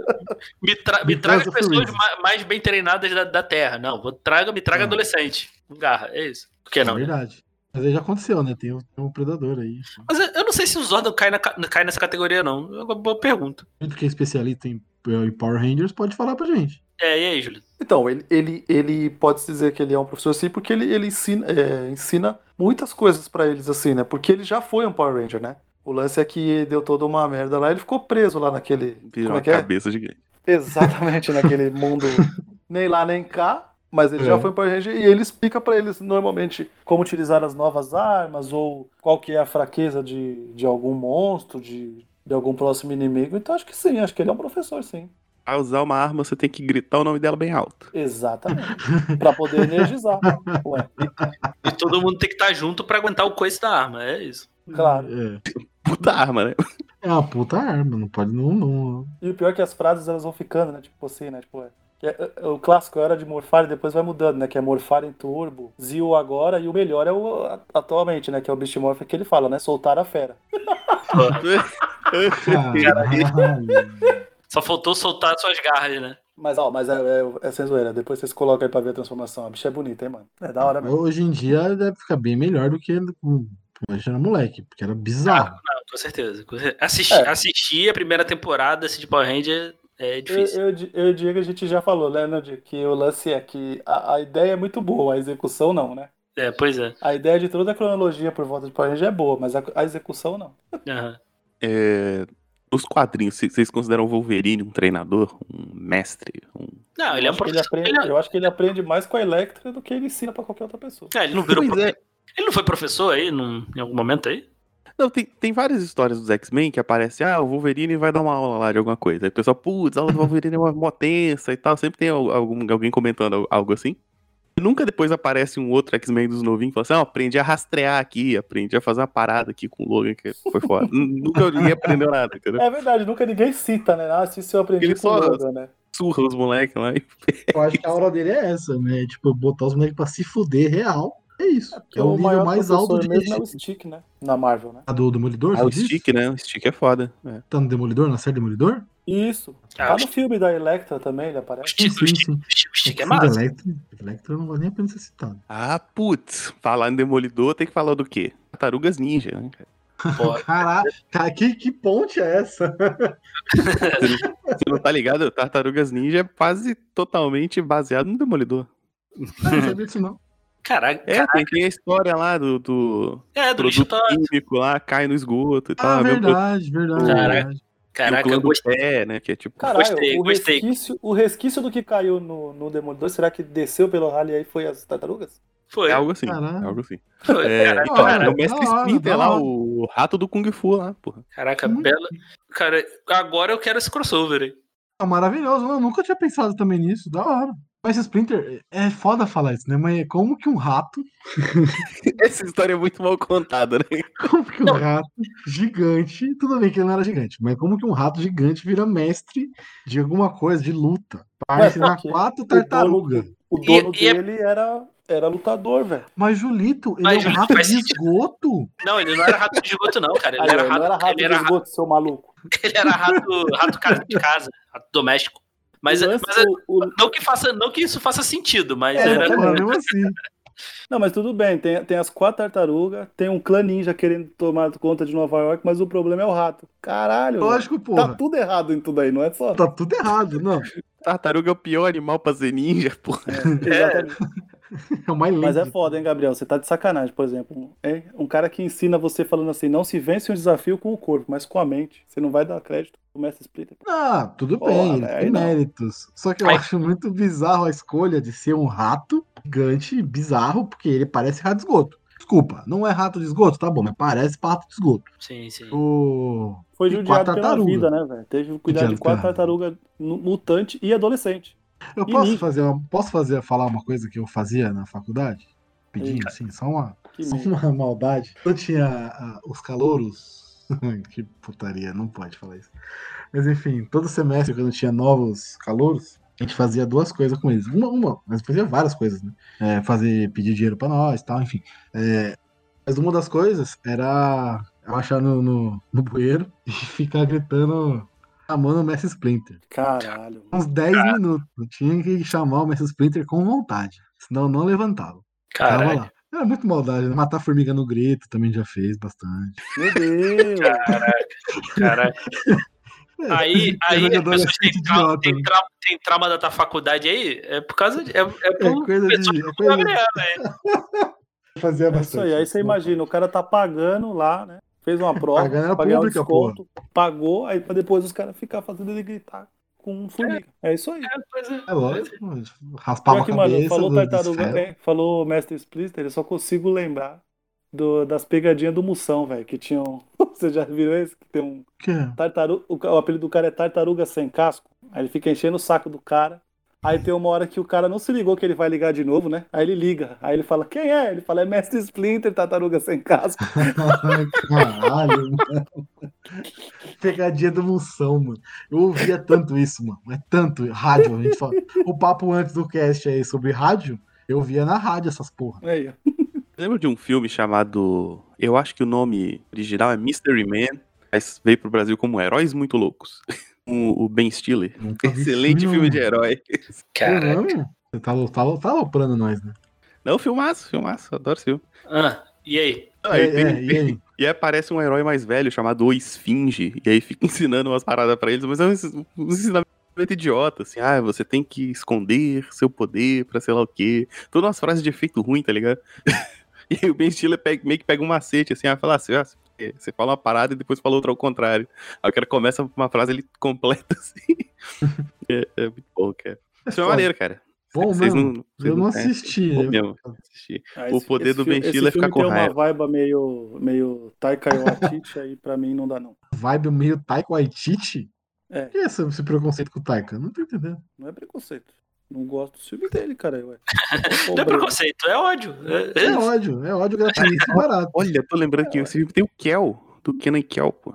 Speaker 2: me, tra- me
Speaker 1: Me traz
Speaker 2: traga as
Speaker 1: o
Speaker 2: pessoas
Speaker 1: Freeze.
Speaker 2: ma- mais bem treinadas da, da Terra. Não, vou traga, me traga
Speaker 1: É.
Speaker 2: adolescente. Com garra, é isso. Por que
Speaker 1: É
Speaker 2: não? né?
Speaker 1: verdade. Mas aí já aconteceu, né? Tem um, tem um predador aí.
Speaker 2: Mas eu, eu não sei se o Zordon cai, na ca- cai nessa categoria, não. É uma boa pergunta.
Speaker 1: Muito que é especialista em, em Power Rangers pode falar pra gente.
Speaker 2: É, e aí, Júlio?
Speaker 3: Então, ele, ele, ele pode se dizer que ele é um professor assim, porque ele, ele ensina, é, ensina muitas coisas pra eles, assim, né? Porque ele já foi um Power Ranger, né? O lance é que deu toda uma merda lá, ele ficou preso lá naquele.
Speaker 4: Virou
Speaker 3: como é
Speaker 4: uma
Speaker 3: que é?
Speaker 4: cabeça gigante.
Speaker 3: Exatamente, naquele mundo nem lá nem cá, mas ele já
Speaker 1: É.
Speaker 3: foi pra gente e ele explica pra eles normalmente como utilizar as novas armas ou qual que é a fraqueza de, de algum monstro, de, de algum próximo inimigo. Então acho que sim, acho que ele é um professor, sim.
Speaker 4: Pra usar uma arma, você tem que gritar o nome dela bem alto.
Speaker 3: Exatamente. Pra poder energizar. Ué,
Speaker 2: E todo mundo tem que estar junto pra aguentar o coice da arma. É isso.
Speaker 3: claro.
Speaker 1: É,
Speaker 4: Puta arma, né?
Speaker 1: é uma puta arma, não pode não. não.
Speaker 3: E o pior é que as frases elas vão ficando, né? Tipo assim, né? Tipo, é, que é- é- o clássico era de morfar e depois vai mudando, né? Que é morfar em turbo, Zio agora e o melhor é o a- atualmente, né? Que é o Beast que ele fala, né? Soltar a fera.
Speaker 1: Caralho.
Speaker 2: Só faltou soltar suas garras, né?
Speaker 3: Mas, ó, mas é, é, é sem zoeira. Depois vocês colocam aí pra ver a transformação. A bicha é bonita, hein, mano? É da hora mesmo.
Speaker 1: Hoje em dia deve ficar bem melhor do que quando a gente era moleque, porque era bizarro.
Speaker 2: Não, Ah, com certeza. Com cer- Assisti,
Speaker 3: É.
Speaker 2: Assistir a primeira temporada assim, de Power Ranger é
Speaker 3: Eu,
Speaker 2: difícil.
Speaker 3: eu, di- eu e o Diego, a gente já falou, né, né, Diego? Que o lance é que a, a ideia é muito boa, a execução não, né?
Speaker 2: É, pois é.
Speaker 3: A ideia de toda a cronologia por volta de Power Ranger é boa, mas a, a execução não.
Speaker 2: Aham.
Speaker 4: É, Nos quadrinhos, c- vocês consideram o Wolverine um treinador, um mestre? Um...
Speaker 2: Não,
Speaker 3: Eu
Speaker 2: ele é um
Speaker 3: acho que
Speaker 2: professor.
Speaker 3: aprende-
Speaker 2: Ele, é-
Speaker 3: Eu acho que ele aprende mais com a Electra do que ele ensina pra qualquer outra pessoa.
Speaker 2: é, ele não virou.
Speaker 4: Pois
Speaker 2: profe-
Speaker 4: é.
Speaker 2: Ele não foi professor aí num- em algum momento aí?
Speaker 4: Não, tem, tem várias histórias dos X-Men que aparece, ah, o Wolverine vai dar uma aula lá de alguma coisa. Aí o pessoal, putz, a aula do Wolverine é uma mó tensa e tal. Sempre tem al- algum, alguém comentando al- algo assim. E nunca depois aparece um outro X-Men dos novinhos que fala assim, ah, aprendi a rastrear aqui, aprendi a fazer uma parada aqui com o Logan, que foi foda. Nun- nunca ninguém aprendeu nada, entendeu?
Speaker 3: É verdade, nunca ninguém cita, né? Ah, se eu aprendi
Speaker 4: Ele
Speaker 3: com
Speaker 4: só-
Speaker 3: o Logan, né?
Speaker 4: Surra os moleques lá. e-
Speaker 1: Eu acho que a aula dele é essa, né? Tipo, botar os moleques pra se fuder real. É isso. É, o nível
Speaker 3: maior
Speaker 1: mais
Speaker 3: professor
Speaker 1: alto de
Speaker 3: mesmo é o Stick, né? Na Marvel, né?
Speaker 1: Ah, do Demolidor?
Speaker 4: Ah, o
Speaker 1: você diz?
Speaker 4: Stick, né? O Stick é foda. É.
Speaker 1: Tá no Demolidor, na série Demolidor?
Speaker 3: Isso.
Speaker 2: Ah,
Speaker 3: Tá
Speaker 2: o
Speaker 3: no
Speaker 2: Stick-
Speaker 3: filme da Electra também, ele aparece.
Speaker 2: o Stick- o
Speaker 1: sim,
Speaker 2: Stick-
Speaker 1: sim.
Speaker 2: o Stick- o Stick é
Speaker 1: Foda,
Speaker 2: massa.
Speaker 1: Electra, Electra não vale nem a pena ser citado.
Speaker 4: Ah, putz, falar em Demolidor tem que falar do quê? Tartarugas Ninja, né? cara?
Speaker 2: Pô,
Speaker 1: Caraca, cara, que, que ponte é essa?
Speaker 4: Você não tá ligado? Tartarugas Ninja é quase totalmente baseado no Demolidor.
Speaker 1: Eu não sabia disso, não.
Speaker 2: Caraca,
Speaker 4: É, tem, tem a história lá do, do
Speaker 2: é, do bicho
Speaker 4: produto
Speaker 2: tá.
Speaker 4: químico lá, cai no esgoto e tal.
Speaker 1: Ah,
Speaker 4: mesmo produto
Speaker 1: verdade, verdade.
Speaker 2: Caraca.
Speaker 1: verdade.
Speaker 2: Caraca,
Speaker 4: que
Speaker 2: eu
Speaker 4: o clã do
Speaker 2: gostei.
Speaker 4: pé, né? Que é tipo.
Speaker 3: Caralho,
Speaker 2: Gostei,
Speaker 3: o,
Speaker 2: gostei.
Speaker 3: Resquício, o resquício do que caiu no, no Demolidor, será que desceu pelo rally aí foi as tartarugas?
Speaker 2: Foi.
Speaker 4: É algo assim.
Speaker 1: Caralho.
Speaker 4: É algo assim.
Speaker 2: foi.
Speaker 4: É,
Speaker 2: Caraca,
Speaker 4: então,
Speaker 1: cara,
Speaker 4: é o mestre
Speaker 1: da hora, da
Speaker 4: Splinter lá,
Speaker 1: hora.
Speaker 4: o rato do Kung Fu lá, porra.
Speaker 2: Caraca,
Speaker 1: Muito.
Speaker 2: bela. Cara, agora eu quero esse crossover aí.
Speaker 1: Ah, maravilhoso. Não, eu nunca tinha pensado também nisso. Da hora. Mas Splinter, é foda falar isso, né? Mas como que um rato,
Speaker 4: Essa história é muito mal contada, né?
Speaker 1: como que um rato gigante, tudo bem que ele não era gigante, mas como que um rato gigante vira mestre de alguma coisa, de luta? Para
Speaker 3: Ué,
Speaker 1: ensinar
Speaker 3: porque
Speaker 1: quatro tartarugas.
Speaker 3: O dono
Speaker 2: E- e é-
Speaker 3: dele era, era lutador, velho.
Speaker 1: Mas Julito, ele
Speaker 2: Mas,
Speaker 1: é um
Speaker 2: Julito,
Speaker 1: rato
Speaker 2: faz
Speaker 1: de
Speaker 2: sentido.
Speaker 1: esgoto?
Speaker 2: Não, ele não era rato de esgoto, não, cara. Ele
Speaker 3: Aí,
Speaker 2: era
Speaker 3: ó, Ah, Não era
Speaker 2: rato.
Speaker 3: rato
Speaker 2: Ele
Speaker 3: de
Speaker 2: era rato,
Speaker 3: esgoto, seu maluco.
Speaker 2: ele era rato, rato casa de casa, rato doméstico. Mas, é-
Speaker 3: O lance,
Speaker 2: mas
Speaker 3: o- o-
Speaker 2: não, que faça, não que isso faça sentido, mas
Speaker 3: É,
Speaker 2: era.
Speaker 1: Porra, mesmo assim.
Speaker 2: Tá
Speaker 3: Não, mas tudo bem, tem, tem as quatro tartarugas, tem um clã ninja querendo tomar conta de Nova York, mas o problema é o rato. Caralho,
Speaker 1: Lógico,
Speaker 3: velho.
Speaker 1: porra.
Speaker 3: tá tudo errado em tudo aí, não é só.
Speaker 1: Tá tudo errado, não.
Speaker 4: Tartaruga é o pior animal pra ser ninja, porra.
Speaker 3: Exatamente.
Speaker 1: É o mais lindo.
Speaker 3: Mas é foda, hein, Gabriel? Você tá de sacanagem, por exemplo. Hein? Um cara que ensina você falando assim, não se vence um desafio com o corpo, mas com a mente. Você não vai dar crédito pro Mestre Splitter.
Speaker 1: Ah, tudo
Speaker 3: Porra,
Speaker 1: bem, ele
Speaker 3: velho,
Speaker 1: tem
Speaker 3: não.
Speaker 1: méritos. Só que eu
Speaker 2: Ai.
Speaker 1: acho muito bizarro a escolha de ser um rato gigante, bizarro, porque ele parece rato de esgoto. Desculpa, não é rato de esgoto, tá bom, mas parece pato de esgoto.
Speaker 2: Sim, sim.
Speaker 1: O...
Speaker 3: Foi
Speaker 1: E
Speaker 3: judiado
Speaker 1: quatro
Speaker 3: pela
Speaker 1: tartarugas.
Speaker 3: vida, né, velho? Teve que cuidar de
Speaker 1: Judiado
Speaker 3: quatro
Speaker 1: pela vida.
Speaker 3: tartarugas nu- mutante e adolescente.
Speaker 1: Eu
Speaker 3: E
Speaker 1: posso
Speaker 3: ninja.
Speaker 1: fazer, uma- posso fazer falar uma coisa que eu fazia na faculdade? Pedindo,
Speaker 3: Eita.
Speaker 1: assim, só uma,
Speaker 3: Que
Speaker 1: só
Speaker 3: merda.
Speaker 1: uma maldade. Eu tinha ah, os calouros que putaria, não pode falar isso. Mas enfim, todo semestre, quando tinha novos calouros, a gente fazia duas coisas com eles. Uma, uma, mas fazia várias coisas, né? É, fazer, pedir dinheiro pra nós tal, enfim. É, mas uma das coisas era achar no, no, no bueiro e ficar gritando, chamando o Messi Splinter.
Speaker 3: Caralho. mano.
Speaker 1: Uns 10 minutos. Tinha que chamar o Messi Splinter com vontade. Senão não levantava. Tava
Speaker 2: Caralho.
Speaker 1: lá. Era muito maldade, né? Matar formiga no grito também já fez bastante.
Speaker 3: Meu Deus.
Speaker 2: Caralho. Aí,
Speaker 1: É,
Speaker 2: aí as
Speaker 1: jogador
Speaker 2: pessoas têm
Speaker 1: bastante
Speaker 2: trauma,
Speaker 1: idiota,
Speaker 2: tem,
Speaker 1: né?
Speaker 2: trauma, tem trauma da tua faculdade aí? É por causa de. É, é por
Speaker 1: coisa de-
Speaker 2: pessoas
Speaker 1: é
Speaker 2: como o
Speaker 1: coisa de-
Speaker 2: Gabriel, velho.
Speaker 1: Fazia
Speaker 3: É isso aí. Aí
Speaker 1: né,
Speaker 3: você imagina, o cara tá pagando lá, né? Fez uma prova,
Speaker 1: Pagando era
Speaker 3: pra ganhar um
Speaker 1: pública,
Speaker 3: desconto, pagou, aí pra depois os caras ficar fazendo ele gritar com um formiga. É isso aí.
Speaker 2: É, pois é.
Speaker 1: É lógico, mano. raspava
Speaker 3: Pior
Speaker 1: a
Speaker 3: é que,
Speaker 1: cabeça.
Speaker 3: mano, falou
Speaker 1: do- dos
Speaker 3: tartaruga,
Speaker 1: ferros.
Speaker 3: é, falou mestre Splitter, eu só consigo lembrar do- das pegadinhas do Moção, velho, que tinham. Você já viu esse? Que tem um
Speaker 1: Que é?
Speaker 3: tartaruga. O, ca- o apelido do cara é tartaruga sem casco. Aí ele fica enchendo o saco do cara. Aí tem uma hora que o cara não se ligou que ele vai ligar de novo, né? Aí ele liga. Aí ele fala, quem é? Ele fala, é mestre Splinter, tartaruga sem casco.
Speaker 1: Ai, Caralho, mano. Pegadinha do Moção, mano. Eu ouvia tanto isso, mano. É tanto. Rádio, a gente fala. O papo antes do cast aí sobre rádio, eu via na rádio essas porra.
Speaker 3: Aí, ó.
Speaker 4: Lembra de um filme chamado. Eu acho que o nome original é Mystery Man, mas veio pro Brasil como Heróis Muito Loucos. Com o Ben Stiller.
Speaker 1: Nunca vi
Speaker 4: Excelente filme de
Speaker 1: mano.
Speaker 4: herói.
Speaker 2: Cara.
Speaker 1: Não, Você tá, lo- tá, lo- tá aloprando nós, né?
Speaker 4: Não, filmaço, filmaço, adoro esse filme.
Speaker 2: Ah, e aí?
Speaker 4: Não, aí tem- um
Speaker 1: é, e aí?
Speaker 4: E aí aparece um herói mais velho chamado O Esfinge, e aí fica ensinando umas paradas pra eles, mas é um ens- um ensinamento idiota, assim, ah, você tem que esconder seu poder pra sei lá o quê. Todas umas frases de efeito ruim, tá ligado? e aí o Ben Stiller pega- meio que pega um macete, assim, ah, fala assim, ah, você- você fala uma parada e depois fala outra ao contrário. Aí o cara começa uma frase, ele completa, assim. é, é muito bom, cara. Isso é
Speaker 1: foda.
Speaker 4: maneiro, cara.
Speaker 1: Bom, mano,
Speaker 4: não,
Speaker 1: eu não
Speaker 4: conhecem. tipo
Speaker 1: assisti. né?
Speaker 4: Bom
Speaker 1: eu-
Speaker 4: mesmo, assisti.
Speaker 3: Ah,
Speaker 4: O poder do Ben
Speaker 3: filme-
Speaker 4: Stiller é
Speaker 3: filme
Speaker 4: ficar com
Speaker 3: tem
Speaker 4: raiva.
Speaker 3: uma vibe meio, meio Taika Waititi aí, pra mim não dá não.
Speaker 1: Vibe meio Taika Waititi?
Speaker 3: É.
Speaker 1: O que é esse, esse preconceito com o Taika? Não tô entendendo.
Speaker 3: Não é preconceito. Não gosto do filme dele, cara. Ué.
Speaker 2: Não é preconceito, é ódio. É-
Speaker 1: É
Speaker 2: é-
Speaker 1: ódio, é ódio gratuito e barato.
Speaker 4: Olha, tô lembrando que esse filme tem o Kel, do Kenan Kel, pô.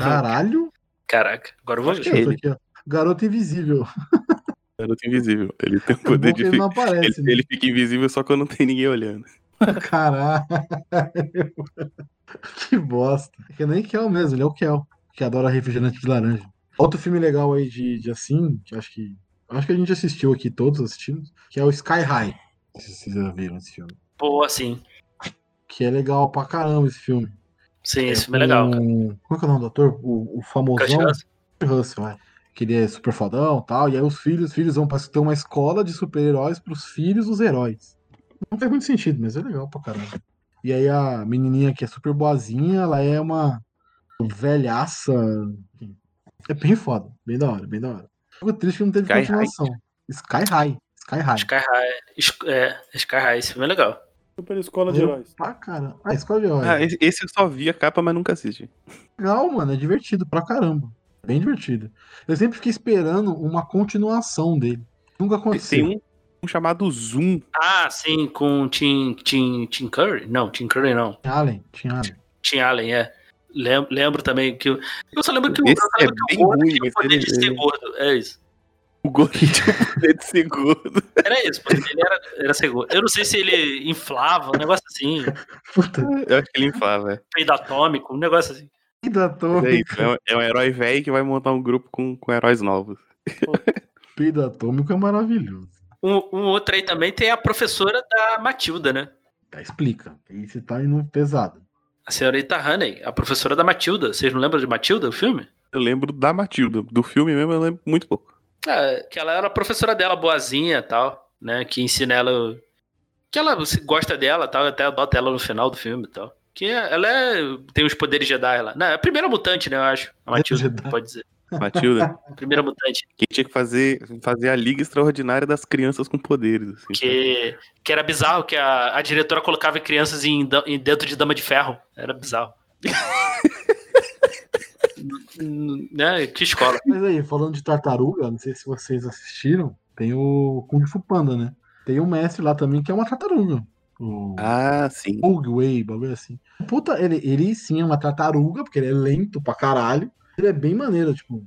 Speaker 1: Caralho.
Speaker 2: Caraca, agora eu vou
Speaker 1: Deixa
Speaker 2: ver.
Speaker 1: eu
Speaker 4: ele.
Speaker 1: ver aqui, ó. Garoto invisível.
Speaker 4: Garoto invisível. Ele tem o
Speaker 1: É bom
Speaker 4: poder
Speaker 1: que
Speaker 4: de.
Speaker 1: ele não
Speaker 4: fi- Ele,
Speaker 1: aparece, né?
Speaker 4: ele fica invisível só quando não tem ninguém olhando.
Speaker 1: Caralho. que bosta. É Que nem Kel mesmo, ele é o Kel, que adora refrigerante de laranja. Outro filme legal aí de, de assim, que acho que. Acho que a gente assistiu aqui, todos assistimos, que é o Sky High. Não sei se vocês já viram esse filme.
Speaker 2: Pô, assim.
Speaker 1: Que é legal pra caramba esse filme.
Speaker 2: Sim, esse filme
Speaker 1: é
Speaker 2: é legal, cara.
Speaker 1: com- Qual que é o nome do ator? O, o famosão
Speaker 2: Cachorro.
Speaker 1: Kurt Russell, é. Que ele é super fodão e tal. E aí os filhos, os filhos vão pra ter uma escola de super-heróis pros filhos dos heróis. Não faz muito sentido, mas é legal pra caramba. E aí a menininha que é super boazinha, ela é uma velhaça. enfim. É bem foda, bem da hora, bem da hora. Fico triste que não teve
Speaker 4: Sky High.
Speaker 1: continuação. Sky High. Sky High.
Speaker 2: Sky High. Es- É, Sky High, esse filme é legal.
Speaker 3: Super Escola de
Speaker 1: Eu-
Speaker 3: Heróis.
Speaker 1: Pra caramba. Ah, escola de heróis.
Speaker 4: Ah, esse, esse eu só vi a capa, mas nunca assisti.
Speaker 1: legal, mano. É divertido pra caramba. Bem divertido. Eu sempre fiquei esperando uma continuação dele. Nunca
Speaker 4: Tem
Speaker 1: aconteceu.
Speaker 4: um, um chamado Zoom.
Speaker 2: Ah, sim, com o Tim, Tim, Tim Curry? Não, Tim Curry não.
Speaker 1: Tinha Allen, tinha Allen.
Speaker 2: Tim Allen, é. Lem- Lembro também que. o- Eu só lembro que o, eu
Speaker 4: Esse
Speaker 2: só
Speaker 4: é
Speaker 2: lembro que
Speaker 4: bem
Speaker 2: o gordo
Speaker 4: ruim,
Speaker 2: tinha o
Speaker 4: mas
Speaker 2: poder
Speaker 4: ele-
Speaker 2: de ser
Speaker 4: ele-
Speaker 2: gordo. É isso.
Speaker 4: O Gorilla tinha o poder de ser gordo.
Speaker 2: Era isso, porque ele era, era ser gordo. Eu não sei se ele inflava, um negócio assim,
Speaker 1: Puta,
Speaker 4: Eu acho que ele inflava. é.
Speaker 2: peido atômico, um negócio assim.
Speaker 1: vida
Speaker 4: Mas é
Speaker 1: atômica.
Speaker 4: isso, é um- é um herói velho que vai montar um grupo com, com heróis novos.
Speaker 1: Peido atômico é maravilhoso.
Speaker 2: Um, um outro aí também tem a professora da Matilda, né?
Speaker 1: Tá, explica. Aí você tá indo pesado.
Speaker 2: A senhorita Honey, a professora da Matilda. Vocês não lembram de Matilda, o filme?
Speaker 4: Eu lembro da Matilda. Do filme mesmo eu lembro muito pouco.
Speaker 2: É, que ela era a professora dela, boazinha e tal, né? Que ensina ela. o- Que ela se- gosta dela e tal, até adota ela no final do filme e tal. Que é- ela é- tem os poderes Jedi lá. Não, é a primeira mutante, né? Eu acho. A Matilda,
Speaker 1: Jedi.
Speaker 2: pode dizer.
Speaker 4: Matilda,
Speaker 2: Primeira mutante.
Speaker 4: quem tinha que fazer, fazer a Liga Extraordinária das Crianças com Poderes. assim.
Speaker 2: Que, que era bizarro, que a, a diretora colocava crianças em, da- em dentro de dama de ferro. Era bizarro. N- n- né? Que escola.
Speaker 1: Mas aí, falando de tartaruga, não sei se vocês assistiram, tem o Kung Fu Panda, né? Tem um mestre lá também que é uma tartaruga. O
Speaker 4: Ah, sim.
Speaker 1: Ogway, bagulho assim. Puta, ele, ele sim é uma tartaruga, porque ele é lento pra caralho. Ele é bem maneiro, tipo,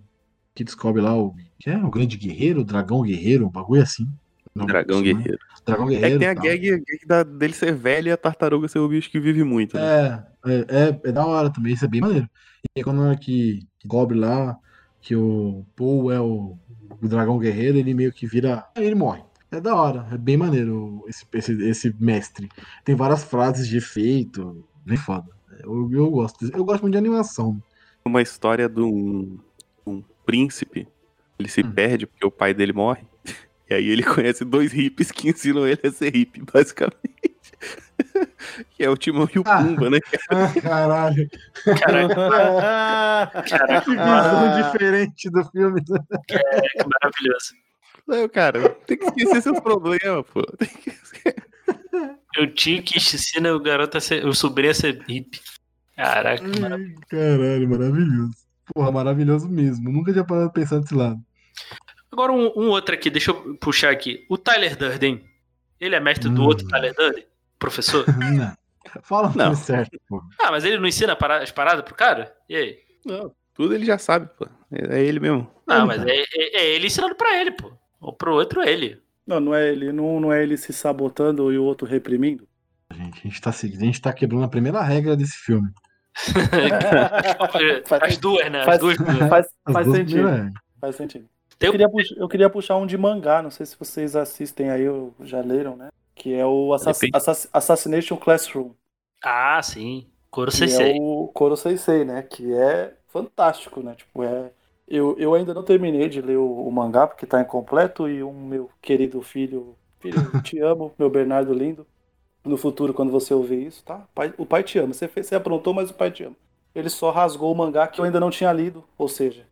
Speaker 1: que descobre lá o. Que é o grande guerreiro, o dragão guerreiro, um bagulho assim. Não,
Speaker 4: Dragão
Speaker 1: né?
Speaker 4: Guerreiro.
Speaker 1: Dragão
Speaker 4: É
Speaker 1: guerreiro.
Speaker 4: que tem a
Speaker 1: tal.
Speaker 4: gag, a gag da- dele ser velho e a tartaruga ser o bicho que vive muito. Né?
Speaker 1: É, é, é, é da hora também, isso é bem maneiro. E quando é que cobre lá, que o Paul é o, o dragão guerreiro, ele meio que vira. Ele morre. É da hora, é bem maneiro esse, esse, esse mestre. Tem várias frases de efeito, bem foda. Eu, eu gosto. Eu gosto muito de animação.
Speaker 4: Uma história de um, um príncipe. Ele se
Speaker 1: Hum.
Speaker 4: perde porque o pai dele morre. E aí ele conhece dois hippies que ensinam ele a ser hippie, basicamente. que é o Timão e o
Speaker 1: Ah.
Speaker 4: Pumba, né?
Speaker 1: Ah, caralho.
Speaker 2: Caraca, caraca,
Speaker 1: Que visão diferente do filme.
Speaker 2: que maravilhoso.
Speaker 4: Não, cara, tem que esquecer seus problemas, pô. Tem que esquecer.
Speaker 2: Eu tinha que ensinar o garoto a ser. O sobrinho a ser hippie. Caraca, que maravilha.
Speaker 1: Ai, Caralho, maravilhoso. Porra, maravilhoso mesmo. Nunca tinha parado de pensar desse lado.
Speaker 2: Agora um, um outro aqui, deixa eu puxar aqui. O Tyler Durden. Ele é mestre do
Speaker 1: Hum.
Speaker 2: outro Tyler Durden? Professor?
Speaker 1: Não. Fala o
Speaker 4: Não.
Speaker 1: nome certo, porra.
Speaker 2: Ah, mas ele não ensina para- as paradas pro cara? E aí?
Speaker 4: Não, tudo ele já sabe, pô. É é ele mesmo.
Speaker 2: Não, mas
Speaker 3: então.
Speaker 2: é, é- é ele ensinando pra ele, pô. Ou pro outro ele.
Speaker 3: Não, não é ele, não, não é ele se sabotando e o outro reprimindo.
Speaker 1: Gente, a gente, tá, seguindo- a gente tá quebrando a primeira regra desse filme.
Speaker 2: As duas, né? As
Speaker 3: Faz-
Speaker 2: duas.
Speaker 3: Faz,
Speaker 1: As
Speaker 3: faz
Speaker 1: duas
Speaker 3: sentido. né?
Speaker 1: primeiras regras.
Speaker 3: Faz sentido.
Speaker 2: Tem
Speaker 3: Eu
Speaker 2: o-
Speaker 3: queria, pux- eu queria puxar um de mangá, não sei se vocês assistem aí, ou já leram, né? Que é o Assass-
Speaker 4: Depende.
Speaker 3: Assass- Assassination Classroom.
Speaker 2: Ah, sim. Coro
Speaker 3: Que é
Speaker 2: 66.
Speaker 3: o Koro Sensei, né? Que é fantástico, né? Tipo, é... Eu, eu ainda não terminei de ler o, o mangá, porque tá incompleto, e um meu querido filho, filho, te amo, meu Bernardo lindo. No futuro, quando você ouvir isso, tá? Pai- o pai te ama. Você, fez, você aprontou, mas o pai te ama. Ele só rasgou o mangá que eu ainda não tinha lido, ou seja,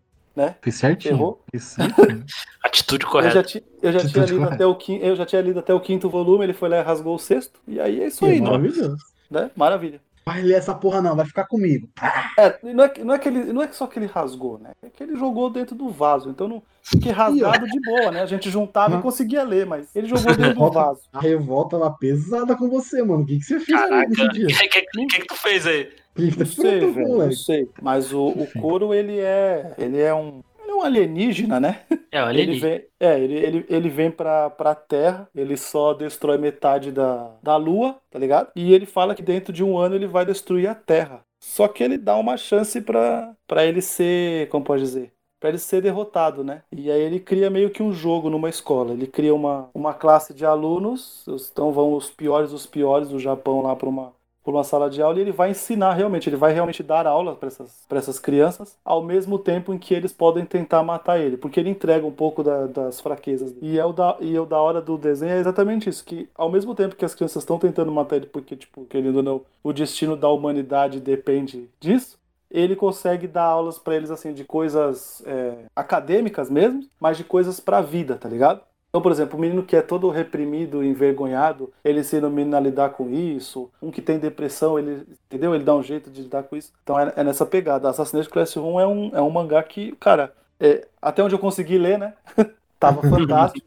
Speaker 1: Fez certinho.
Speaker 3: Errou?
Speaker 1: Fez certinho.
Speaker 2: Atitude
Speaker 3: Eu já,
Speaker 2: correta.
Speaker 3: ti- eu já
Speaker 1: Atitude
Speaker 3: tinha lido
Speaker 1: correta.
Speaker 3: até o quinto, eu já tinha lido até o quinto volume, ele foi lá e rasgou o sexto, e aí é isso aí, né?
Speaker 1: maravilhoso.
Speaker 3: Né? Maravilha.
Speaker 1: Vai ler essa porra não, vai ficar comigo.
Speaker 3: É, não é, que- não é que ele, não é que só que ele rasgou, né? É que ele jogou dentro do vaso. Então não fiquei rasgado de boa, né? A gente juntava
Speaker 1: Não.
Speaker 3: e conseguia ler, mas ele jogou dentro do vaso.
Speaker 1: A revolta lá pesada com você, mano. O que, que você fez
Speaker 3: um
Speaker 1: aí
Speaker 2: Caraca.
Speaker 1: nesse
Speaker 2: O
Speaker 1: dia?
Speaker 2: que, que, que tu fez aí?
Speaker 1: O que que tá
Speaker 3: Não sei,
Speaker 1: pronto,
Speaker 3: velho, não
Speaker 1: moleque?
Speaker 3: sei. Mas o, o couro, ele é. Ele é um. Ele é um alienígena, né?
Speaker 2: É, olha
Speaker 3: Ele
Speaker 2: ali.
Speaker 3: vem, é, ele, ele, ele vem pra, pra Terra, ele só destrói metade da, da Lua, tá ligado? E ele fala que dentro de um ano ele vai destruir a Terra. Só que ele dá uma chance pra, pra ele ser, como pode dizer? Pra ele ser derrotado, né? E aí ele cria meio que um jogo numa escola. Ele cria uma, uma classe de alunos, os- então vão os piores dos piores do Japão lá pra uma, por uma sala de aula e ele vai ensinar realmente, ele vai realmente dar aula para essas, pra essas crianças, ao mesmo tempo em que eles podem tentar matar ele, porque ele entrega um pouco da- das fraquezas. dele. E é o da, e é o da hora do desenho é exatamente isso, que ao mesmo tempo que as crianças estão tentando matar ele, porque, tipo, querendo ou não, o destino da humanidade depende disso, ele consegue dar aulas para eles, assim, de coisas é, acadêmicas mesmo, mas de coisas pra vida, tá ligado? Então, por exemplo, o menino que é todo reprimido, envergonhado, ele ensina o menino a lidar com isso. Um que tem depressão, ele, entendeu? Ele dá um jeito de lidar com isso. Então é, é nessa pegada. Assassination Classroom é um, é um mangá que, cara, é, até onde eu consegui ler, né? Tava fantástico.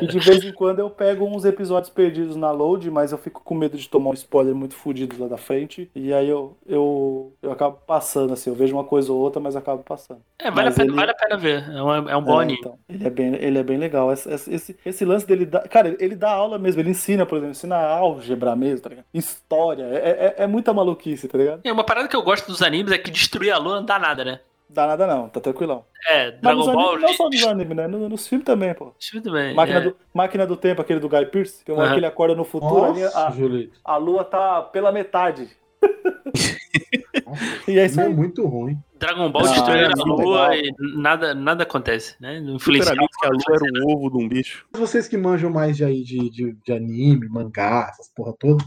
Speaker 3: e de vez em quando eu pego uns episódios perdidos na load, mas eu fico com medo de tomar um spoiler muito fodido lá da frente. E aí eu, eu, eu acabo passando, assim. Eu vejo uma coisa ou outra, mas acabo passando.
Speaker 2: É, vale a,
Speaker 3: Mas
Speaker 2: pena,
Speaker 3: ele-
Speaker 2: vale a pena ver. É um, é um bom
Speaker 3: É,
Speaker 2: anime.
Speaker 3: então, ele é bem, ele é bem legal. Esse, esse- esse- esse lance dele dá, cara, ele dá aula mesmo, ele ensina, por exemplo, ensina álgebra mesmo, tá ligado? História, é, é- é muita maluquice, tá ligado?
Speaker 2: É, uma parada que eu gosto dos animes é que destruir a lua não dá nada, né?
Speaker 3: Dá nada não, tá tranquilão.
Speaker 2: É,
Speaker 3: Mas nos
Speaker 2: Dragon Ball.
Speaker 3: animes, não só
Speaker 2: de-
Speaker 3: nos animes, né? No- Nos filmes também, pô.
Speaker 2: Tudo bem.
Speaker 3: Máquina,
Speaker 2: é.
Speaker 3: do, Máquina do Tempo, aquele do Guy Pearce, tem uma hora
Speaker 2: Aham.
Speaker 3: que ele acorda no futuro, ali
Speaker 1: Nossa,
Speaker 3: a,
Speaker 1: Julito.
Speaker 3: a lua tá pela metade.
Speaker 1: Nossa,
Speaker 3: E é isso
Speaker 1: isso é
Speaker 3: aí.
Speaker 1: muito ruim.
Speaker 2: Dragon Ball
Speaker 3: Ah,
Speaker 2: destruir
Speaker 3: é
Speaker 2: a
Speaker 3: muito
Speaker 2: lua
Speaker 3: legal.
Speaker 2: e nada, nada acontece, né? Não
Speaker 4: Super
Speaker 2: influencia.
Speaker 4: amigos que a lua era um ovo de um bicho.
Speaker 1: Vocês que manjam mais de, aí de, de, de anime, mangá, essas porra toda,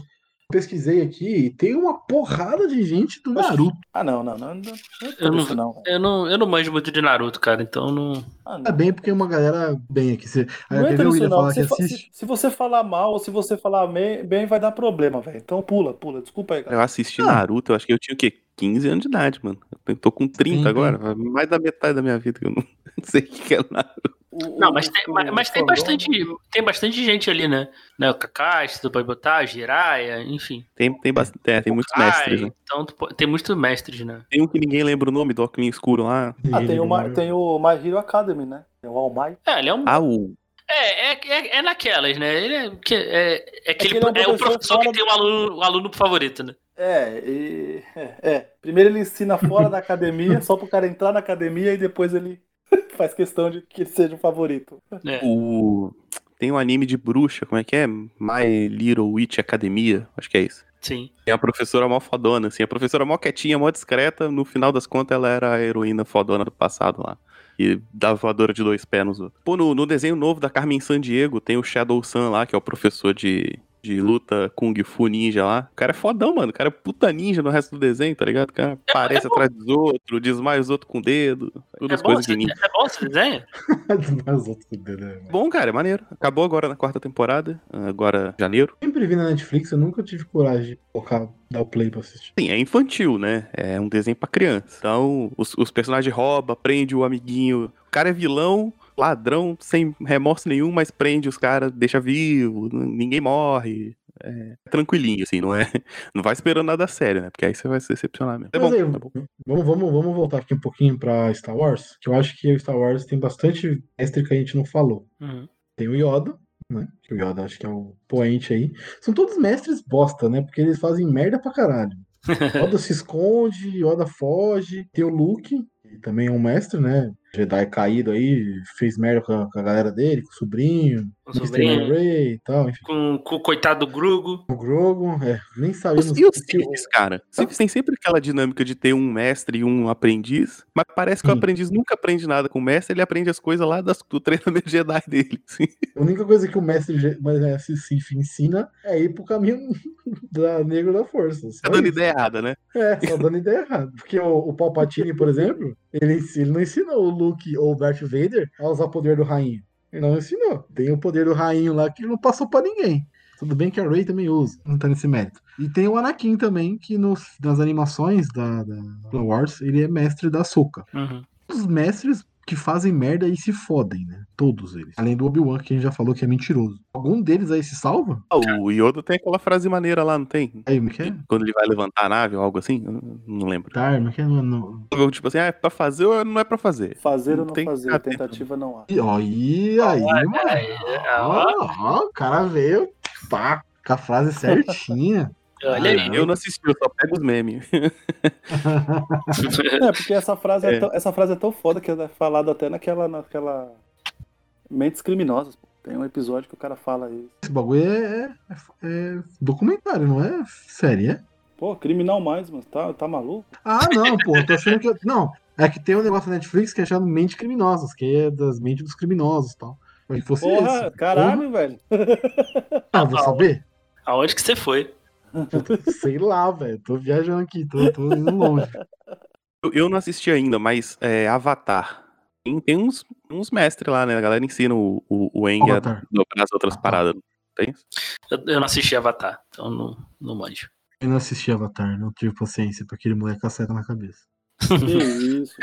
Speaker 1: pesquisei aqui e tem uma porrada de gente do
Speaker 3: Oxi.
Speaker 1: Naruto.
Speaker 3: Ah, não, não, não, não, não, é tudo
Speaker 2: Eu não-
Speaker 3: isso não, velho.
Speaker 2: Eu não, eu não manjo muito de Naruto, cara, então não.
Speaker 3: Ah,
Speaker 1: Tá
Speaker 3: não.
Speaker 1: bem, porque é uma galera bem aqui. Você, aí, quer
Speaker 3: Não
Speaker 1: ver
Speaker 3: entra
Speaker 1: o
Speaker 3: nisso
Speaker 1: William
Speaker 3: não.
Speaker 1: falar
Speaker 3: Se,
Speaker 1: que
Speaker 3: fa-
Speaker 1: assiste?
Speaker 3: se- se você falar mal ou se você falar me- bem, vai dar problema, velho. Então pula, pula. Desculpa aí, cara.
Speaker 4: Eu assisti
Speaker 1: Ah.
Speaker 4: Naruto, eu acho que eu tinha o quê? 15 anos de idade, mano. Eu tô com 30
Speaker 1: Sim,
Speaker 4: agora, mais da metade da minha vida que eu não não sei o que que é Naruto.
Speaker 3: O, o-
Speaker 2: Não,
Speaker 3: o-
Speaker 2: mas tem,
Speaker 3: o-
Speaker 2: mas, mas tem
Speaker 3: o fandom.
Speaker 2: bastante tem bastante gente ali, né? né o Kakashi, tu pode botar, Jiraiya, enfim.
Speaker 4: Tem, tem, bastante, é, tem muitos
Speaker 2: Ai,
Speaker 4: mestres, né?
Speaker 2: Então tu po- tem muitos mestres, né?
Speaker 4: Tem um que ninguém lembra o nome, do óculos escuro lá.
Speaker 3: Ah, tem,
Speaker 1: é.
Speaker 3: uma, tem o My Hero Academy, né? Tem o All Might.
Speaker 2: É, ele é um.
Speaker 4: Ah, o...
Speaker 2: É, é, é, é naquelas, né? Ele é, que- é, é aquele,
Speaker 3: que ele é um
Speaker 2: é o
Speaker 3: professor
Speaker 2: professor
Speaker 3: fora
Speaker 2: que tem o aluno, o aluno favorito, né?
Speaker 3: É, e- é, é. Primeiro ele ensina fora da academia, só pro cara entrar na academia e depois ele faz questão de que ele seja o favorito.
Speaker 2: É.
Speaker 4: o... Tem um anime de bruxa, como é que é? My Little Witch Academia, acho que é isso.
Speaker 2: Sim.
Speaker 4: Tem a professora mó fodona, assim, a professora mó quietinha, mó discreta, no final das contas ela era a heroína fodona do passado lá. E da voadora de dois pés nos outros. Pô, no, no desenho novo da Carmen San Diego tem o Shadow Sun lá, que é o professor de, de luta Kung Fu Ninja lá. O cara é fodão, mano. O cara é puta ninja no resto do desenho, tá ligado? O cara aparece
Speaker 2: É, bom.
Speaker 4: atrás dos outros, desmaia os outros com o dedo.
Speaker 2: É
Speaker 4: Todas as
Speaker 2: bom,
Speaker 4: coisas de
Speaker 2: esse,
Speaker 4: ninja.
Speaker 2: é bom esse desenho?
Speaker 1: Mas outro dedo, né, mano?
Speaker 4: Bom, cara, é maneiro. Acabou agora na quarta temporada, agora janeiro.
Speaker 1: Sempre vi na Netflix, eu nunca tive coragem de colocar, dar o play pra assistir.
Speaker 4: Sim, é infantil, né? É um desenho pra criança. Então, os, os personagens roubam, prende o amiguinho. O cara é vilão, ladrão, sem remorso nenhum, mas prende os caras, deixa vivo, n- ninguém morre. É tranquilinho, assim, não é? Não vai esperando nada sério, né? Porque aí você vai se decepcionar mesmo. É
Speaker 1: Mas
Speaker 4: bom,
Speaker 1: aí,
Speaker 4: tá bom.
Speaker 1: Vamos, vamos, vamos voltar aqui um pouquinho pra Star Wars, que eu acho que o Star Wars tem bastante mestre que a gente não falou.
Speaker 2: Uhum.
Speaker 1: Tem o Yoda, né? Que o Yoda acho que é o poente aí. São todos mestres bosta, né? Porque eles fazem merda pra caralho. Yoda se esconde, Yoda foge. Tem o Luke, que também é um mestre, né? Jedi caído aí, fez merda com a, com a galera dele, com o sobrinho,
Speaker 2: Com o
Speaker 1: Mr.
Speaker 2: sobrinho, né?
Speaker 1: Ray e tal. Enfim,
Speaker 2: com, com o coitado do Grugo.
Speaker 1: o Grogu, é, nem sabemos
Speaker 4: E os
Speaker 1: o que o-
Speaker 4: Siths, cara? Siths tem sempre aquela dinâmica de ter um mestre e um aprendiz, mas parece que o
Speaker 1: Sim.
Speaker 4: aprendiz nunca aprende nada com o mestre, ele aprende as coisas lá das- do treinamento Jedi dele. assim, Sim.
Speaker 1: A única coisa que o mestre Je- mas, é, se- se ensina é ir pro caminho da negro da força. só
Speaker 4: Tá dando
Speaker 1: isso.
Speaker 4: ideia errada, né?
Speaker 1: É, só dando ideia errada. Porque o, o Palpatine, por exemplo, ele, ens- ele não ensinou o Luke ou o Darth Vader a usar o poder do rainho. Ele não ensinou. Tem o poder do rainho lá que não passou pra ninguém. Tudo bem que a Rey também usa, não tá nesse mérito. E tem o Anakin também, que nos, nas animações da, da Clone Wars, ele é mestre da Soka.
Speaker 2: Uhum.
Speaker 1: Os mestres que fazem merda e se fodem, né? Todos eles. Além do Obi-Wan, que a gente já falou que é mentiroso. Algum deles aí se salva?
Speaker 4: Ah, O Yoda tem aquela frase maneira lá, não tem?
Speaker 1: Aí, como que é?
Speaker 4: Quando ele vai levantar a nave ou algo assim? Eu não- Não lembro.
Speaker 1: Dar, como que é? Não, não.
Speaker 4: Algo Tipo assim, ah, é pra fazer ou não é pra fazer?
Speaker 3: Fazer ou
Speaker 4: Não
Speaker 3: não
Speaker 4: tem
Speaker 3: fazer,
Speaker 4: cadê,
Speaker 3: tentativa não há.
Speaker 1: E ó, e aí, mano?
Speaker 2: Aí, ó,
Speaker 1: Ó, ó, o cara veio, pá, com a frase certinha. é
Speaker 2: olha aí.
Speaker 4: É, Eu não assisti, eu só pego os memes.
Speaker 3: É, porque essa frase é,
Speaker 4: É.
Speaker 3: tão, essa frase é tão foda que ela é falada até naquela, naquela. Mentes criminosas. pô. Tem um episódio que o cara fala isso.
Speaker 1: Esse bagulho é, é- é documentário, não é série, é?
Speaker 3: Pô, criminal mais, mano. Tá, tá maluco?
Speaker 1: Ah, não, pô, eu tô achando que. eu- Não, é que tem um negócio na Netflix que é chamado Mente Criminosas, que é das mentes dos criminosos e tal. Mas se fosse
Speaker 3: Porra,
Speaker 1: esse.
Speaker 3: caralho, velho.
Speaker 1: Porra, Ah, vou saber?
Speaker 2: Aonde que você foi?
Speaker 1: Sei lá, velho, tô viajando aqui, tô, tô indo longe.
Speaker 4: Eu, eu não assisti ainda, mas é Avatar. Tem, tem uns, uns mestres lá, né? A galera ensina o, o, o Eng a
Speaker 1: Avatar.
Speaker 4: dobrar as outras paradas. não Tem?
Speaker 2: Eu, eu não assisti Avatar, então não, não manjo.
Speaker 1: Eu não assisti Avatar, não tive paciência pra aquele moleque com a seta na cabeça.
Speaker 3: Que isso.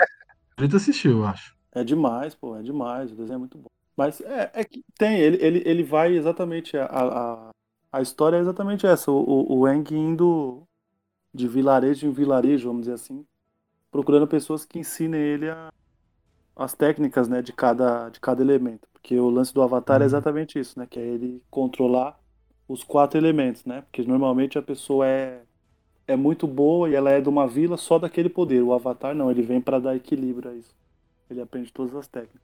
Speaker 1: Ele assistiu, eu acho.
Speaker 3: É demais, pô, é demais. O desenho é muito bom. Mas é, é que tem, ele, ele, ele vai exatamente. A, a, a história é exatamente essa. O, o, o Aang indo de vilarejo em vilarejo, vamos dizer assim, procurando pessoas que ensinem ele a- as técnicas né, de, cada, de cada elemento. Porque o lance do Avatar é
Speaker 1: Uhum.
Speaker 3: exatamente isso, né? Que é ele controlar os quatro elementos, né? Porque normalmente a pessoa é, é muito boa e ela é de uma vila só daquele poder. O Avatar não, ele vem para dar equilíbrio a isso. Ele aprende todas as técnicas.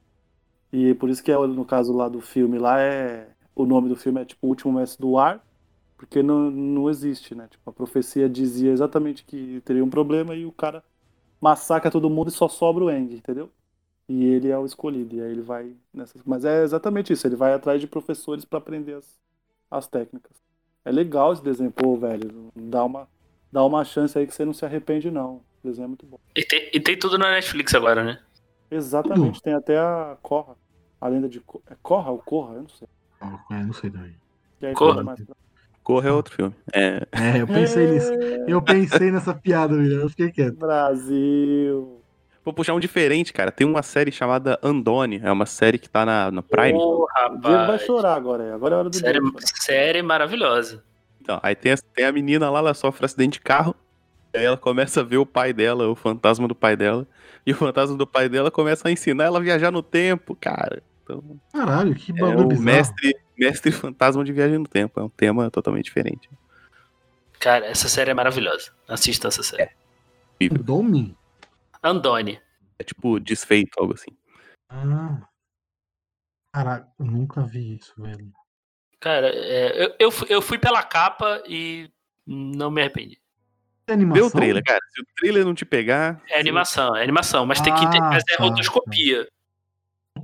Speaker 3: E por isso que é, no caso lá do filme lá é o nome do filme é tipo O Último Mestre do Ar, porque não, não existe, né? Tipo, a profecia dizia exatamente que teria um problema e o cara massacra todo mundo e só sobra o Aang, entendeu? E ele é o escolhido, e aí ele vai nessas, mas é exatamente isso, ele vai atrás de professores pra aprender as, as técnicas. É legal esse desenho, pô, velho, dá uma dá uma chance aí que você não se arrepende não. O desenho é muito bom.
Speaker 2: E tem, e tem tudo na Netflix agora, né?
Speaker 3: Exatamente, tem até a Corra, a lenda de Co- é Corra ou Corra, eu não sei.
Speaker 1: É, não sei também.
Speaker 3: Que aí
Speaker 2: Corra.
Speaker 3: fica mais pra-
Speaker 4: Corre é outro filme. É,
Speaker 1: É, eu pensei nisso.
Speaker 3: É,
Speaker 1: Eu pensei nessa piada, William. Eu fiquei quieto.
Speaker 3: Brasil.
Speaker 4: Vou puxar um diferente, cara. Tem uma série chamada Andone. É uma série que tá na, na Prime.
Speaker 1: Oh.
Speaker 2: Ô,
Speaker 3: O Diego vai
Speaker 2: rapaz.
Speaker 3: chorar agora. é. Agora é a hora do
Speaker 2: Série,
Speaker 3: Diego. chorar.
Speaker 2: série maravilhosa.
Speaker 4: Então, aí tem a, tem a menina lá, ela sofre acidente de carro. Aí ela começa a ver o pai dela, o fantasma do pai dela. E o fantasma do pai dela começa a ensinar ela a viajar no tempo, cara. Então,
Speaker 1: Caralho, que
Speaker 4: é
Speaker 1: bagulho
Speaker 4: o
Speaker 1: bizarro.
Speaker 4: mestre, mestre fantasma de viagem no tempo. É um tema totalmente diferente.
Speaker 2: Cara, essa série é maravilhosa. Assista essa série.
Speaker 1: Domi?
Speaker 2: Andone.
Speaker 4: É tipo desfeito, algo assim.
Speaker 1: Ah. Caralho, eu nunca vi isso, velho.
Speaker 2: Cara, é, eu, eu, fui- eu fui pela capa e não me arrependi.
Speaker 1: É animação?
Speaker 4: Vê o trailer, cara. Se o trailer não te pegar.
Speaker 2: É animação, é animação, mas tem que
Speaker 1: Ah,
Speaker 2: ter, mas é
Speaker 1: tá.
Speaker 2: rotoscopia.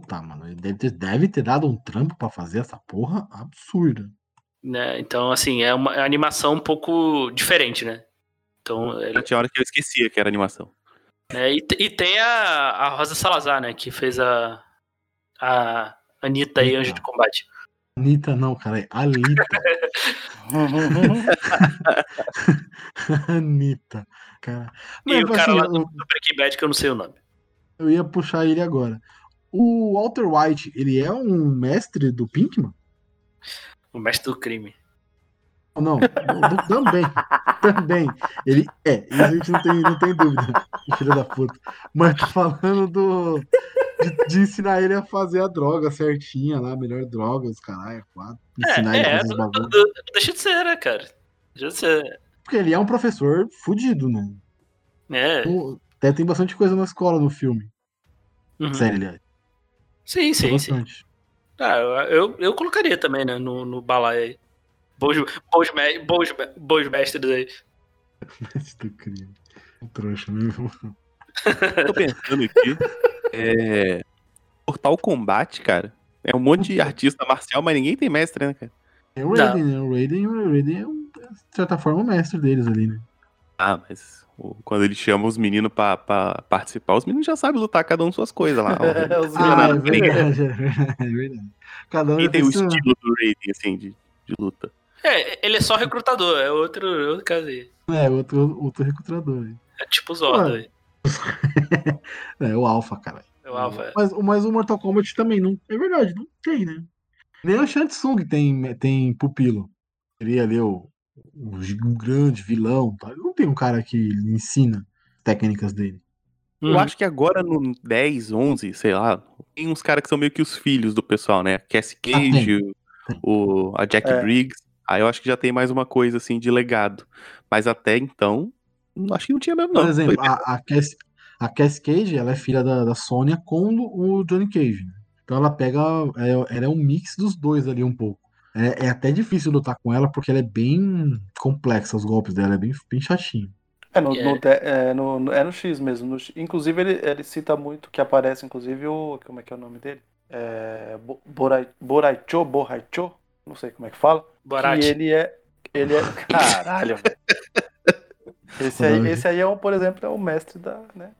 Speaker 1: Tá, mano, ele deve ter, deve ter dado um trampo pra fazer essa porra absurda.
Speaker 2: Né? Então, assim, é uma é uma animação um pouco diferente, né? Então, ele-
Speaker 4: Já tinha hora que eu esquecia que era animação.
Speaker 2: né? e, te- e tem a, a Rosa Salazar, né? Que fez a, a Anitta e Anjo de Combate.
Speaker 1: Anitta não, cara, é Alita. Anitta. Cara.
Speaker 2: E o
Speaker 1: mas, assim,
Speaker 2: cara lá
Speaker 1: eu-
Speaker 2: Do Breaking Bad, que eu não sei o nome.
Speaker 1: Eu ia puxar ele agora. O Walter White, ele é um mestre do Pinkman?
Speaker 2: O mestre do crime.
Speaker 1: Ou não? Do- do- também. Também. Ele é. Isso a gente não tem, não tem dúvida. Filho da puta. Mas tô falando do. De, de ensinar ele a fazer a droga certinha lá, a melhor droga, os caralho, é quatro. Ensinar ele um
Speaker 2: é,
Speaker 1: a fazer os bagulhos.
Speaker 2: Do- Deixa de ser, né, cara? Deixa de ser.
Speaker 1: Porque ele é um professor fudido, né?
Speaker 2: É.
Speaker 1: O- Até tem bastante coisa na escola no filme.
Speaker 2: Uhum.
Speaker 1: Sério, é aliás.
Speaker 2: Sim,
Speaker 1: Tem
Speaker 2: sim, sim.
Speaker 1: bastante.
Speaker 2: Ah, eu, eu colocaria também, né? No, no balaio aí. Bons, bons, me- bons, me- bons mestres aí.
Speaker 1: Mestre do crime. Um trouxa mesmo.
Speaker 4: Tô pensando aqui. É. Portal Combate, cara. É um monte de artista marcial, mas ninguém tem mestre, né, cara?
Speaker 1: É o Raiden, né? O Raiden, o Raiden é, um, de certa forma, o mestre deles ali, né?
Speaker 4: Ah, mas o- quando ele chama os meninos pra, pra participar, os meninos já sabem lutar, cada um suas coisas lá.
Speaker 3: É, os
Speaker 4: Ah,
Speaker 3: meninos.
Speaker 4: é verdade,
Speaker 1: é verdade, é verdade. Cada um
Speaker 4: Ninguém tem o
Speaker 1: fez sua-
Speaker 4: estilo do Raiden, assim, de, de luta.
Speaker 2: É, ele é só recrutador, é outro, outro caso aí.
Speaker 1: É, outro, outro recrutador. aí.
Speaker 2: É tipo os Zorda. aí.
Speaker 1: É, o Alpha, cara.
Speaker 2: É o Alpha.
Speaker 1: Mas, mas o Mortal Kombat também não. É verdade, não tem, né? Nem o Shansung tem, tem pupilo. Seria ali o, o gi- um grande vilão. tá? Não tem um cara que lhe ensina as técnicas dele.
Speaker 4: Eu
Speaker 2: Uhum.
Speaker 4: acho que agora no 10, 11, sei lá, tem uns caras que são meio que os filhos do pessoal, né? A Cassie Cage, o-
Speaker 1: Ah, tem.
Speaker 4: o, a Jack
Speaker 3: É.
Speaker 4: Briggs. Aí eu acho que já tem mais uma coisa, assim, de legado. Mas até então, não- acho que não tinha mesmo, não.
Speaker 1: Por exemplo,
Speaker 4: Foi-
Speaker 1: a, a, Cass, a Cass Cage, ela é filha da, da Sônia com o Johnny Cage. né? Então ela pega. é- Ela é um mix dos dois ali um pouco. É, é até difícil lutar com ela porque ela é bem complexa, os golpes dela, é bem, bem chatinho.
Speaker 3: É no, no te- é, no- no- é no X mesmo. no X. inclusive, ele, ele cita muito que aparece, inclusive, o. Como é que é o nome dele? É, Bo- Borai, Boraicho, Borraicho, não sei como é que fala.
Speaker 2: Borat.
Speaker 3: Que ele é. Ele é. Caralho, velho. Esse aí, esse aí é, um, por exemplo, é o mestre da. Né?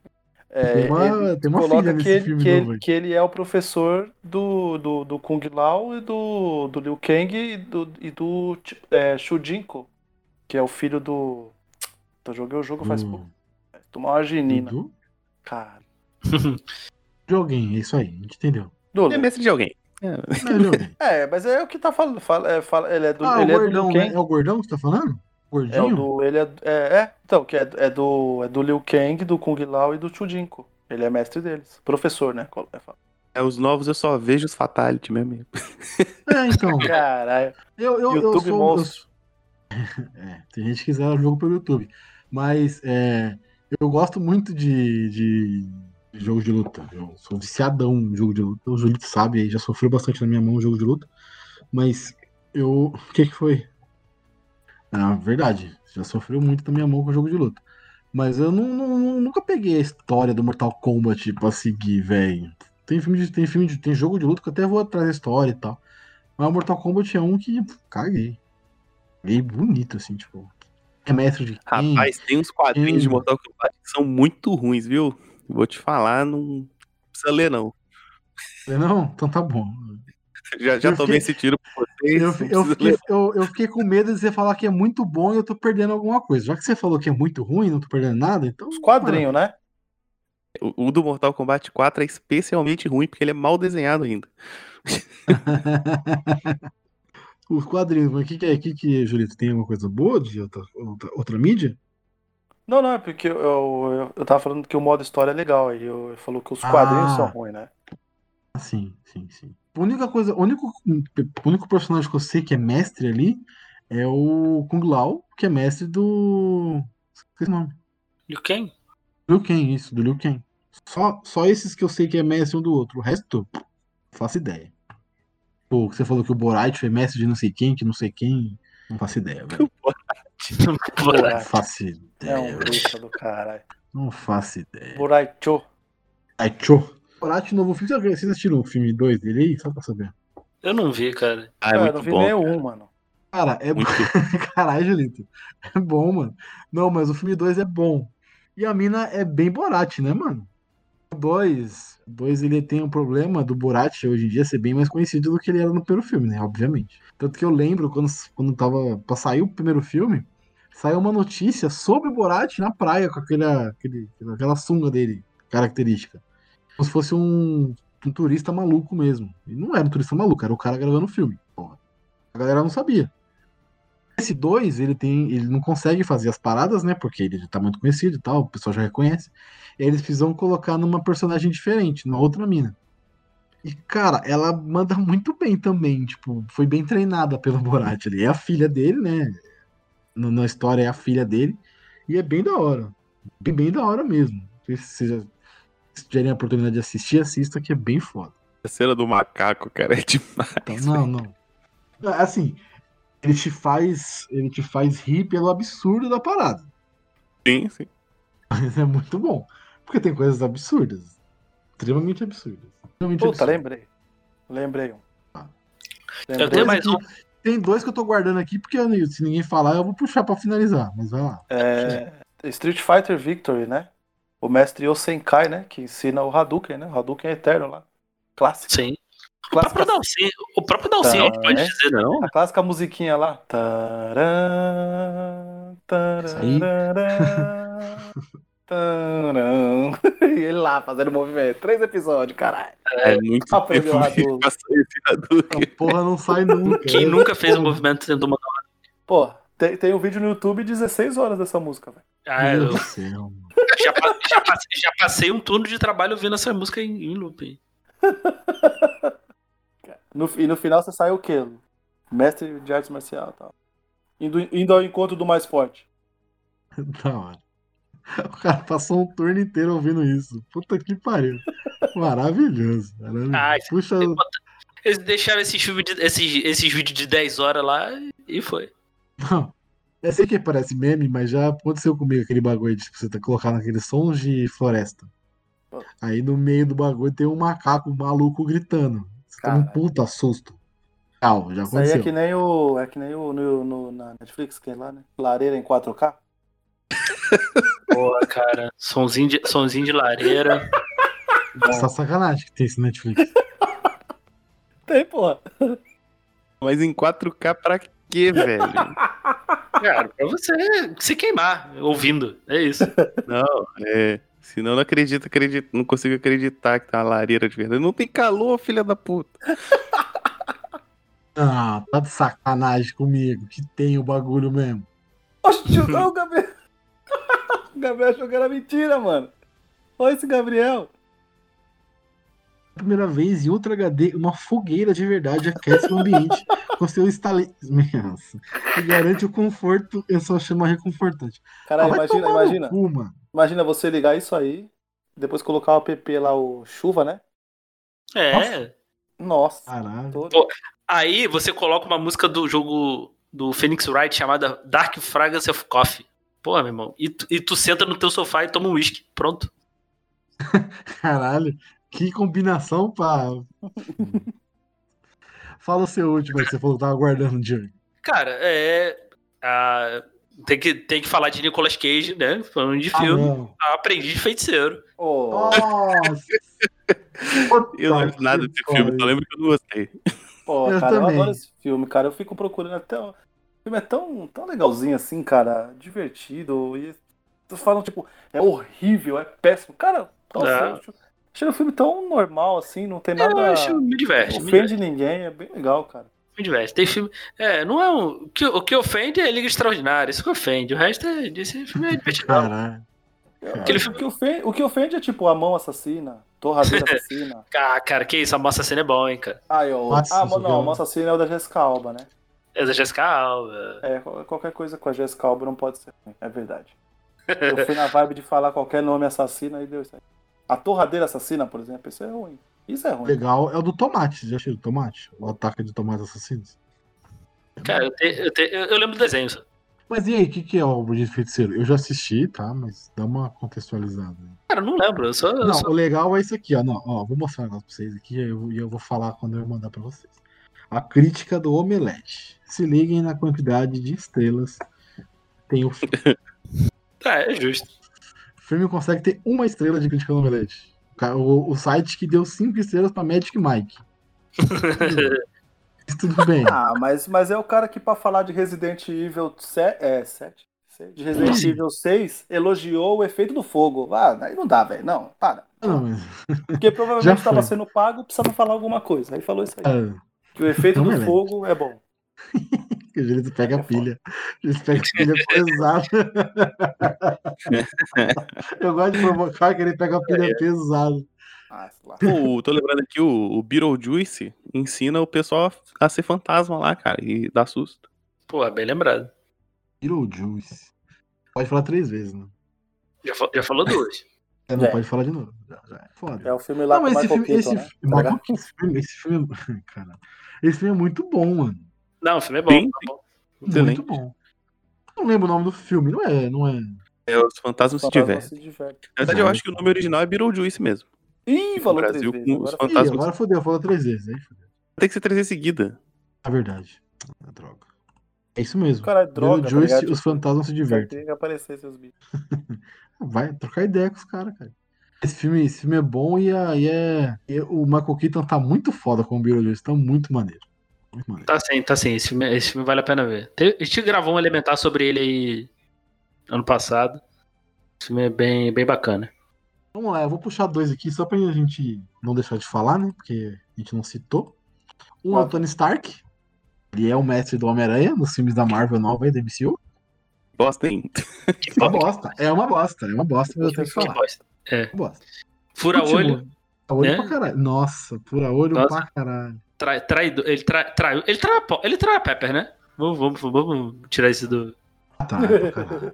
Speaker 3: É,
Speaker 1: Tem uma-
Speaker 3: ele
Speaker 1: tem uma
Speaker 3: coloca
Speaker 1: filha nesse
Speaker 3: que ele,
Speaker 1: filme
Speaker 3: que,
Speaker 1: novo
Speaker 3: ele,
Speaker 1: aí.
Speaker 3: que ele é o professor do, do, do Kung Lao e do, do Liu Kang e do, e do é, Shujinko, que é o filho do. Eu joguei o jogo faz pouco.
Speaker 1: Do-
Speaker 3: Tomar uma genina.
Speaker 1: do-
Speaker 3: Cara.
Speaker 1: De alguém, é isso aí, a gente entendeu.
Speaker 3: Do
Speaker 4: Ele é mestre de alguém. É,
Speaker 1: É, de alguém.
Speaker 3: É, mas é o que tá falando. Fala, é, fala- ele é do.
Speaker 1: ah, o
Speaker 3: ele é do
Speaker 1: gordão,
Speaker 3: Liu
Speaker 1: né?
Speaker 3: Kang.
Speaker 1: É o gordão que você tá falando?
Speaker 3: É o
Speaker 1: Gordinho?
Speaker 3: do. Ele é, é, é, então, que é, é do. É do Liu Kang, do Kung Lao e do Chudinko. Ele é mestre deles. Professor, né? Qual- é, fala.
Speaker 4: É, os novos eu só vejo os Fatality mesmo.
Speaker 1: É, então.
Speaker 3: Caralho.
Speaker 1: Eu, eu, eu
Speaker 3: YouTube
Speaker 1: sou. um- eu
Speaker 3: monstro.
Speaker 1: É, tem gente que zera o jogo pelo YouTube. Mas é, eu gosto muito de, de jogo de luta. Eu sou viciadão em jogo de luta. O Julito sabe, aí já sofreu bastante na minha mão o jogo de luta. Mas eu. O que, que foi? Ah, verdade. Já sofreu muito na minha mão com o jogo de luta. Mas eu não, não- não- nunca peguei a história do Mortal Kombat pra seguir, velho. Tem filme de. Tem filme de. Tem jogo de luta que eu até vou atrás da história e tal. Mas o Mortal Kombat é um que. pff, Caguei. Caguei bonito, assim, tipo. É mestre de quem?
Speaker 4: Rapaz, tem uns quadrinhos de
Speaker 1: Hum.
Speaker 4: Mortal Kombat que são muito ruins, viu? Vou te falar, não precisa ler, não.
Speaker 1: Não, então tá bom.
Speaker 4: Já, já
Speaker 1: Eu
Speaker 4: tomei
Speaker 1: fiquei-
Speaker 4: esse tiro por vocês.
Speaker 1: Eu,
Speaker 4: não
Speaker 1: fi- eu,
Speaker 4: precisa
Speaker 1: fiquei,
Speaker 4: ler.
Speaker 1: eu, eu fiquei com medo de você falar que é muito bom e eu tô perdendo alguma coisa. Já que você falou que é muito ruim, não tô perdendo nada, então.
Speaker 3: Os quadrinhos, né?
Speaker 4: O, o do Mortal Kombat 4 é especialmente ruim porque ele é mal desenhado ainda.
Speaker 1: Os quadrinhos, mas o que, que é? Que que, Julito, tem alguma coisa boa de outra, outra, outra mídia?
Speaker 3: Não, não, é porque eu, eu, eu tava falando que o modo história é legal, aí eu, eu falou que os quadrinhos
Speaker 1: Ah.
Speaker 3: são ruins, né?
Speaker 1: Ah, Sim, sim, sim. A única coisa, o único, o único personagem que eu sei que é mestre ali é o Kung Lao, que é mestre do. Esqueci o nome.
Speaker 2: E quem?
Speaker 1: Liu Kang, isso, do Liu Kang. Só, só esses que eu sei que é mestre um do outro. O resto, pff, não faço ideia. Pô, você falou que o Borat foi mestre de não sei quem, que não sei quem. Não faço ideia, velho. Não
Speaker 3: Borat
Speaker 1: faço
Speaker 3: é
Speaker 1: ideia.
Speaker 3: um
Speaker 1: velho.
Speaker 3: bruxa do caralho.
Speaker 1: Não faço ideia.
Speaker 3: Boraicho.
Speaker 1: Ai, tchô. Borat, novo filme. Vocês assistiram o um filme 2 dele aí? Só pra saber.
Speaker 2: Eu não vi, cara.
Speaker 4: Ah, é
Speaker 3: Cara, eu não
Speaker 4: muito
Speaker 3: vi
Speaker 4: bom.
Speaker 3: nenhum, mano.
Speaker 1: Cara, é
Speaker 4: Muito
Speaker 1: Caralho, Julito. É bom, mano. Não, mas o filme 2 é bom. E a mina é bem Borat, né, mano? O 2, o 2 ele tem um problema do Borat hoje em dia ser bem mais conhecido do que ele era no primeiro filme, né? Obviamente. Tanto que eu lembro quando, quando tava pra sair o primeiro filme, saiu uma notícia sobre o Borat na praia com aquele, aquele, aquela sunga dele, característica. Como se fosse um, um turista maluco mesmo. E não era um turista maluco, era o cara gravando o filme. Porra. A galera não sabia. Esse 2, ele tem. Ele não consegue fazer as paradas, né? Porque ele já tá muito conhecido e tal, o pessoal já reconhece. E aí eles precisam colocar numa personagem diferente, numa outra mina. E, cara, ela manda muito bem também, tipo, foi bem treinada pelo Borat ali. É a filha dele, né? No- na história é a filha dele. E é bem da hora. Bem, bem da hora mesmo. Se vocês já- se tiverem a oportunidade de assistir, assista que é bem foda.
Speaker 4: A cena do macaco, cara, é demais.
Speaker 1: Então, não, não. Não, Assim, ele te faz. Ele te faz rir pelo absurdo da parada.
Speaker 4: Sim, sim.
Speaker 1: Mas é muito bom. Porque tem coisas absurdas. Extremamente absurdas. Extremamente
Speaker 3: Puta,
Speaker 1: absurdas.
Speaker 3: lembrei. Lembrei um.
Speaker 1: Ah.
Speaker 2: Eu tenho
Speaker 1: Dois
Speaker 2: mais
Speaker 1: aqui.
Speaker 2: um.
Speaker 1: Tem dois que eu tô guardando aqui, porque eu- se ninguém falar, eu vou puxar pra finalizar. Mas vai lá.
Speaker 3: É, Street Fighter Victory, né? O mestre Yosenkai, né? Que ensina o Hadouken, né? O Hadouken é eterno lá. Clássico.
Speaker 2: Sim. O
Speaker 3: Clássica,
Speaker 2: próprio Dalcin, o próprio Dalcin,
Speaker 3: Tá,
Speaker 2: ele pode
Speaker 3: né?
Speaker 2: dizer, né?
Speaker 4: Não?
Speaker 3: a clássica musiquinha lá. Tarã,
Speaker 1: Isso aí.
Speaker 3: tarará, tarã. E ele lá fazendo movimento. Três episódios, caralho.
Speaker 4: É muito
Speaker 3: Aprendeu
Speaker 4: tempo
Speaker 3: a
Speaker 4: que
Speaker 3: do-
Speaker 4: passou esse Hadouken.
Speaker 1: A porra não sai nunca.
Speaker 2: Quem
Speaker 3: Uhum.
Speaker 2: nunca fez um movimento tentando mandar.
Speaker 3: Pô, tem, tem um vídeo no YouTube 16 horas dessa música, velho.
Speaker 2: Ah,
Speaker 1: Meu
Speaker 2: eu
Speaker 1: Deus do céu.
Speaker 2: já, pa- já passei, já passei um turno de trabalho ouvindo essa música em, em loop.
Speaker 3: No, e no final você sai o quê? Mestre de artes marcial e tal. Indo, indo ao encontro do mais forte.
Speaker 1: Da hora. O cara passou um turno inteiro ouvindo isso. Puta que pariu. Maravilhoso. maravilhoso.
Speaker 2: Ah, isso
Speaker 3: Hum.
Speaker 1: Puxa.
Speaker 2: Eles deixaram esses, filme de- esses, esses vídeos de 10 horas lá e foi.
Speaker 1: Não. Eu sei que parece meme, mas já aconteceu comigo aquele bagulho de tipo, você tá colocando aqueles sons de floresta. Aí no meio do bagulho tem um macaco maluco gritando. Você toma um
Speaker 3: Caralho.
Speaker 1: puta susto. Calma, já
Speaker 3: Isso aí é
Speaker 1: aconteceu.
Speaker 3: que nem o. É que nem o no, no- na Netflix, que é lá, né? Lareira em 4K.
Speaker 2: Boa, cara. Sonzinho de, sonzinho de lareira.
Speaker 1: Essa Tá sacanagem que tem esse Netflix.
Speaker 3: Tem, porra.
Speaker 4: Mas em 4K pra quê, velho?
Speaker 2: Cara, pra você se queimar ouvindo. É isso.
Speaker 4: Não, é. Senão eu não acredito, acredito, não consigo acreditar que tá uma lareira de verdade. Não tem calor, filha da puta.
Speaker 1: Ah, tá de sacanagem comigo, que tem o bagulho mesmo.
Speaker 3: Oxi, não, o Gabriel. o Gabriel achou que era mentira, mano. Olha esse Gabriel.
Speaker 1: Primeira vez em Ultra HD, uma fogueira de verdade aquece o ambiente com seu estale... Nossa. E garante o conforto, eu só chamo reconfortante.
Speaker 3: Caralho,
Speaker 1: Ah, vai
Speaker 3: imagina,
Speaker 1: tomar no
Speaker 3: imagina.
Speaker 1: cu, mano.
Speaker 3: Imagina você ligar isso aí, depois colocar o app lá, o chuva, né?
Speaker 2: É.
Speaker 3: Nossa.
Speaker 2: Ah,
Speaker 1: Caralho.
Speaker 3: todo.
Speaker 2: Pô. Aí você coloca uma música do jogo do Phoenix Wright chamada Dark Fragrance of Coffee. Pô, meu irmão. E tu, e tu senta no teu sofá e toma um uísque. Pronto.
Speaker 1: Caralho, que combinação pra. Fala o seu último aí que você falou que tava aguardando, Diego.
Speaker 2: Cara, é. ah, tem, que, tem que falar de Nicolas Cage, né? Falando de
Speaker 1: Ah,
Speaker 2: filme.
Speaker 1: não.
Speaker 2: Aprendi de feiticeiro.
Speaker 3: Ô,
Speaker 1: Nossa!
Speaker 4: Eu não lembro nada desse filme, só lembro que eu não gostei.
Speaker 3: pô,
Speaker 1: eu
Speaker 3: cara, eu
Speaker 1: também.
Speaker 3: adoro esse filme, cara. Eu fico procurando até. O filme é tão, tão legalzinho assim, cara. Divertido. E vocês falam, tipo, é horrível, é péssimo. Cara, Nossa,
Speaker 2: É.
Speaker 3: eu acho- achei o filme tão normal assim, não tem
Speaker 2: É, eu
Speaker 3: nada.
Speaker 2: acho, me diverte. Me diverte,
Speaker 3: Ofende ninguém, é bem legal, cara.
Speaker 2: me diverte. Tem filme. É, não é um. O que, o que ofende é Liga Extraordinária, isso que ofende. O resto é, desse filme é
Speaker 4: tá?
Speaker 2: divertido.
Speaker 1: Caralho.
Speaker 2: Aquele
Speaker 3: O que, ofende, o que ofende é tipo a mão assassina, torradeira assassina.
Speaker 2: Ah, cara, que isso? A Mossa Cena é bom, hein, cara.
Speaker 3: Ah, eu.
Speaker 1: Nossa,
Speaker 3: ah, mano, não,
Speaker 1: viu?
Speaker 3: a mão assassina é o da Jessica Alba, né?
Speaker 2: É da Jessica Alba.
Speaker 3: É, qual- qualquer coisa com a Jessica Alba não pode ser ruim, é verdade. Eu fui na vibe de falar qualquer nome assassino e deu isso aí. A torradeira assassina, por exemplo, isso é ruim. Isso é ruim.
Speaker 1: Legal é o do tomate. Já achei do tomate? O ataque de tomates assassinos.
Speaker 2: Cara, eu, te- eu te- eu- eu lembro do desenho. só.
Speaker 1: Mas e aí, o que, que é o Bruno de Feiticeiro? Eu já assisti, tá? Mas dá uma contextualizada.
Speaker 2: Cara, eu não lembro. Eu só, eu
Speaker 1: Não,
Speaker 2: só-
Speaker 1: o legal é isso aqui, ó. Não, ó, vou mostrar um negócio pra vocês aqui e eu, e eu vou falar quando eu mandar pra vocês. A crítica do Omelete. Se liguem na quantidade de estrelas. Tem o fi-
Speaker 2: Tá, é justo.
Speaker 1: o filme consegue ter uma estrela de crítica do Omelete. O ca- O, o site que deu cinco estrelas pra Magic Mike. Mas Tudo bem.
Speaker 3: Ah, mas, mas é o cara que pra falar de Resident Evil 7. É, 7? De Resident Evil 6 elogiou o efeito do fogo. Ah, aí não dá, velho. Não, para.
Speaker 1: Ah, Não, mas,
Speaker 3: Porque
Speaker 1: Já
Speaker 3: provavelmente
Speaker 1: foi.
Speaker 3: tava sendo pago, precisava falar alguma coisa. Aí falou isso aí.
Speaker 1: cara,
Speaker 3: Que o efeito
Speaker 1: Não é,
Speaker 3: do
Speaker 1: velho.
Speaker 3: fogo é bom.
Speaker 1: que eles pegam a pilha. Eles pegam a pilha pesada. eu gosto de provocar que ele pega a pilha pesada.
Speaker 3: Ah, sei lá.
Speaker 4: O, tô lembrando aqui, o, o Beetlejuice ensina o pessoal a, a ser fantasma lá, cara, e dá susto.
Speaker 2: Porra, bem lembrado.
Speaker 1: Beetlejuice. Pode falar três vezes, né?
Speaker 2: Já, fa- já falou duas.
Speaker 1: É, não
Speaker 3: É.
Speaker 1: pode falar de novo. Já, já é foda.
Speaker 3: É o filme lá
Speaker 1: não,
Speaker 3: com o
Speaker 1: mas esse
Speaker 3: Michael
Speaker 1: filme,
Speaker 3: Keaton,
Speaker 1: esse,
Speaker 3: né?
Speaker 1: filme- mas qual que é esse filme, esse filme, é, cara, esse filme é muito bom, mano.
Speaker 2: Não, o filme é bom.
Speaker 4: Sim,
Speaker 2: tá bom.
Speaker 4: Excelente.
Speaker 1: Muito bom. Não lembro o nome do filme, não é, não é.
Speaker 4: É, os fantasmas se
Speaker 3: Fantasma
Speaker 4: tiver.
Speaker 3: se diverte.
Speaker 4: Na verdade, eu acho que o nome original é Beetlejuice mesmo.
Speaker 3: Ih,
Speaker 4: No
Speaker 3: falou três
Speaker 4: Brasil,
Speaker 3: vezes.
Speaker 4: com os
Speaker 3: Agora
Speaker 1: Ih,
Speaker 4: fantasmas.
Speaker 1: agora fodeu, falou três vezes, aí fodeu.
Speaker 4: Tem que ser três em seguida.
Speaker 1: É verdade. É droga. É isso mesmo.
Speaker 3: Cara, é droga, tá
Speaker 1: Beetlejuice,
Speaker 3: ligado?
Speaker 1: os fantasmas se divertem.
Speaker 3: Tem que aparecer seus bichos.
Speaker 1: Vai trocar ideia com os caras, cara. Esse filme, esse filme é bom e, a- e é, e o Michael Keaton tá muito foda com o Beetlejuice, tá muito maneiro. Muito maneiro.
Speaker 2: Tá sim, tá sim. Esse filme, esse filme vale a pena ver. Te- a gente gravou um elementar sobre ele aí ano passado. Esse filme é bem, bem bacana.
Speaker 1: Vamos lá, eu vou puxar dois aqui só pra gente não deixar de falar, né? Porque a gente não citou. Um é o
Speaker 3: Tá.
Speaker 1: Tony Stark. Ele é o mestre do Homem-Aranha nos filmes da Marvel nova e da MCU.
Speaker 4: Bosta, hein?
Speaker 2: Que
Speaker 1: É uma
Speaker 2: bo-
Speaker 1: bosta, é uma bosta, é uma bosta, mas eu tenho que
Speaker 2: que
Speaker 1: falar.
Speaker 2: bosta.
Speaker 1: É uma bosta.
Speaker 2: Fura
Speaker 1: Último,
Speaker 2: olho,
Speaker 1: Pura olho
Speaker 2: né?
Speaker 1: pra caralho. Nossa, pura olho
Speaker 2: Nossa.
Speaker 1: pra caralho.
Speaker 2: trai, traidor. Ele trai, traiu. Ele trai, a po- ele trai a Pepper, né? Vamos, vamos, vamos tirar isso do.
Speaker 1: Ah, Tá, é pra caralho.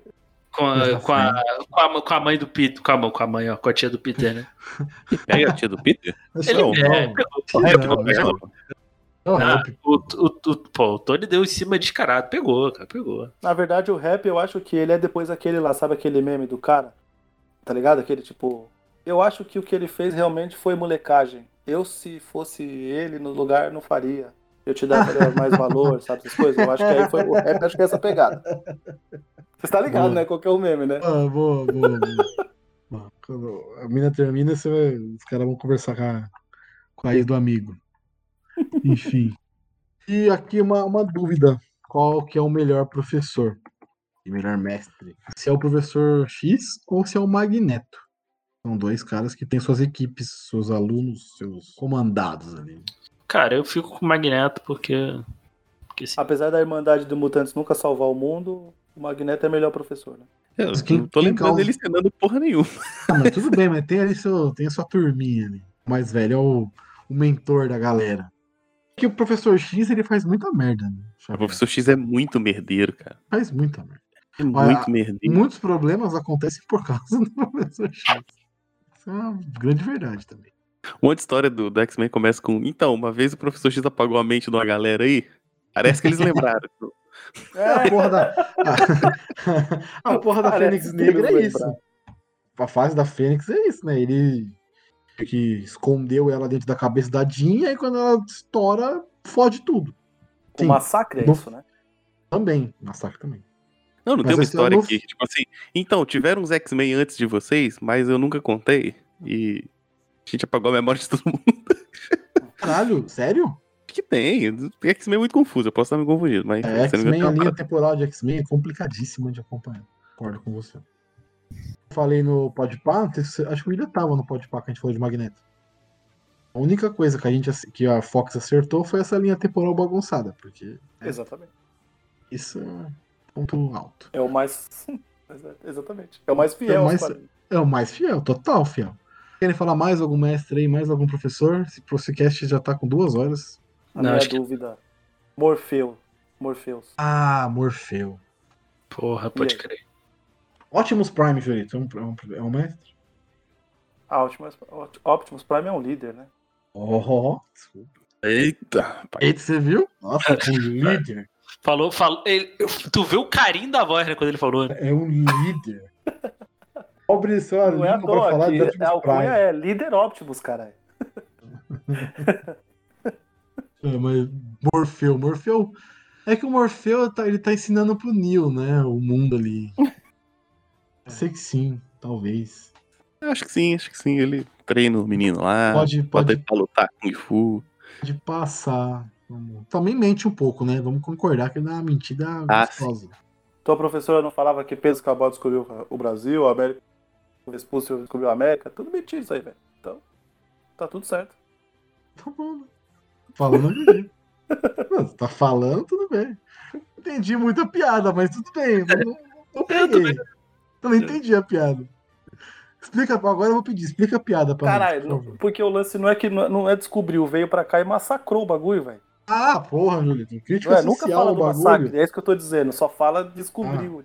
Speaker 2: Com a, com, a, com, a, com a mãe do Peter. Com a, mão- com a mãe, ó. Com a tia do Peter, né?
Speaker 4: Pega a tia do Peter?
Speaker 1: Mas
Speaker 2: Ele
Speaker 1: não,
Speaker 2: é,
Speaker 1: não,
Speaker 2: pegou.
Speaker 1: não, não,
Speaker 4: Pega,
Speaker 1: não, não,
Speaker 2: Ah,
Speaker 1: é-
Speaker 2: o, o, o- pô, o Tony deu em cima descarado. Pegou, cara, pegou.
Speaker 3: Na verdade, o rap, eu acho que ele é depois aquele lá, sabe aquele meme do cara? Tá ligado? Aquele tipo. Eu acho que o que ele fez realmente foi molecagem. Eu, se fosse ele no lugar, não faria. Eu te daria mais valor, sabe? Essas coisas. Eu acho que aí foi o rap, acho que é essa pegada. Você tá ligado,
Speaker 1: Boa.
Speaker 3: né? Qualquer um meme, né?
Speaker 1: Ah, boa, boa, boa. Bom, Quando a mina termina, você vai- os caras vão conversar com a, com a ex do amigo. Enfim. E aqui uma, uma dúvida. Qual que é o melhor professor? E melhor mestre? Se é o professor X ou se é o Magneto? São dois caras que têm suas equipes, seus alunos, seus comandados ali.
Speaker 2: Cara, eu fico com o Magneto porque. porque sim.
Speaker 3: Apesar da Irmandade do Mutantes nunca salvar o mundo, o Magneto é melhor professor, né?
Speaker 4: Eu
Speaker 1: Quem-
Speaker 4: não tô
Speaker 1: quem
Speaker 4: lembrando
Speaker 1: causa?
Speaker 4: dele ensinando porra nenhuma.
Speaker 1: Ah, mas tudo bem, mas tem ali seu, tem a sua turminha ali. O mais velho é o, o mentor da galera. Que o professor X ele faz muita merda, né?
Speaker 4: O
Speaker 1: Chapéu?
Speaker 4: professor X é muito merdeiro, cara.
Speaker 1: Faz muita merda.
Speaker 4: É
Speaker 1: Olha,
Speaker 4: muito merdeiro.
Speaker 1: Muitos problemas acontecem por causa do professor X. Isso é uma grande verdade também.
Speaker 4: Um monte de história do, do X-Men começa com. Então, uma vez o professor X apagou a mente de uma galera aí. Parece que eles lembraram.
Speaker 3: É,
Speaker 1: A É, porra da, a, a porra da
Speaker 3: Parece
Speaker 1: Fênix
Speaker 3: que
Speaker 1: Negra
Speaker 3: não
Speaker 1: é isso.
Speaker 3: lembra.
Speaker 1: A fase da Fênix é isso, né? Ele meio que escondeu ela dentro da cabeça da Jean, e aí quando ela estoura, fode tudo.
Speaker 3: O
Speaker 1: Sim.
Speaker 3: massacre é
Speaker 1: No-
Speaker 3: isso, né?
Speaker 1: Também, massacre também.
Speaker 4: Não, não
Speaker 1: Mas
Speaker 4: tem uma
Speaker 1: esse é o
Speaker 4: história
Speaker 1: novo-
Speaker 4: aqui. que, Tipo assim, então, tiveram uns X-Men antes de vocês, mas eu nunca contei. E a gente apagou a memória de todo mundo.
Speaker 1: Caralho, sério?
Speaker 4: Acho que tem. X-Men é muito confuso, eu posso estar me confundindo, mas.
Speaker 1: É,
Speaker 4: se eu não
Speaker 1: X-Men,
Speaker 4: me
Speaker 1: a
Speaker 4: engano, tem uma
Speaker 1: linha temporal de X-Men é complicadíssima de acompanhar. Concordo com você. falei no Podpah, não sei se- acho que o William tava no Podpah que a gente falou de Magneto. A única coisa que a, gente, ac- que a Fox acertou foi essa linha temporal bagunçada, porque
Speaker 3: Exatamente.
Speaker 1: isso é ponto alto.
Speaker 3: É o mais. Exatamente. É o mais fiel.
Speaker 1: É o
Speaker 3: aos
Speaker 1: mais-
Speaker 3: quadrinhos.
Speaker 1: É o mais fiel, total fiel. Querem falar mais algum mestre aí, mais algum professor? Esse podcast já tá com duas horas.
Speaker 3: A
Speaker 2: Não,
Speaker 3: minha
Speaker 2: acho que-
Speaker 3: dúvida. Morfeu. Morfeus.
Speaker 1: Ah, Morfeu.
Speaker 2: Porra, pode
Speaker 3: E aí?
Speaker 2: crer.
Speaker 1: Ótimos Prime, Jurito. É um, é um- é um mestre?
Speaker 3: Ah, Optimus, Optimus Prime é um líder, né?
Speaker 1: Oh,
Speaker 4: Eita, pai.
Speaker 1: Eita, você viu? Nossa, um líder.
Speaker 2: Falou, falou. ele- tu vê o carinho da voz, né, quando ele falou. né?
Speaker 1: É um líder. Pobre sua
Speaker 3: Não é à
Speaker 1: língua pra
Speaker 3: toa
Speaker 1: falar
Speaker 3: que
Speaker 1: de Optimus
Speaker 3: a alcunha
Speaker 1: Prime.
Speaker 3: é líder Optimus, caralho.
Speaker 1: É, mas Morfeu, Morfeu. É que o Morfeu tá- ele tá ensinando pro Neil, né? O mundo ali. Sei que sim, talvez.
Speaker 4: Eu Acho que sim, acho que sim. Ele treina o menino lá.
Speaker 1: Pode-
Speaker 4: bota
Speaker 1: pode-
Speaker 4: ele pra lutar Kung Fu.
Speaker 1: De passar. Vamos- Também mente um pouco, né? Vamos concordar que ele dá uma mentida
Speaker 4: Ah,
Speaker 1: gostosa.
Speaker 3: Tua professora Então, não falava que Pedro Cabal descobriu o Brasil, a América, o Vespúcio descobriu a América. Tudo mentira isso aí, velho. Então, tá tudo certo.
Speaker 1: Tá bom. né? Falando, eu acredito. Não, você tá falando, tudo bem. Entendi muita piada, mas tudo bem. eu Não, não peguei. Eu não entendi a piada. Explica, agora eu vou pedir, explica a piada pra
Speaker 3: Caralho,
Speaker 1: nós. por favor.
Speaker 3: não- porque o lance não é que não não é descobriu, veio pra cá e massacrou o bagulho, velho.
Speaker 1: Ah, porra, Julito. Crítica
Speaker 3: Não é,
Speaker 1: social
Speaker 3: nunca fala
Speaker 1: ao
Speaker 3: do
Speaker 1: bagulho. Ah.
Speaker 3: massacre, é isso que eu tô dizendo, só fala descobriu.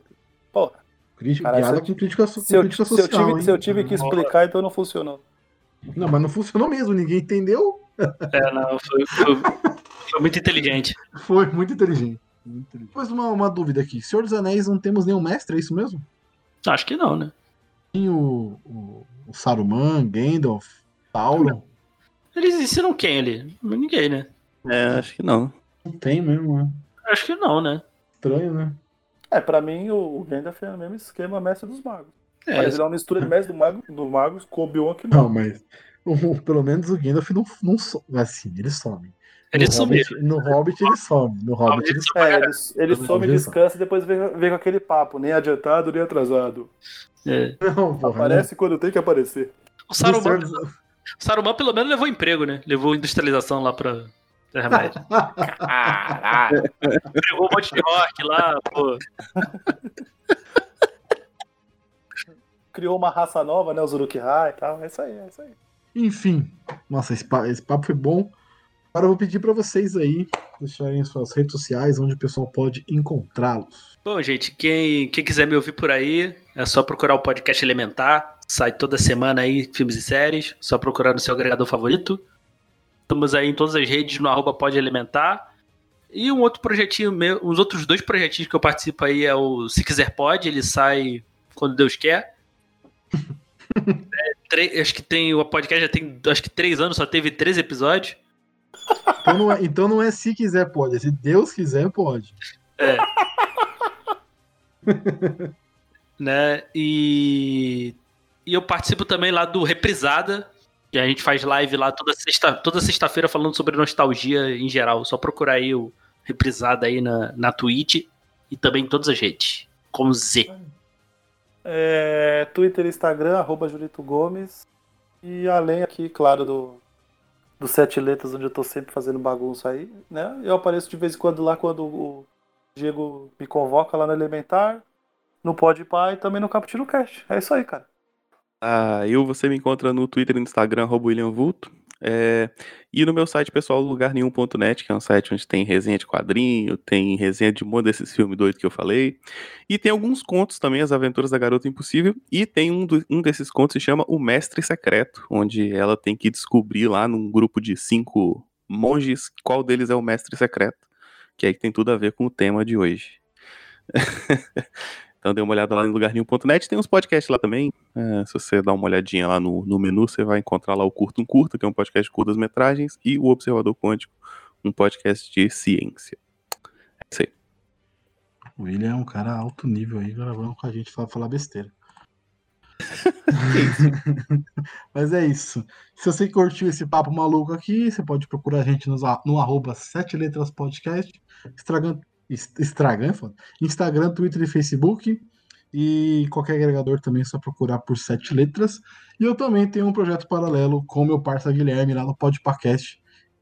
Speaker 3: Porra,
Speaker 1: Crítica,
Speaker 3: Cara,
Speaker 1: piada
Speaker 3: se eu-
Speaker 1: com crítica, so- com
Speaker 3: se eu,
Speaker 1: crítica
Speaker 3: se eu
Speaker 1: social.
Speaker 3: tive,
Speaker 1: hein?
Speaker 3: se eu tive que explicar, então não funcionou.
Speaker 1: Não, mas não funcionou mesmo, ninguém entendeu.
Speaker 2: É, não, foi, foi- foi muito inteligente.
Speaker 1: Foi muito inteligente. Muito inteligente. Depois uma, uma dúvida aqui. Senhor dos Anéis não temos nenhum mestre, é isso mesmo?
Speaker 2: Acho que não, né?
Speaker 1: Tem o, o, o Saruman, Gandalf, Sauron.
Speaker 2: Eles ensinam quem ali? Ninguém, né?
Speaker 4: É, acho que não.
Speaker 1: Não tem mesmo, né?
Speaker 2: Acho que não, né?
Speaker 1: Estranho, né?
Speaker 3: É, pra mim o o Gandalf é o mesmo esquema mestre dos magos.
Speaker 2: É,
Speaker 3: Mas ele é uma mistura de mestre do mago, do mago com Obi-Wan que não.
Speaker 1: Não, mas o- pelo menos o Gandalf não, não so- assim, ele some.
Speaker 2: eles
Speaker 1: no
Speaker 2: sumiram.
Speaker 1: Hobbit, no Hobbit ele some, no Hobbit ele some.
Speaker 3: É, ele, ele
Speaker 1: Não,
Speaker 3: some,
Speaker 1: não.
Speaker 3: descansa e depois vem, vem com aquele papo, nem adiantado, nem atrasado.
Speaker 2: É.
Speaker 1: Não, porra,
Speaker 3: Aparece quando tem que aparecer.
Speaker 2: O
Speaker 1: né? No
Speaker 2: Saruman,
Speaker 1: Senhor dos-
Speaker 2: Saruman pelo menos levou emprego, né? Levou industrialização lá pra Terra Média. Caralho! Pegou um monte de orc lá, pô.
Speaker 3: Criou uma raça nova, né? Os Uruk-hai e tal. É isso aí, é isso aí.
Speaker 1: Enfim, nossa, esse pa- esse papo, foi bom. Agora eu vou pedir pra vocês aí deixarem suas redes sociais onde o pessoal pode encontrá-los.
Speaker 2: Bom, gente, quem, quem quiser me ouvir por aí, é só procurar o podcast Elementar. Sai toda semana aí, filmes e séries. Só procurar no seu agregador favorito. Estamos aí em todas as redes no arroba Pod Elementar. E um outro projetinho meu, os outros dois projetinhos que eu participo aí é o Se Quiser Pode, ele sai quando Deus quer. É, tre- acho que tem, o podcast já tem, acho que três anos, só teve três episódios.
Speaker 1: Então não é, então não é se quiser pode, é se Deus quiser pode.
Speaker 2: né? E, e eu participo também lá do Reprisada, que a gente faz live lá toda sexta, toda sexta-feira falando sobre nostalgia em geral. Só procurar aí o Reprisada aí na, na Twitch e também em todas as redes. Com Z.
Speaker 3: É, Twitter e Instagram, arroba Julito Gomes. E além aqui, claro, do, do Sete Letras, onde eu tô sempre fazendo bagunça aí, né? Eu apareço de vez em quando lá quando o Diego me convoca lá no Elementar, no Podpah e também no Capitino Cast. É isso aí, cara.
Speaker 4: Ah, eu você me encontra no Twitter e no Instagram, arroba William Vulto. É, e no meu site pessoal, lugarnenhum.net, que é um site onde tem resenha de quadrinho, tem resenha de um monte desses filmes doidos que eu falei. E tem alguns contos também, As Aventuras da Garota Impossível. E tem um, do- um desses contos que se chama O Mestre Secreto, onde ela tem que descobrir lá num grupo de cinco monges qual deles é o Mestre Secreto. Que é aí tem tudo a ver com o tema de hoje. então dê uma olhada lá no lugarnenhum.net, tem uns podcasts lá também. É, se você dar uma olhadinha lá no, no menu, você vai encontrar lá o Curto um Curto, que é um podcast de curtas-metragens, e o Observador Quântico, um podcast de ciência. É isso aí.
Speaker 1: O William é um cara alto nível aí, gravando com a gente pra falar besteira. Mas é isso. Se você curtiu esse papo maluco aqui, você pode procurar a gente nos a- no arroba sete letras é podcast, estragando, estragando, Instagram, Twitter e Facebook. e qualquer agregador também é só procurar por Sete Letras. E eu também tenho um projeto paralelo com meu parceiro Guilherme lá no Podpacast,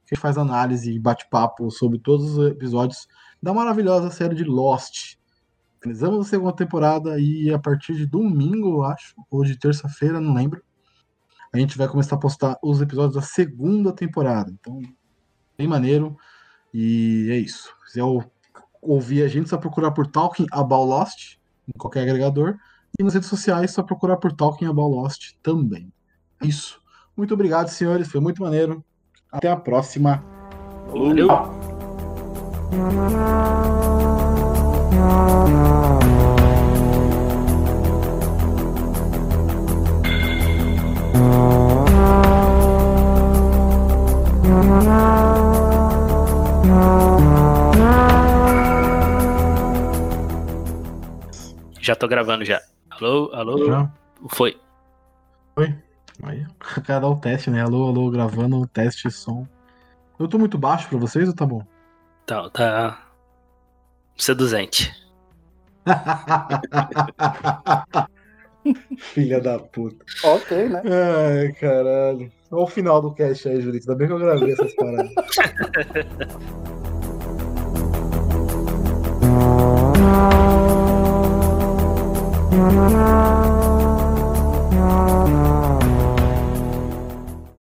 Speaker 1: que a gente faz análise e bate-papo sobre todos os episódios da maravilhosa série de Lost. Finalizamos a segunda temporada e a partir de domingo, eu acho, ou de terça-feira, não lembro, a gente vai começar a postar os episódios da segunda temporada. Então, bem maneiro. E é isso. Se quiser ouvir a gente, é só procurar por Talking About Lost em qualquer agregador. E nas redes sociais, só procurar por Talking About Lost também. É isso. Muito obrigado, senhores. Foi muito maneiro. Até a próxima.
Speaker 2: Valeu. Já tô gravando já. Alô, alô?
Speaker 1: Já.
Speaker 2: Foi.
Speaker 1: Aí, o cara dá o teste, né? Alô, alô, gravando o teste som. Eu tô muito baixo pra vocês ou tá bom?
Speaker 2: Tá, tá. Seduzente.
Speaker 1: Filha da puta.
Speaker 3: Ok, né?
Speaker 1: Ai, caralho. Olha o final do cast aí, Julito. Ainda bem que eu gravei essas paradas.